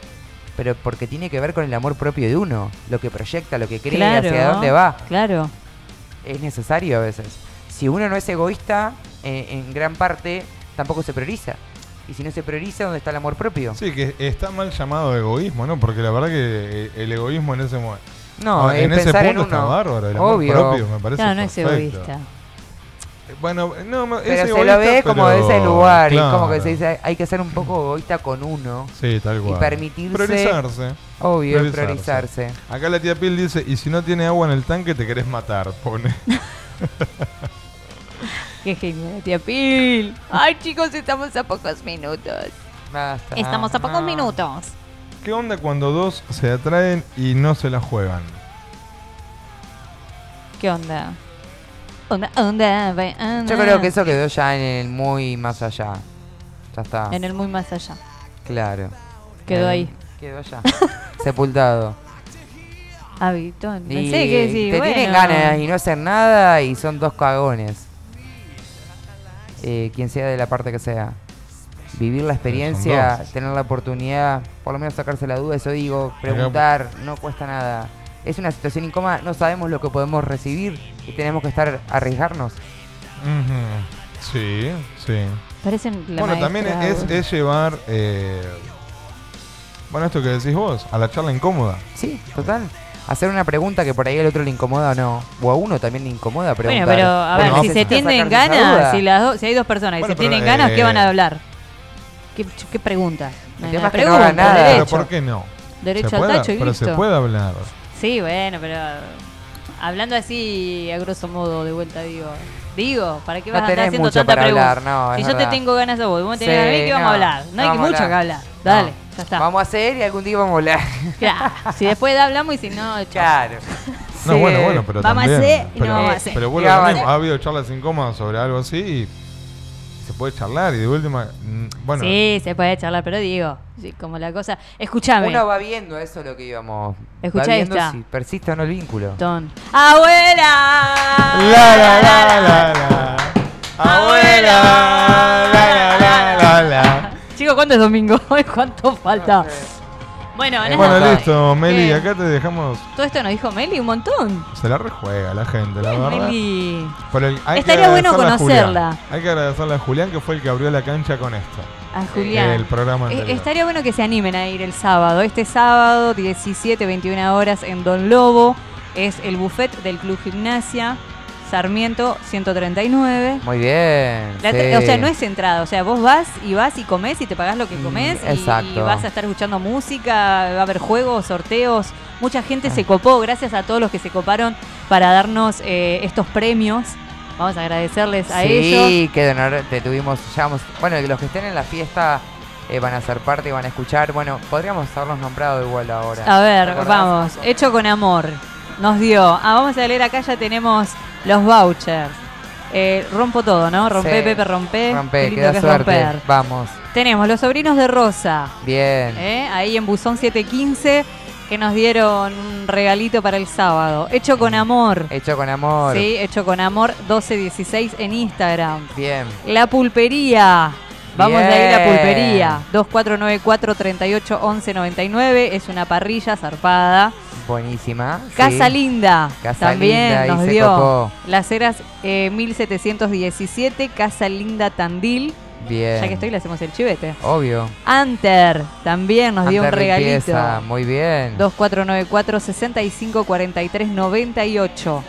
pero porque tiene que ver con el amor propio de uno, lo que proyecta, lo que cree, Claro. hacia dónde va. Claro. Es necesario a veces. Si uno no es egoísta, eh, en gran parte tampoco se prioriza. Y si no se prioriza, ¿dónde está el amor propio? Sí, que está mal llamado egoísmo, ¿no? Porque la verdad que eh, el egoísmo en ese momento. No, es en ese pensar punto en está uno. bárbaro. El amor Obvio. propio me parece. Claro, no es perfecto. egoísta. Eh, Bueno, no, me- es Pero se egoísta, lo ve como de pero- ese lugar. Y como claro. que se dice, hay que ser un poco egoísta con uno. Sí, tal cual. Y permitirse. Priorizarse. Obvio, priorizarse. Acá la tía Pil dice, y si no tiene agua en el tanque te querés matar, pone. Qué genial, tía Pil. Ay, chicos, estamos a pocos minutos. Basta. Estamos a pocos No. minutos. ¿Qué onda cuando dos se atraen y no se la juegan? ¿Qué onda? Onda, onda, ve- onda. Yo creo que eso quedó ya en el muy más allá. Ya está. En el muy más allá. Claro. Quedó En- ahí. Mm, Quedó allá. Sepultado. Habitón. Y Pensé que sí. te bueno. tienen ganas y no hacer nada y son dos cagones. Eh, quien sea de la parte que sea. Vivir la experiencia, dos. tener la oportunidad, por lo menos sacarse la duda, eso digo, preguntar, no cuesta nada. Es una situación incómoda, no sabemos lo que podemos recibir y tenemos que estar arriesgarnos. Ujú. Sí, sí. Parecen la bueno, también maestra, es, vos. es llevar... eh, bueno, esto que decís vos, a la charla incómoda. Sí, total. Hacer una pregunta que por ahí al otro le incomoda o no. O a uno también le incomoda preguntar. Bueno, pero a ver, si se tienen ganas, si, las dos- si hay dos personas Bueno, que se pero, tienen ganas, ¿qué eh, van a hablar? ¿Qué, qué pregunta? El Una tema es que no pregunta, hagan nada. derecho. Pero ¿por qué no? Derecho Se al puede, tacho y Pero listo. se puede hablar. Sí, bueno, pero hablando así a grosso modo, de vuelta digo. Digo, ¿para qué No vas a andar tenés haciendo mucho tanta para pregunta? hablar, no, es si yo verdad. te tengo ganas a vos, vos me tenés Sí, ganas a mí, ¿qué vamos a no, hablar? No, no hay que vamos a mucho que hablar. hablar. Dale, No. ya está. Vamos a hacer y algún día vamos a hablar. Claro, si después hablamos y si no, chao. Claro. No, Sí. bueno, bueno, pero Vamos a también- hacer y no pero- vamos a hacer. Pero vuelvo a Y lo vamos a mismo, hacer. ha habido charlas incómodas sobre algo así y se puede charlar y de última... mm, Bueno, Sí, se puede charlar, pero digo, sí, como la cosa. Escúchame. Uno va viendo eso es lo que íbamos. Escuchá va viendo esta. si persiste o no el vínculo. Ton. ¡Abuela! La, la, la, la, la. Abuela. La, la, la, la, la. Chicos, ¿cuánto es domingo? ¿Cuánto falta? Bueno, nada. Bueno, listo, Meli, ¿Qué? acá te dejamos... Todo esto nos dijo Meli un montón. Se la rejuega la gente, la verdad. Meli. Pero el- hay que Estaría bueno agradecerle a Julián. conocerla. Hay que agradecerle a Julián que fue el que abrió la cancha con esto. A Julián. El programa Eh, anterior. estaría bueno que se animen a ir el sábado. Este sábado, 17, 21 horas en Don Lobo. Es el buffet del Club Gimnasia, Sarmiento 139. Muy bien. La sí. Mm, te- O sea, no es entrada, o sea, vos vas y vas y comés y te pagás lo que comés y- y, exacto. vas a estar escuchando música, va a haber juegos, sorteos. Mucha gente se copó, gracias a todos los que se coparon para darnos eh, estos premios. Vamos a agradecerles a ellos. Sí, qué honor te tuvimos. llegamos- bueno, los que estén en la fiesta eh, van a ser parte y van a escuchar. Bueno, podríamos haberlos nombrado igual ahora. A ¿Te ver, acordás? vamos, hecho con amor. Nos dio. Ah, vamos a leer acá, ya tenemos los vouchers. Eh, rompo todo, ¿no? Rompe, Sí. Pepe, rompe. Qué Rompe, lindo queda que es suerte. romper. Vamos. Tenemos los sobrinos de Rosa. Bien. ¿eh? ahí en Buzón 715, que nos dieron un regalito para el sábado. Hecho con amor. Hecho con amor. Sí, hecho con amor 1216 en Instagram. Bien. La pulpería. Vamos a ir a la Bien. pulpería. 2494-381199. Es una parrilla zarpada. Buenísima. sí. Casa Linda. Casa también Linda, ahí nos se dio. copó. Las Heras eh, 1717. Casa Linda Tandil. Bien. Ya que estoy, le hacemos el chivete. Obvio. Anter también nos dio un Ante regalito. limpieza, Muy bien. 2494 65 43 98.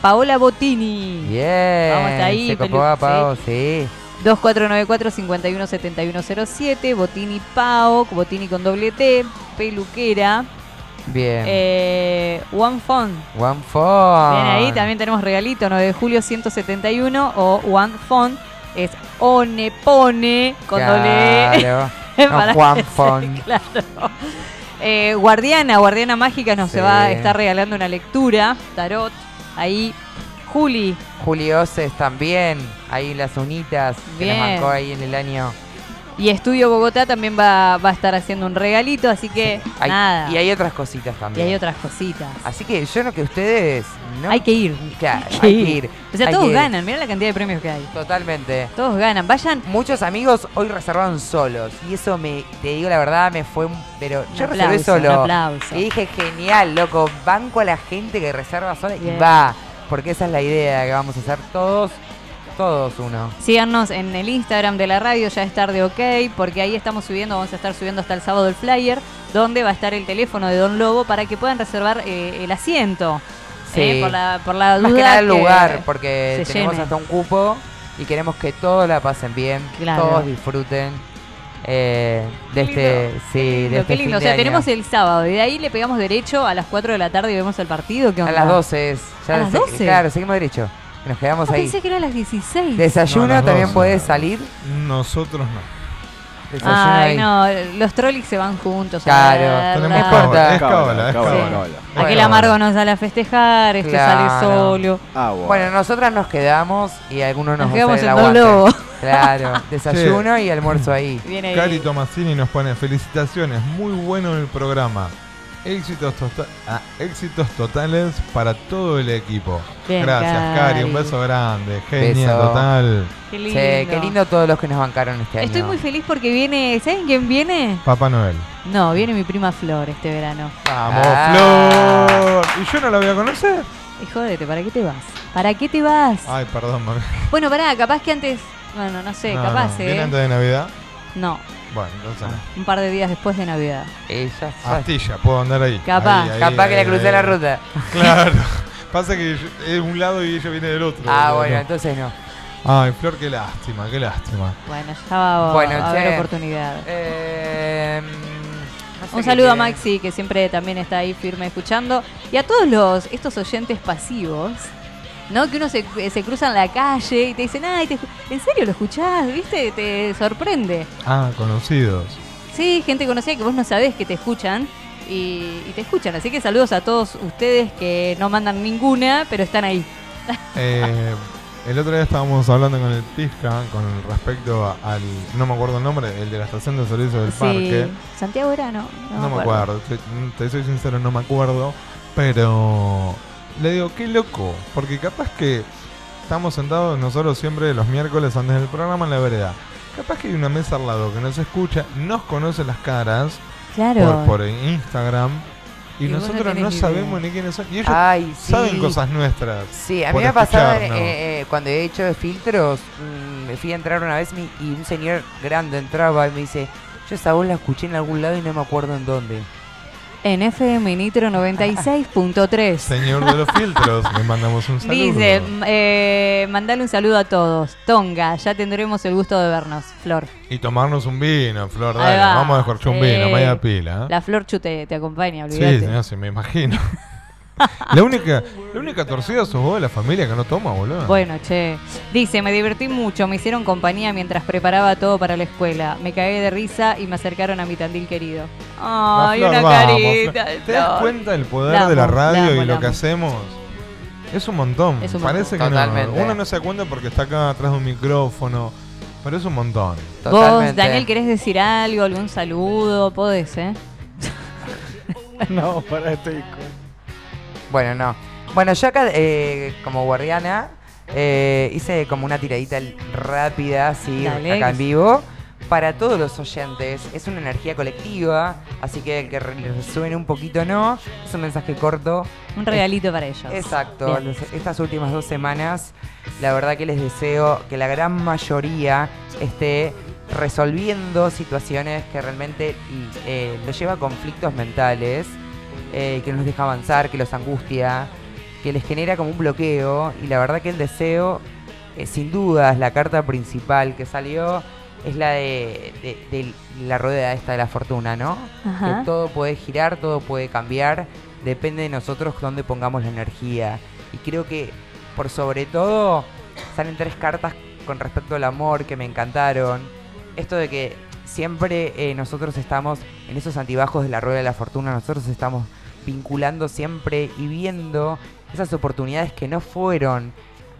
Paola Botini. Bien. Vamos hasta ahí, Se copó pelu- a Pau, sí. 2494 51 71 07. Botini Pao. Botini con doble T. Peluquera. Bien. Ah. Eh, One Phone. One Phone. Bien ahí, también tenemos regalito. 9 de julio 171 o One Phone. Es Onepone con doble E. Claro. Para que No, Juan se- Fon. Claro. Eh, Guardiana, Guardiana Mágica nos Sí. se va a estar regalando una lectura, tarot, ahí. Juli, Julio Oses también. Ahí las unitas. Que Bien. nos marcó ahí en el año. Y Estudio Bogotá también va, va a estar haciendo un regalito, así que Hay- nada. Y hay otras cositas Y también. hay otras cositas. Así que yo creo que ustedes. No... Hay que ir. Claro, hay que que ir. ir. O sea, Hay todos que ir. ganan, mirá la cantidad de premios que hay. Totalmente. Todos ganan, vayan. Muchos amigos hoy reservaron solos. Y eso me, te digo la verdad, me fue un. Pero yo reservé aplauso, un solo. aplauso. Y dije, genial, loco. Banco a la gente que reserva sola Bien. y va. Porque esa es la idea que vamos a hacer todos, todos uno. Síganos en el Instagram de la radio, ya es tarde ok, porque ahí estamos subiendo, vamos a estar subiendo hasta el sábado el flyer, donde va a estar el teléfono de Don Lobo para que puedan reservar eh, el asiento. Eh, por la, por la duda Más que nada el que lugar, porque se tenemos llene. hasta un cupo y queremos que todos la pasen bien, Claro. todos disfruten eh, de este, sí, de Pero este qué lindo, fin o sea, de año. tenemos el sábado y de ahí le pegamos derecho a las 4 de la tarde y vemos el partido. ¿qué a este onda? las 12 es, ya ¿A las se- 12? claro, seguimos derecho, y nos quedamos Ah, ahí. pensé que era a las 16. Desayuno No, a las también 12. puedes salir. Nosotros no. Desayuno Ay, ahí. no, los trolis se van juntos. Claro. a verla. Tenemos Es cábala, es cábala, es cábala, cábala. cábala. Aquel Bueno. amargo nos sale a festejar, este sale Claro. solo. Ah, bueno. nosotras nos quedamos y algunos nos, Nos va a hacer quedamos en el Don aguante. Lobo. Claro, desayuno Sí. y almuerzo ahí. Cari Tomasini nos pone felicitaciones, muy bueno el programa. Éxitos, tota- ah, éxitos totales para todo el equipo. Bien, Gracias, Cari. Un Cari. beso grande. Genia Beso. total. Qué Sí, lindo. qué lindo todos los que nos bancaron este año. Estoy muy feliz porque viene. ¿Saben quién viene? Papá Noel. No, viene mi prima Flor este verano. Vamos, Ah. Flor. ¿Y yo no la voy a conocer? Y jódete, Eh, ¿para qué te vas? ¿Para qué te vas? Ah. Ay, perdón, mami. Bueno, pará, capaz que antes. Bueno, no sé, No, capaz, no. ¿eh? ¿Viene antes de Navidad? No, Bueno, entonces no. un par de días después de Navidad. Ella sabe. Astilla, puedo andar ahí. Capaz. Ahí, ahí, Ah. Capaz que ahí, le crucé ahí. la ruta. Claro. Pasa que yo- es un lado y ella viene del otro. Ah, boludo. bueno, entonces no. Ay, Flor, qué lástima, qué lástima. Bueno, ya va a- Bueno, a haber che. oportunidad. Eh, no sé Un qué saludo a quiere. Maxi, que siempre también está ahí firme escuchando. Y a todos los estos oyentes pasivos, ¿no? Que uno se, se cruza en la calle y te dicen, ay, te escu- ¿en serio lo escuchás? ¿Viste? Te sorprende. Ah, conocidos. Sí, gente conocida que vos no sabés que te escuchan y, y te escuchan. Así que saludos a todos ustedes que no mandan ninguna, pero están ahí. Eh, el otro día estábamos hablando con el Pizca con respecto a- al. No me acuerdo el nombre, el de la estación de servicio del parque. Sí, Santiago era, no. No, me acuerdo, te, te soy sincero, no me acuerdo. Pero le digo, qué loco, porque capaz que estamos sentados nosotros siempre los miércoles antes del programa en la vereda. Capaz que hay una mesa al lado que nos escucha, nos conoce las caras Claro. por, por Instagram y, Y vos no nosotros tenés no, ni sabemos idea. ni quiénes son. Y ellos Ay, sí. saben cosas nuestras. Sí, a mí por me ha pasado en- escucharnos. eh, eh, cuando he hecho filtros, mm, me fui a entrar una vez mi- y un señor grande entraba y me dice, yo esa voz la escuché en algún lado y no me acuerdo en dónde. En FM Nitro 96.3. Señor de los filtros, le mandamos un saludo. Dice, m- eh, mandale un saludo a todos. Tonga, ya tendremos el gusto de vernos. Flor. Y tomarnos un vino, Flor, Ahí dale, va. vamos a descorchar un Sí. vino, media pila. ¿eh? La Flor Chu te, te acompaña, Sí, olvídate. señor, sí, me imagino. la única la única torcida sos vos de la familia que no toma, boludo. Bueno, che. Dice, me divertí mucho, me hicieron compañía mientras preparaba todo para la escuela. Me cagué de risa y me acercaron a mi tandil querido. Va, Ay, Flor, una vamos, carita. Flor. de ¿Te das Flor. cuenta del poder La de la amo, la radio amo, y la lo que amo. hacemos? Es un montón. Es un Parece montón. que no. Totalmente. Uno no se da cuenta porque está acá atrás de un micrófono, pero es un montón. Vos, Daniel, ¿querés decir algo, algún saludo? Podés, ¿eh? No, para este estoy. Bueno, no. Bueno, yo acá eh, como guardiana eh, hice como una tiradita l- rápida, así, Dale, acá en que- vivo, para todos los oyentes. Es una energía colectiva, así que el que re- le resuene un poquito no, es un mensaje corto. Un regalito para ellos. Exacto. Bien. Los- Estas últimas dos semanas, la verdad que les deseo que la gran mayoría esté resolviendo situaciones que realmente y, eh, los lleva a conflictos mentales, eh, que no los deja avanzar, que los angustia, que les genera como un bloqueo. Y la verdad que el deseo, eh, sin dudas, la carta principal que salió es la de, de- de la rueda esta de la fortuna, ¿no? Ajá. Que todo puede girar, todo puede cambiar, depende de nosotros dónde pongamos la energía. Y creo que, por sobre todo, salen tres cartas con respecto al amor que me encantaron. Esto de que siempre eh, nosotros estamos en esos antibajos de la rueda de la fortuna, nosotros estamos vinculando siempre y viendo esas oportunidades que no fueron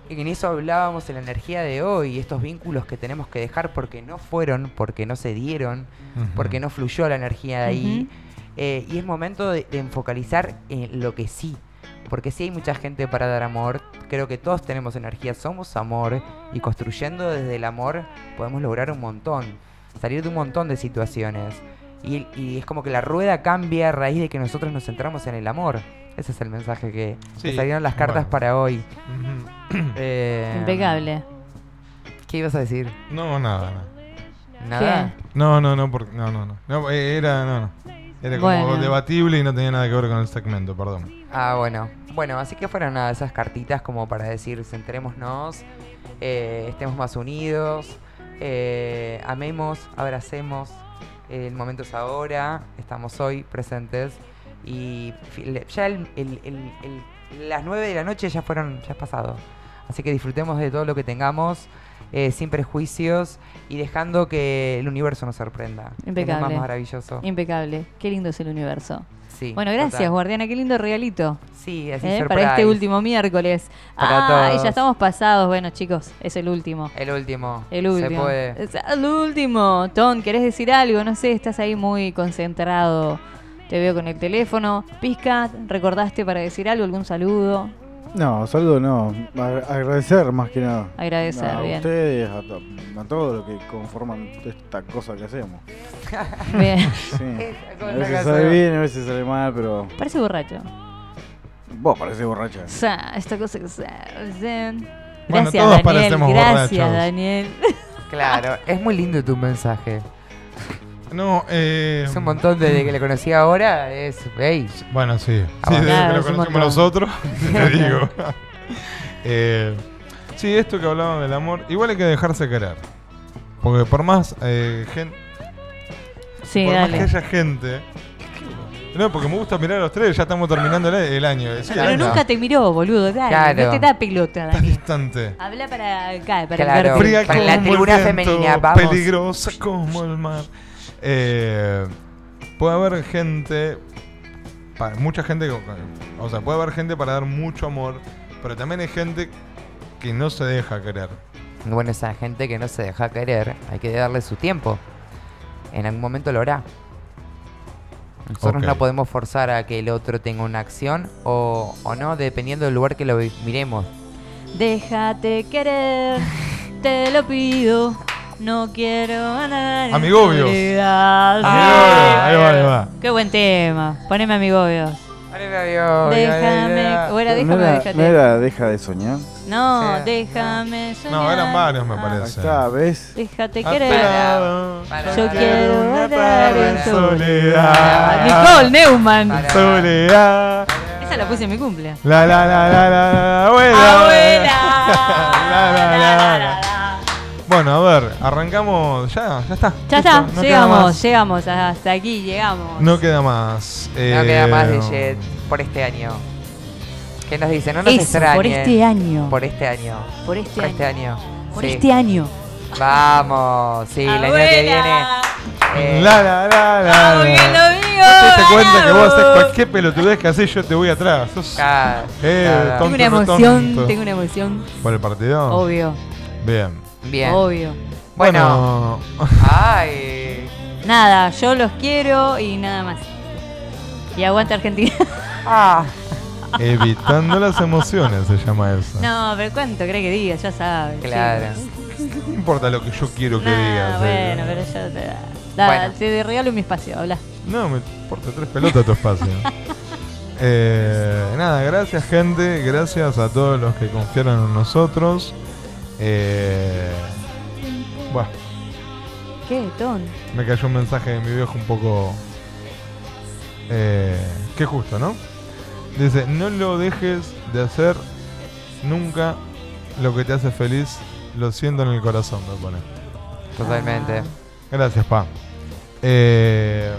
en eso hablábamos en la energía de hoy, estos vínculos que tenemos que dejar porque no fueron, porque no se dieron, Ujú. porque no fluyó la energía de ahí. Eh, y es momento de, de enfocalizar en lo que sí. Porque sí hay mucha gente para dar amor, creo que todos tenemos energía, somos amor y construyendo desde el amor podemos lograr un montón, salir de un montón de situaciones. Y, y es como que la rueda cambia a raíz de que nosotros nos centramos en el amor. Ese es el mensaje que, que Sí, salieron las cartas bueno. para hoy. Ujú. Eh, Impecable. ¿Qué ibas a decir? No, nada, nada. ¿Nada? No, no, no, porque, no, no, no. No, eh, era, no, no. Era como Bueno. debatible y no tenía nada que ver con el segmento, perdón. Ah, bueno. Bueno, así que fueron nada, esas cartitas como para decir, centrémonos, eh, estemos más unidos, eh, amemos, abracemos, eh, el momento es ahora, estamos hoy presentes y fi- le- ya el- el- el- el- las 9 de la noche ya fueron, ya es pasado. Así que disfrutemos de todo lo que tengamos, eh, sin prejuicios y dejando que el universo nos sorprenda. Es lo Impecable. más maravilloso. Impecable. Qué lindo es el universo. Sí, bueno, gracias, total. Guardiana. Qué lindo regalito. Sí, así Para surprise. este último miércoles. Para ah, y todos. ya estamos pasados. Bueno, chicos, es el último. El último. El último. Se puede. Es el último. Ton, ¿querés decir algo? No sé, estás ahí muy concentrado. Te veo con el teléfono. Pizca, ¿recordaste para decir algo? ¿Algún saludo? No, saludo no. A- agradecer más que nada. Agradecer, a bien. ustedes, a, to- a todos los que conforman esta cosa que hacemos. Bien. Sí. cosa A que veces hacemos. sale bien, a veces sale mal, pero. Parece borracho. Vos parecés borracha. Sa- Esta cosa que. sa- zen. Bueno, Gracias, todos Daniel. parecemos Gracias, borrachos. Daniel. Claro, es muy lindo tu mensaje. No, eh. Es un montón desde que le conocí ahora, es. ¡Ey! Bueno, sí. Sí, Avanzado. desde que lo es conocemos un montón. nosotros, te digo. Eh, sí, esto que hablaban del amor, igual hay que dejarse querer. Porque por más eh, gen- Sí, por dale. más que haya gente. No, porque me gusta mirar a los tres, ya estamos terminando el, el año. Sí, Pero anda. nunca te miró, boludo. Dale, Claro. no te da pelota, Daniel. Distante. Habla para acá, para el Claro, perfil. fría para la como el tribuna viento, femenina, vamos. Peligrosa como el mar. Eh, puede haber gente, pa- mucha gente, que- o sea, puede haber gente para dar mucho amor, pero también hay gente que no se deja querer. Bueno, esa gente que no se deja querer, hay que darle su tiempo. En algún momento lo hará. Nosotros Ok. no podemos forzar a que el otro tenga una acción o, o no, dependiendo del lugar que lo vi- miremos. Déjate querer, te lo pido. No quiero a nadie. Amigobios. Amigobios. Ah, ahí va, ahí va. Qué buen tema. Poneme amigobios. Déjame. O era Pero no déjame o era- déjate. no era deja de soñar. No, déjame soñar. Ah. No, eran varios, me Ahí parece. está, ¿ves? Déjate Ah, querer. pero- Yo quiero una tarde en soledad. Nicole Neumann. Soledad. Esa la puse en mi cumple. La la la la la la abuela. La, la, la, la, la. Bueno, a ver, arrancamos ya, ya está. Listo, Ya está, no queda llegamos, más. llegamos. Hasta aquí llegamos. No queda más. No queda más de Eh, Jet por este año. ¿Qué nos dicen? No nos Eso, extrañen. por este año. Por este año. Por este año. Por Sí. este año. Vamos, sí, el año que viene. eh, La la la la. Vamos, que la. lo digo, ¿No te diste cuenta que vos ganamos. haces cualquier pelotudez que haces, yo te voy atrás. Sos, eh, claro. tonto, Tengo una no emoción, tonto. tengo una emoción. ¿Por el partido? Obvio. Bien. Bien. Obvio. Bueno. Ah. Ay. Nada, yo los quiero y nada más. Y aguanta Argentina. Ah. Evitando las emociones se llama eso. No, pero ¿cuánto cree que diga? Ya sabe. Claro. chicos. No importa lo que yo quiero que Ah, digas. eh. bueno, pero yo te da. Bueno. Te regalo mi espacio, habla. No, me importa tres pelotas tu espacio. Eh, nada, gracias gente, gracias a todos los que confiaron en nosotros. Eh, bueno, ¿Qué, Ton? me cayó un mensaje de mi viejo un poco... Eh, qué justo, ¿no? Dice, no lo dejes de hacer nunca lo que te hace feliz, lo siento en el corazón, me pone. Ah. Totalmente. Gracias, Pa. Eh,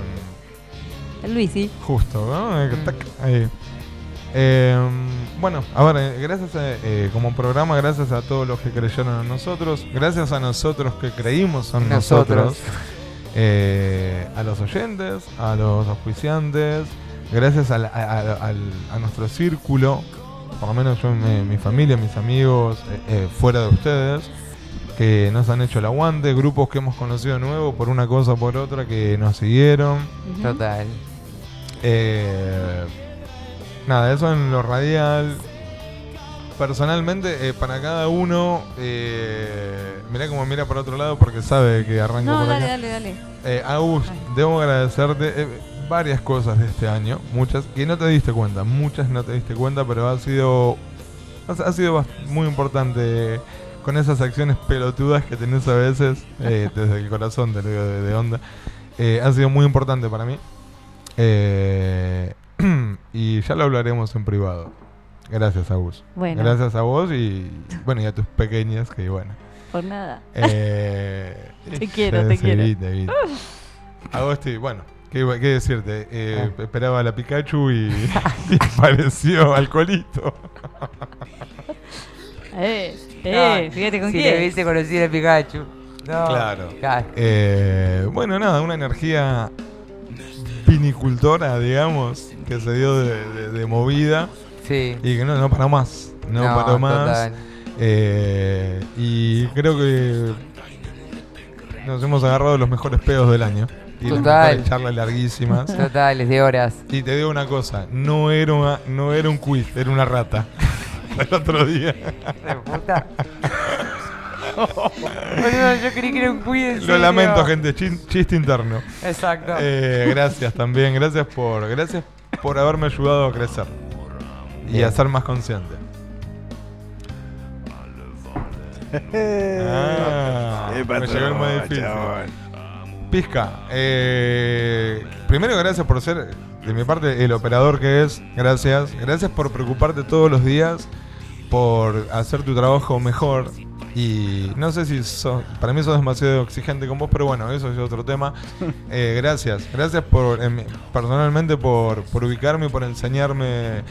Luisi. Justo, ¿no? Eh, tac, ahí. Eh, bueno, a ver, eh, gracias a, eh, como programa, gracias a todos los que creyeron en nosotros, gracias a nosotros que creímos en nosotros, Nosotros. eh, a los oyentes, a los auspiciantes, gracias al- a, a- al- a nuestro círculo por lo menos yo, mi, mi familia, mis amigos, eh, eh, fuera de ustedes, que nos han hecho el aguante, grupos que hemos conocido nuevos por una cosa o por otra que nos siguieron. Ujú. Total. Eh, nada, eso en lo radial. Personalmente, eh, para cada uno, eh, mirá como mira para otro lado porque sabe que arranco No, por dale, acá. dale, dale. Eh, Agus, debo agradecerte eh, varias cosas de este año, muchas que no te diste cuenta, muchas no te diste cuenta, pero ha sido ha, ha sido bast- muy importante eh, con esas acciones pelotudas que tenés a veces, eh, desde el corazón te lo digo de, de onda, Eh, ha sido muy importante para mí. Eh, y ya lo hablaremos en privado. Gracias, Agus. Bueno. Gracias a vos y bueno, y a tus pequeñas que bueno. Por nada. Eh, Te quiero, ya te se quiero. vi, te vi. Agosti, bueno, qué, iba- qué decirte. Ah. Eh, Esperaba a la Pikachu y, y apareció Alcolito. Eh, eh, No, fíjate con si quién. le hubiese conocido a Pikachu. No. Claro. Eh, bueno, nada, una energía vinicultora, digamos, que se dio de, de- de movida. Sí. Y que no, no paró más. No, No, paró más. total. Eh, y creo que nos hemos agarrado los mejores pedos del año. Y las Total. mejores charlas larguísimas. Total, es de horas. Y te digo una cosa, no era, una- no era un quiz, era una rata. El otro día. Boludo, yo creí que era un cuide. en Lo serio. lamento, gente, chin- chiste interno. Exacto. Eh, gracias también, gracias por, gracias por haberme ayudado a crecer y a ser más consciente. Ah, Eh, me llegó el más patrón, difícil. chabón. Pizca, eh, primero gracias por ser, de mi parte, el operador que es. Gracias. Gracias por preocuparte todos los días, por hacer tu trabajo mejor. Y no sé si sos- para mí sos demasiado exigente con vos, pero bueno, eso es otro tema. Eh, gracias. Gracias por em, personalmente por, por ubicarme y por enseñarme.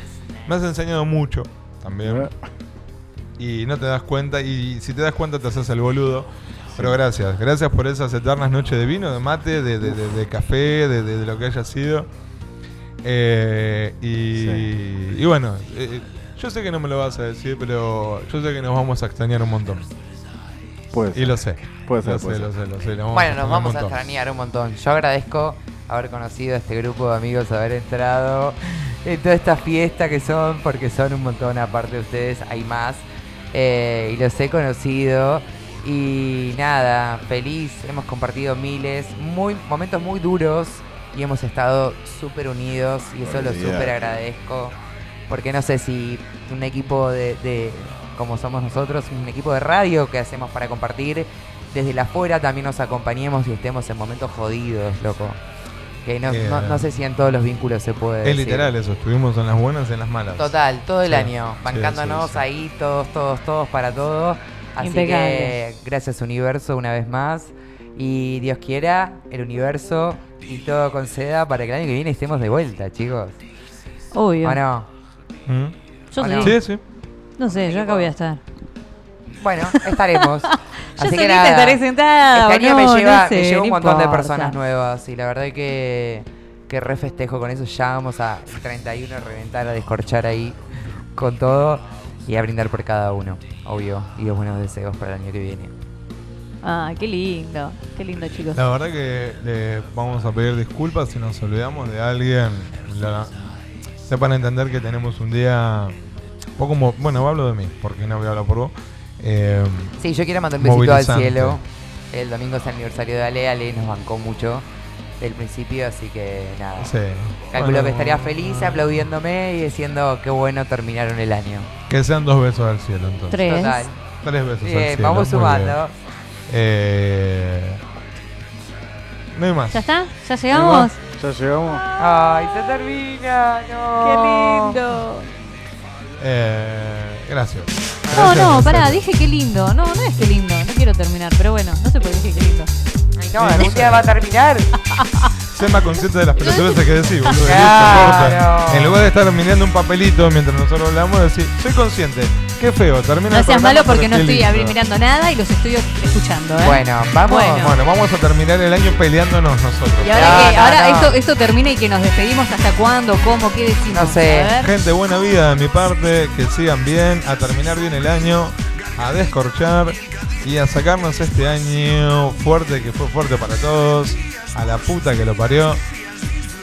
Me has enseñado mucho también. Y no te das cuenta, y si te das cuenta te haces el boludo. Pero gracias, gracias por esas eternas noches de vino, de mate, de, de- de- de café, de, de- de lo que haya sido. Eh, y, y bueno, eh, yo sé que no me lo vas a decir, pero yo sé que nos vamos a extrañar un montón. Pues. Y lo sé. Puede ser, Lo sé, puede lo ser. sé, lo sé, lo Bueno, nos un vamos a montón. extrañar un montón. Yo agradezco haber conocido a este grupo de amigos, haber entrado en toda esta fiesta que son, porque son un montón, aparte de ustedes, hay más. Eh, y los he conocido. Y nada, feliz, hemos compartido miles, muy, momentos muy duros y hemos estado súper unidos y eso lo Olvidate. súper agradezco. Porque no sé si un equipo de, de- como somos nosotros, un equipo de radio que hacemos para compartir, desde la afuera también nos acompañemos y estemos en momentos jodidos, loco. Que no, Eh, no- no sé si en todos los vínculos se puede. Es decir. literal eso, estuvimos en las buenas y en las malas. Total, todo el Sí, año, sí, bancándonos sí, sí. ahí, todos, todos, todos para todos. Así Impecable. que gracias universo una vez más. Y Dios quiera, el universo y todo conceda para que el año que viene estemos de vuelta, chicos. Obvio. ¿O no? Mm. Yo ¿O no? sí. No sé, yo acá voy a estar. Bueno, estaremos. Yo solita estaré sentada, Este año boludo, me lleva, no sé, me lleva un no montón de importa. personas nuevas y la verdad que, que re festejo con eso. Ya vamos a el 31 a reventar, a descorchar ahí con todo y a brindar por cada uno, obvio. Y los buenos deseos para el año que viene. Ah, qué lindo. Qué lindo, chicos. La verdad que le vamos a pedir disculpas si nos olvidamos de alguien. La- sepan entender que tenemos un día... O como, bueno, hablo de mí, porque no voy a hablar por vos. Eh, Sí, yo quiero mandar un besito al movilizante. cielo. El domingo es el aniversario de Ale, Ale nos bancó mucho del principio, así que nada. Sí. Calculo Bueno. que estaría feliz aplaudiéndome y diciendo qué bueno terminaron el año. Que sean dos besos al cielo, entonces. Tres. Total. Tres besos al Bien, cielo. vamos muy sumando. bien. Eh, no hay más. ¿Ya está? ¿Ya llegamos? Ya llegamos. Ay, se termina, no. Qué lindo. Eh, gracias. No, Gracias, no, en pará, serio. dije qué lindo. No, no es qué lindo. No quiero terminar, pero bueno, no sé por qué dije qué lindo. Ay, no, algún día va a terminar. Sé más consciente de las pelotudeces que decís, boludo. que Claro. te importan. En lugar de estar mirando un papelito mientras nosotros hablamos, decís, soy consciente. Qué feo, termina No el seas programa, malo pero porque no qué estoy lindo. abri- mirando nada y los estoy escuchando. ¿eh? Bueno, vamos. Bueno. Bueno, vamos a terminar el año peleándonos nosotros. Y ahora, No, que, no, ahora no. Esto, esto termina y que nos despedimos hasta cuándo, cómo, qué decimos. No sé. A ver. Gente, buena vida de mi parte, que sigan bien, a terminar bien el año, a descorchar y a sacarnos este año fuerte, que fue fuerte para todos, a la puta que lo parió.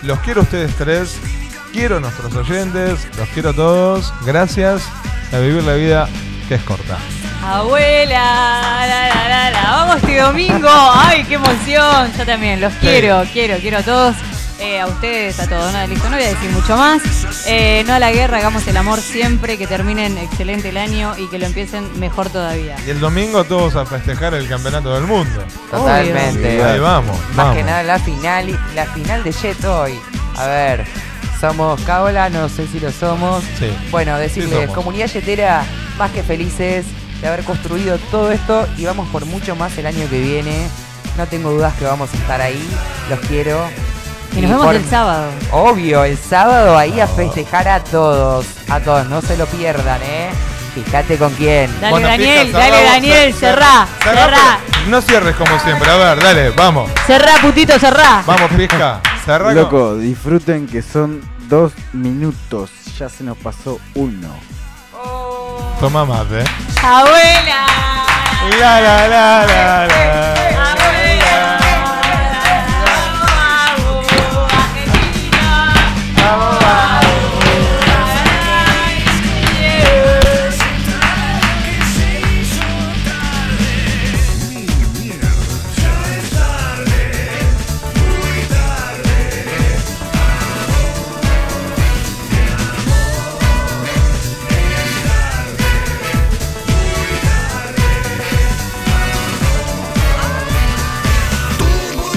Los quiero a ustedes tres, quiero a nuestros oyentes, los quiero a todos, gracias a vivir la vida que es corta. Abuela, la, la, la, la. vamos este domingo. Ay, qué emoción. Yo también los quiero, quiero, quiero a todos. Eh, a ustedes, a todos. No, listo, no voy a decir mucho más. Eh, no a la guerra, hagamos el amor siempre. Que terminen excelente el año y que lo empiecen mejor todavía. Y el domingo todos a festejar el campeonato del mundo. Totalmente. Ahí vamos. Más vamos. que nada la final, y- la final de Jet hoy. A ver, somos Caola, no sé si lo somos. Sí. Bueno, decirles, somos. comunidad Yetera, más que felices de haber construido todo esto y vamos por mucho más el año que viene. No tengo dudas que vamos a estar ahí, los quiero. Y nos vemos por- el sábado. Obvio, el sábado ahí a festejar a todos, a todos, no se lo pierdan, ¿eh? Fíjate con quién. Dale, Daniel, dale, Daniel, cerrá, cerrá, No cierres como siempre, a ver, dale, vamos. cerrá, putito, cerrá. Vamos, Pisca. Cerrá con- Loco, disfruten que son dos minutos. Ya se nos pasó uno. Toma mate. eh. Abuela. La, la, la, la,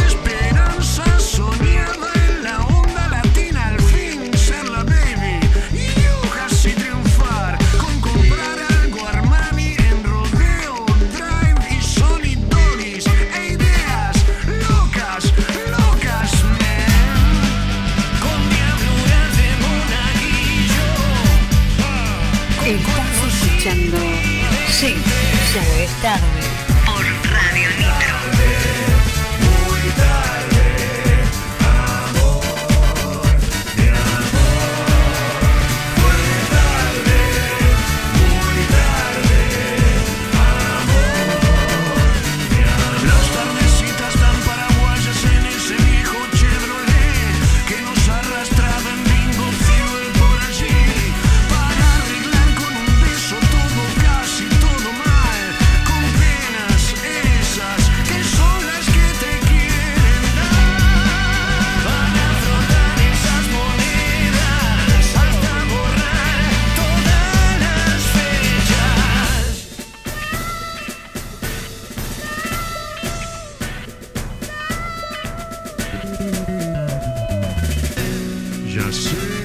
esperanza soñada en la onda latina al fin ser la baby y hojas y triunfar con comprar algo Armani en Rodeo Drive y Sony Doris e ideas locas, locas man. con diabluras de monaguillo Estás escuchando Sí, ya es tarde por Radio Nitro. Las tardecitas tan paraguayas en ese viejo Chevrolet que nos arrastraba en bingo fuel por allí para arreglar con un beso todo casi todo mal con penas esas que son las que te quieren dar para frotar esas monedas hasta borrar todas las fechas. Ya sé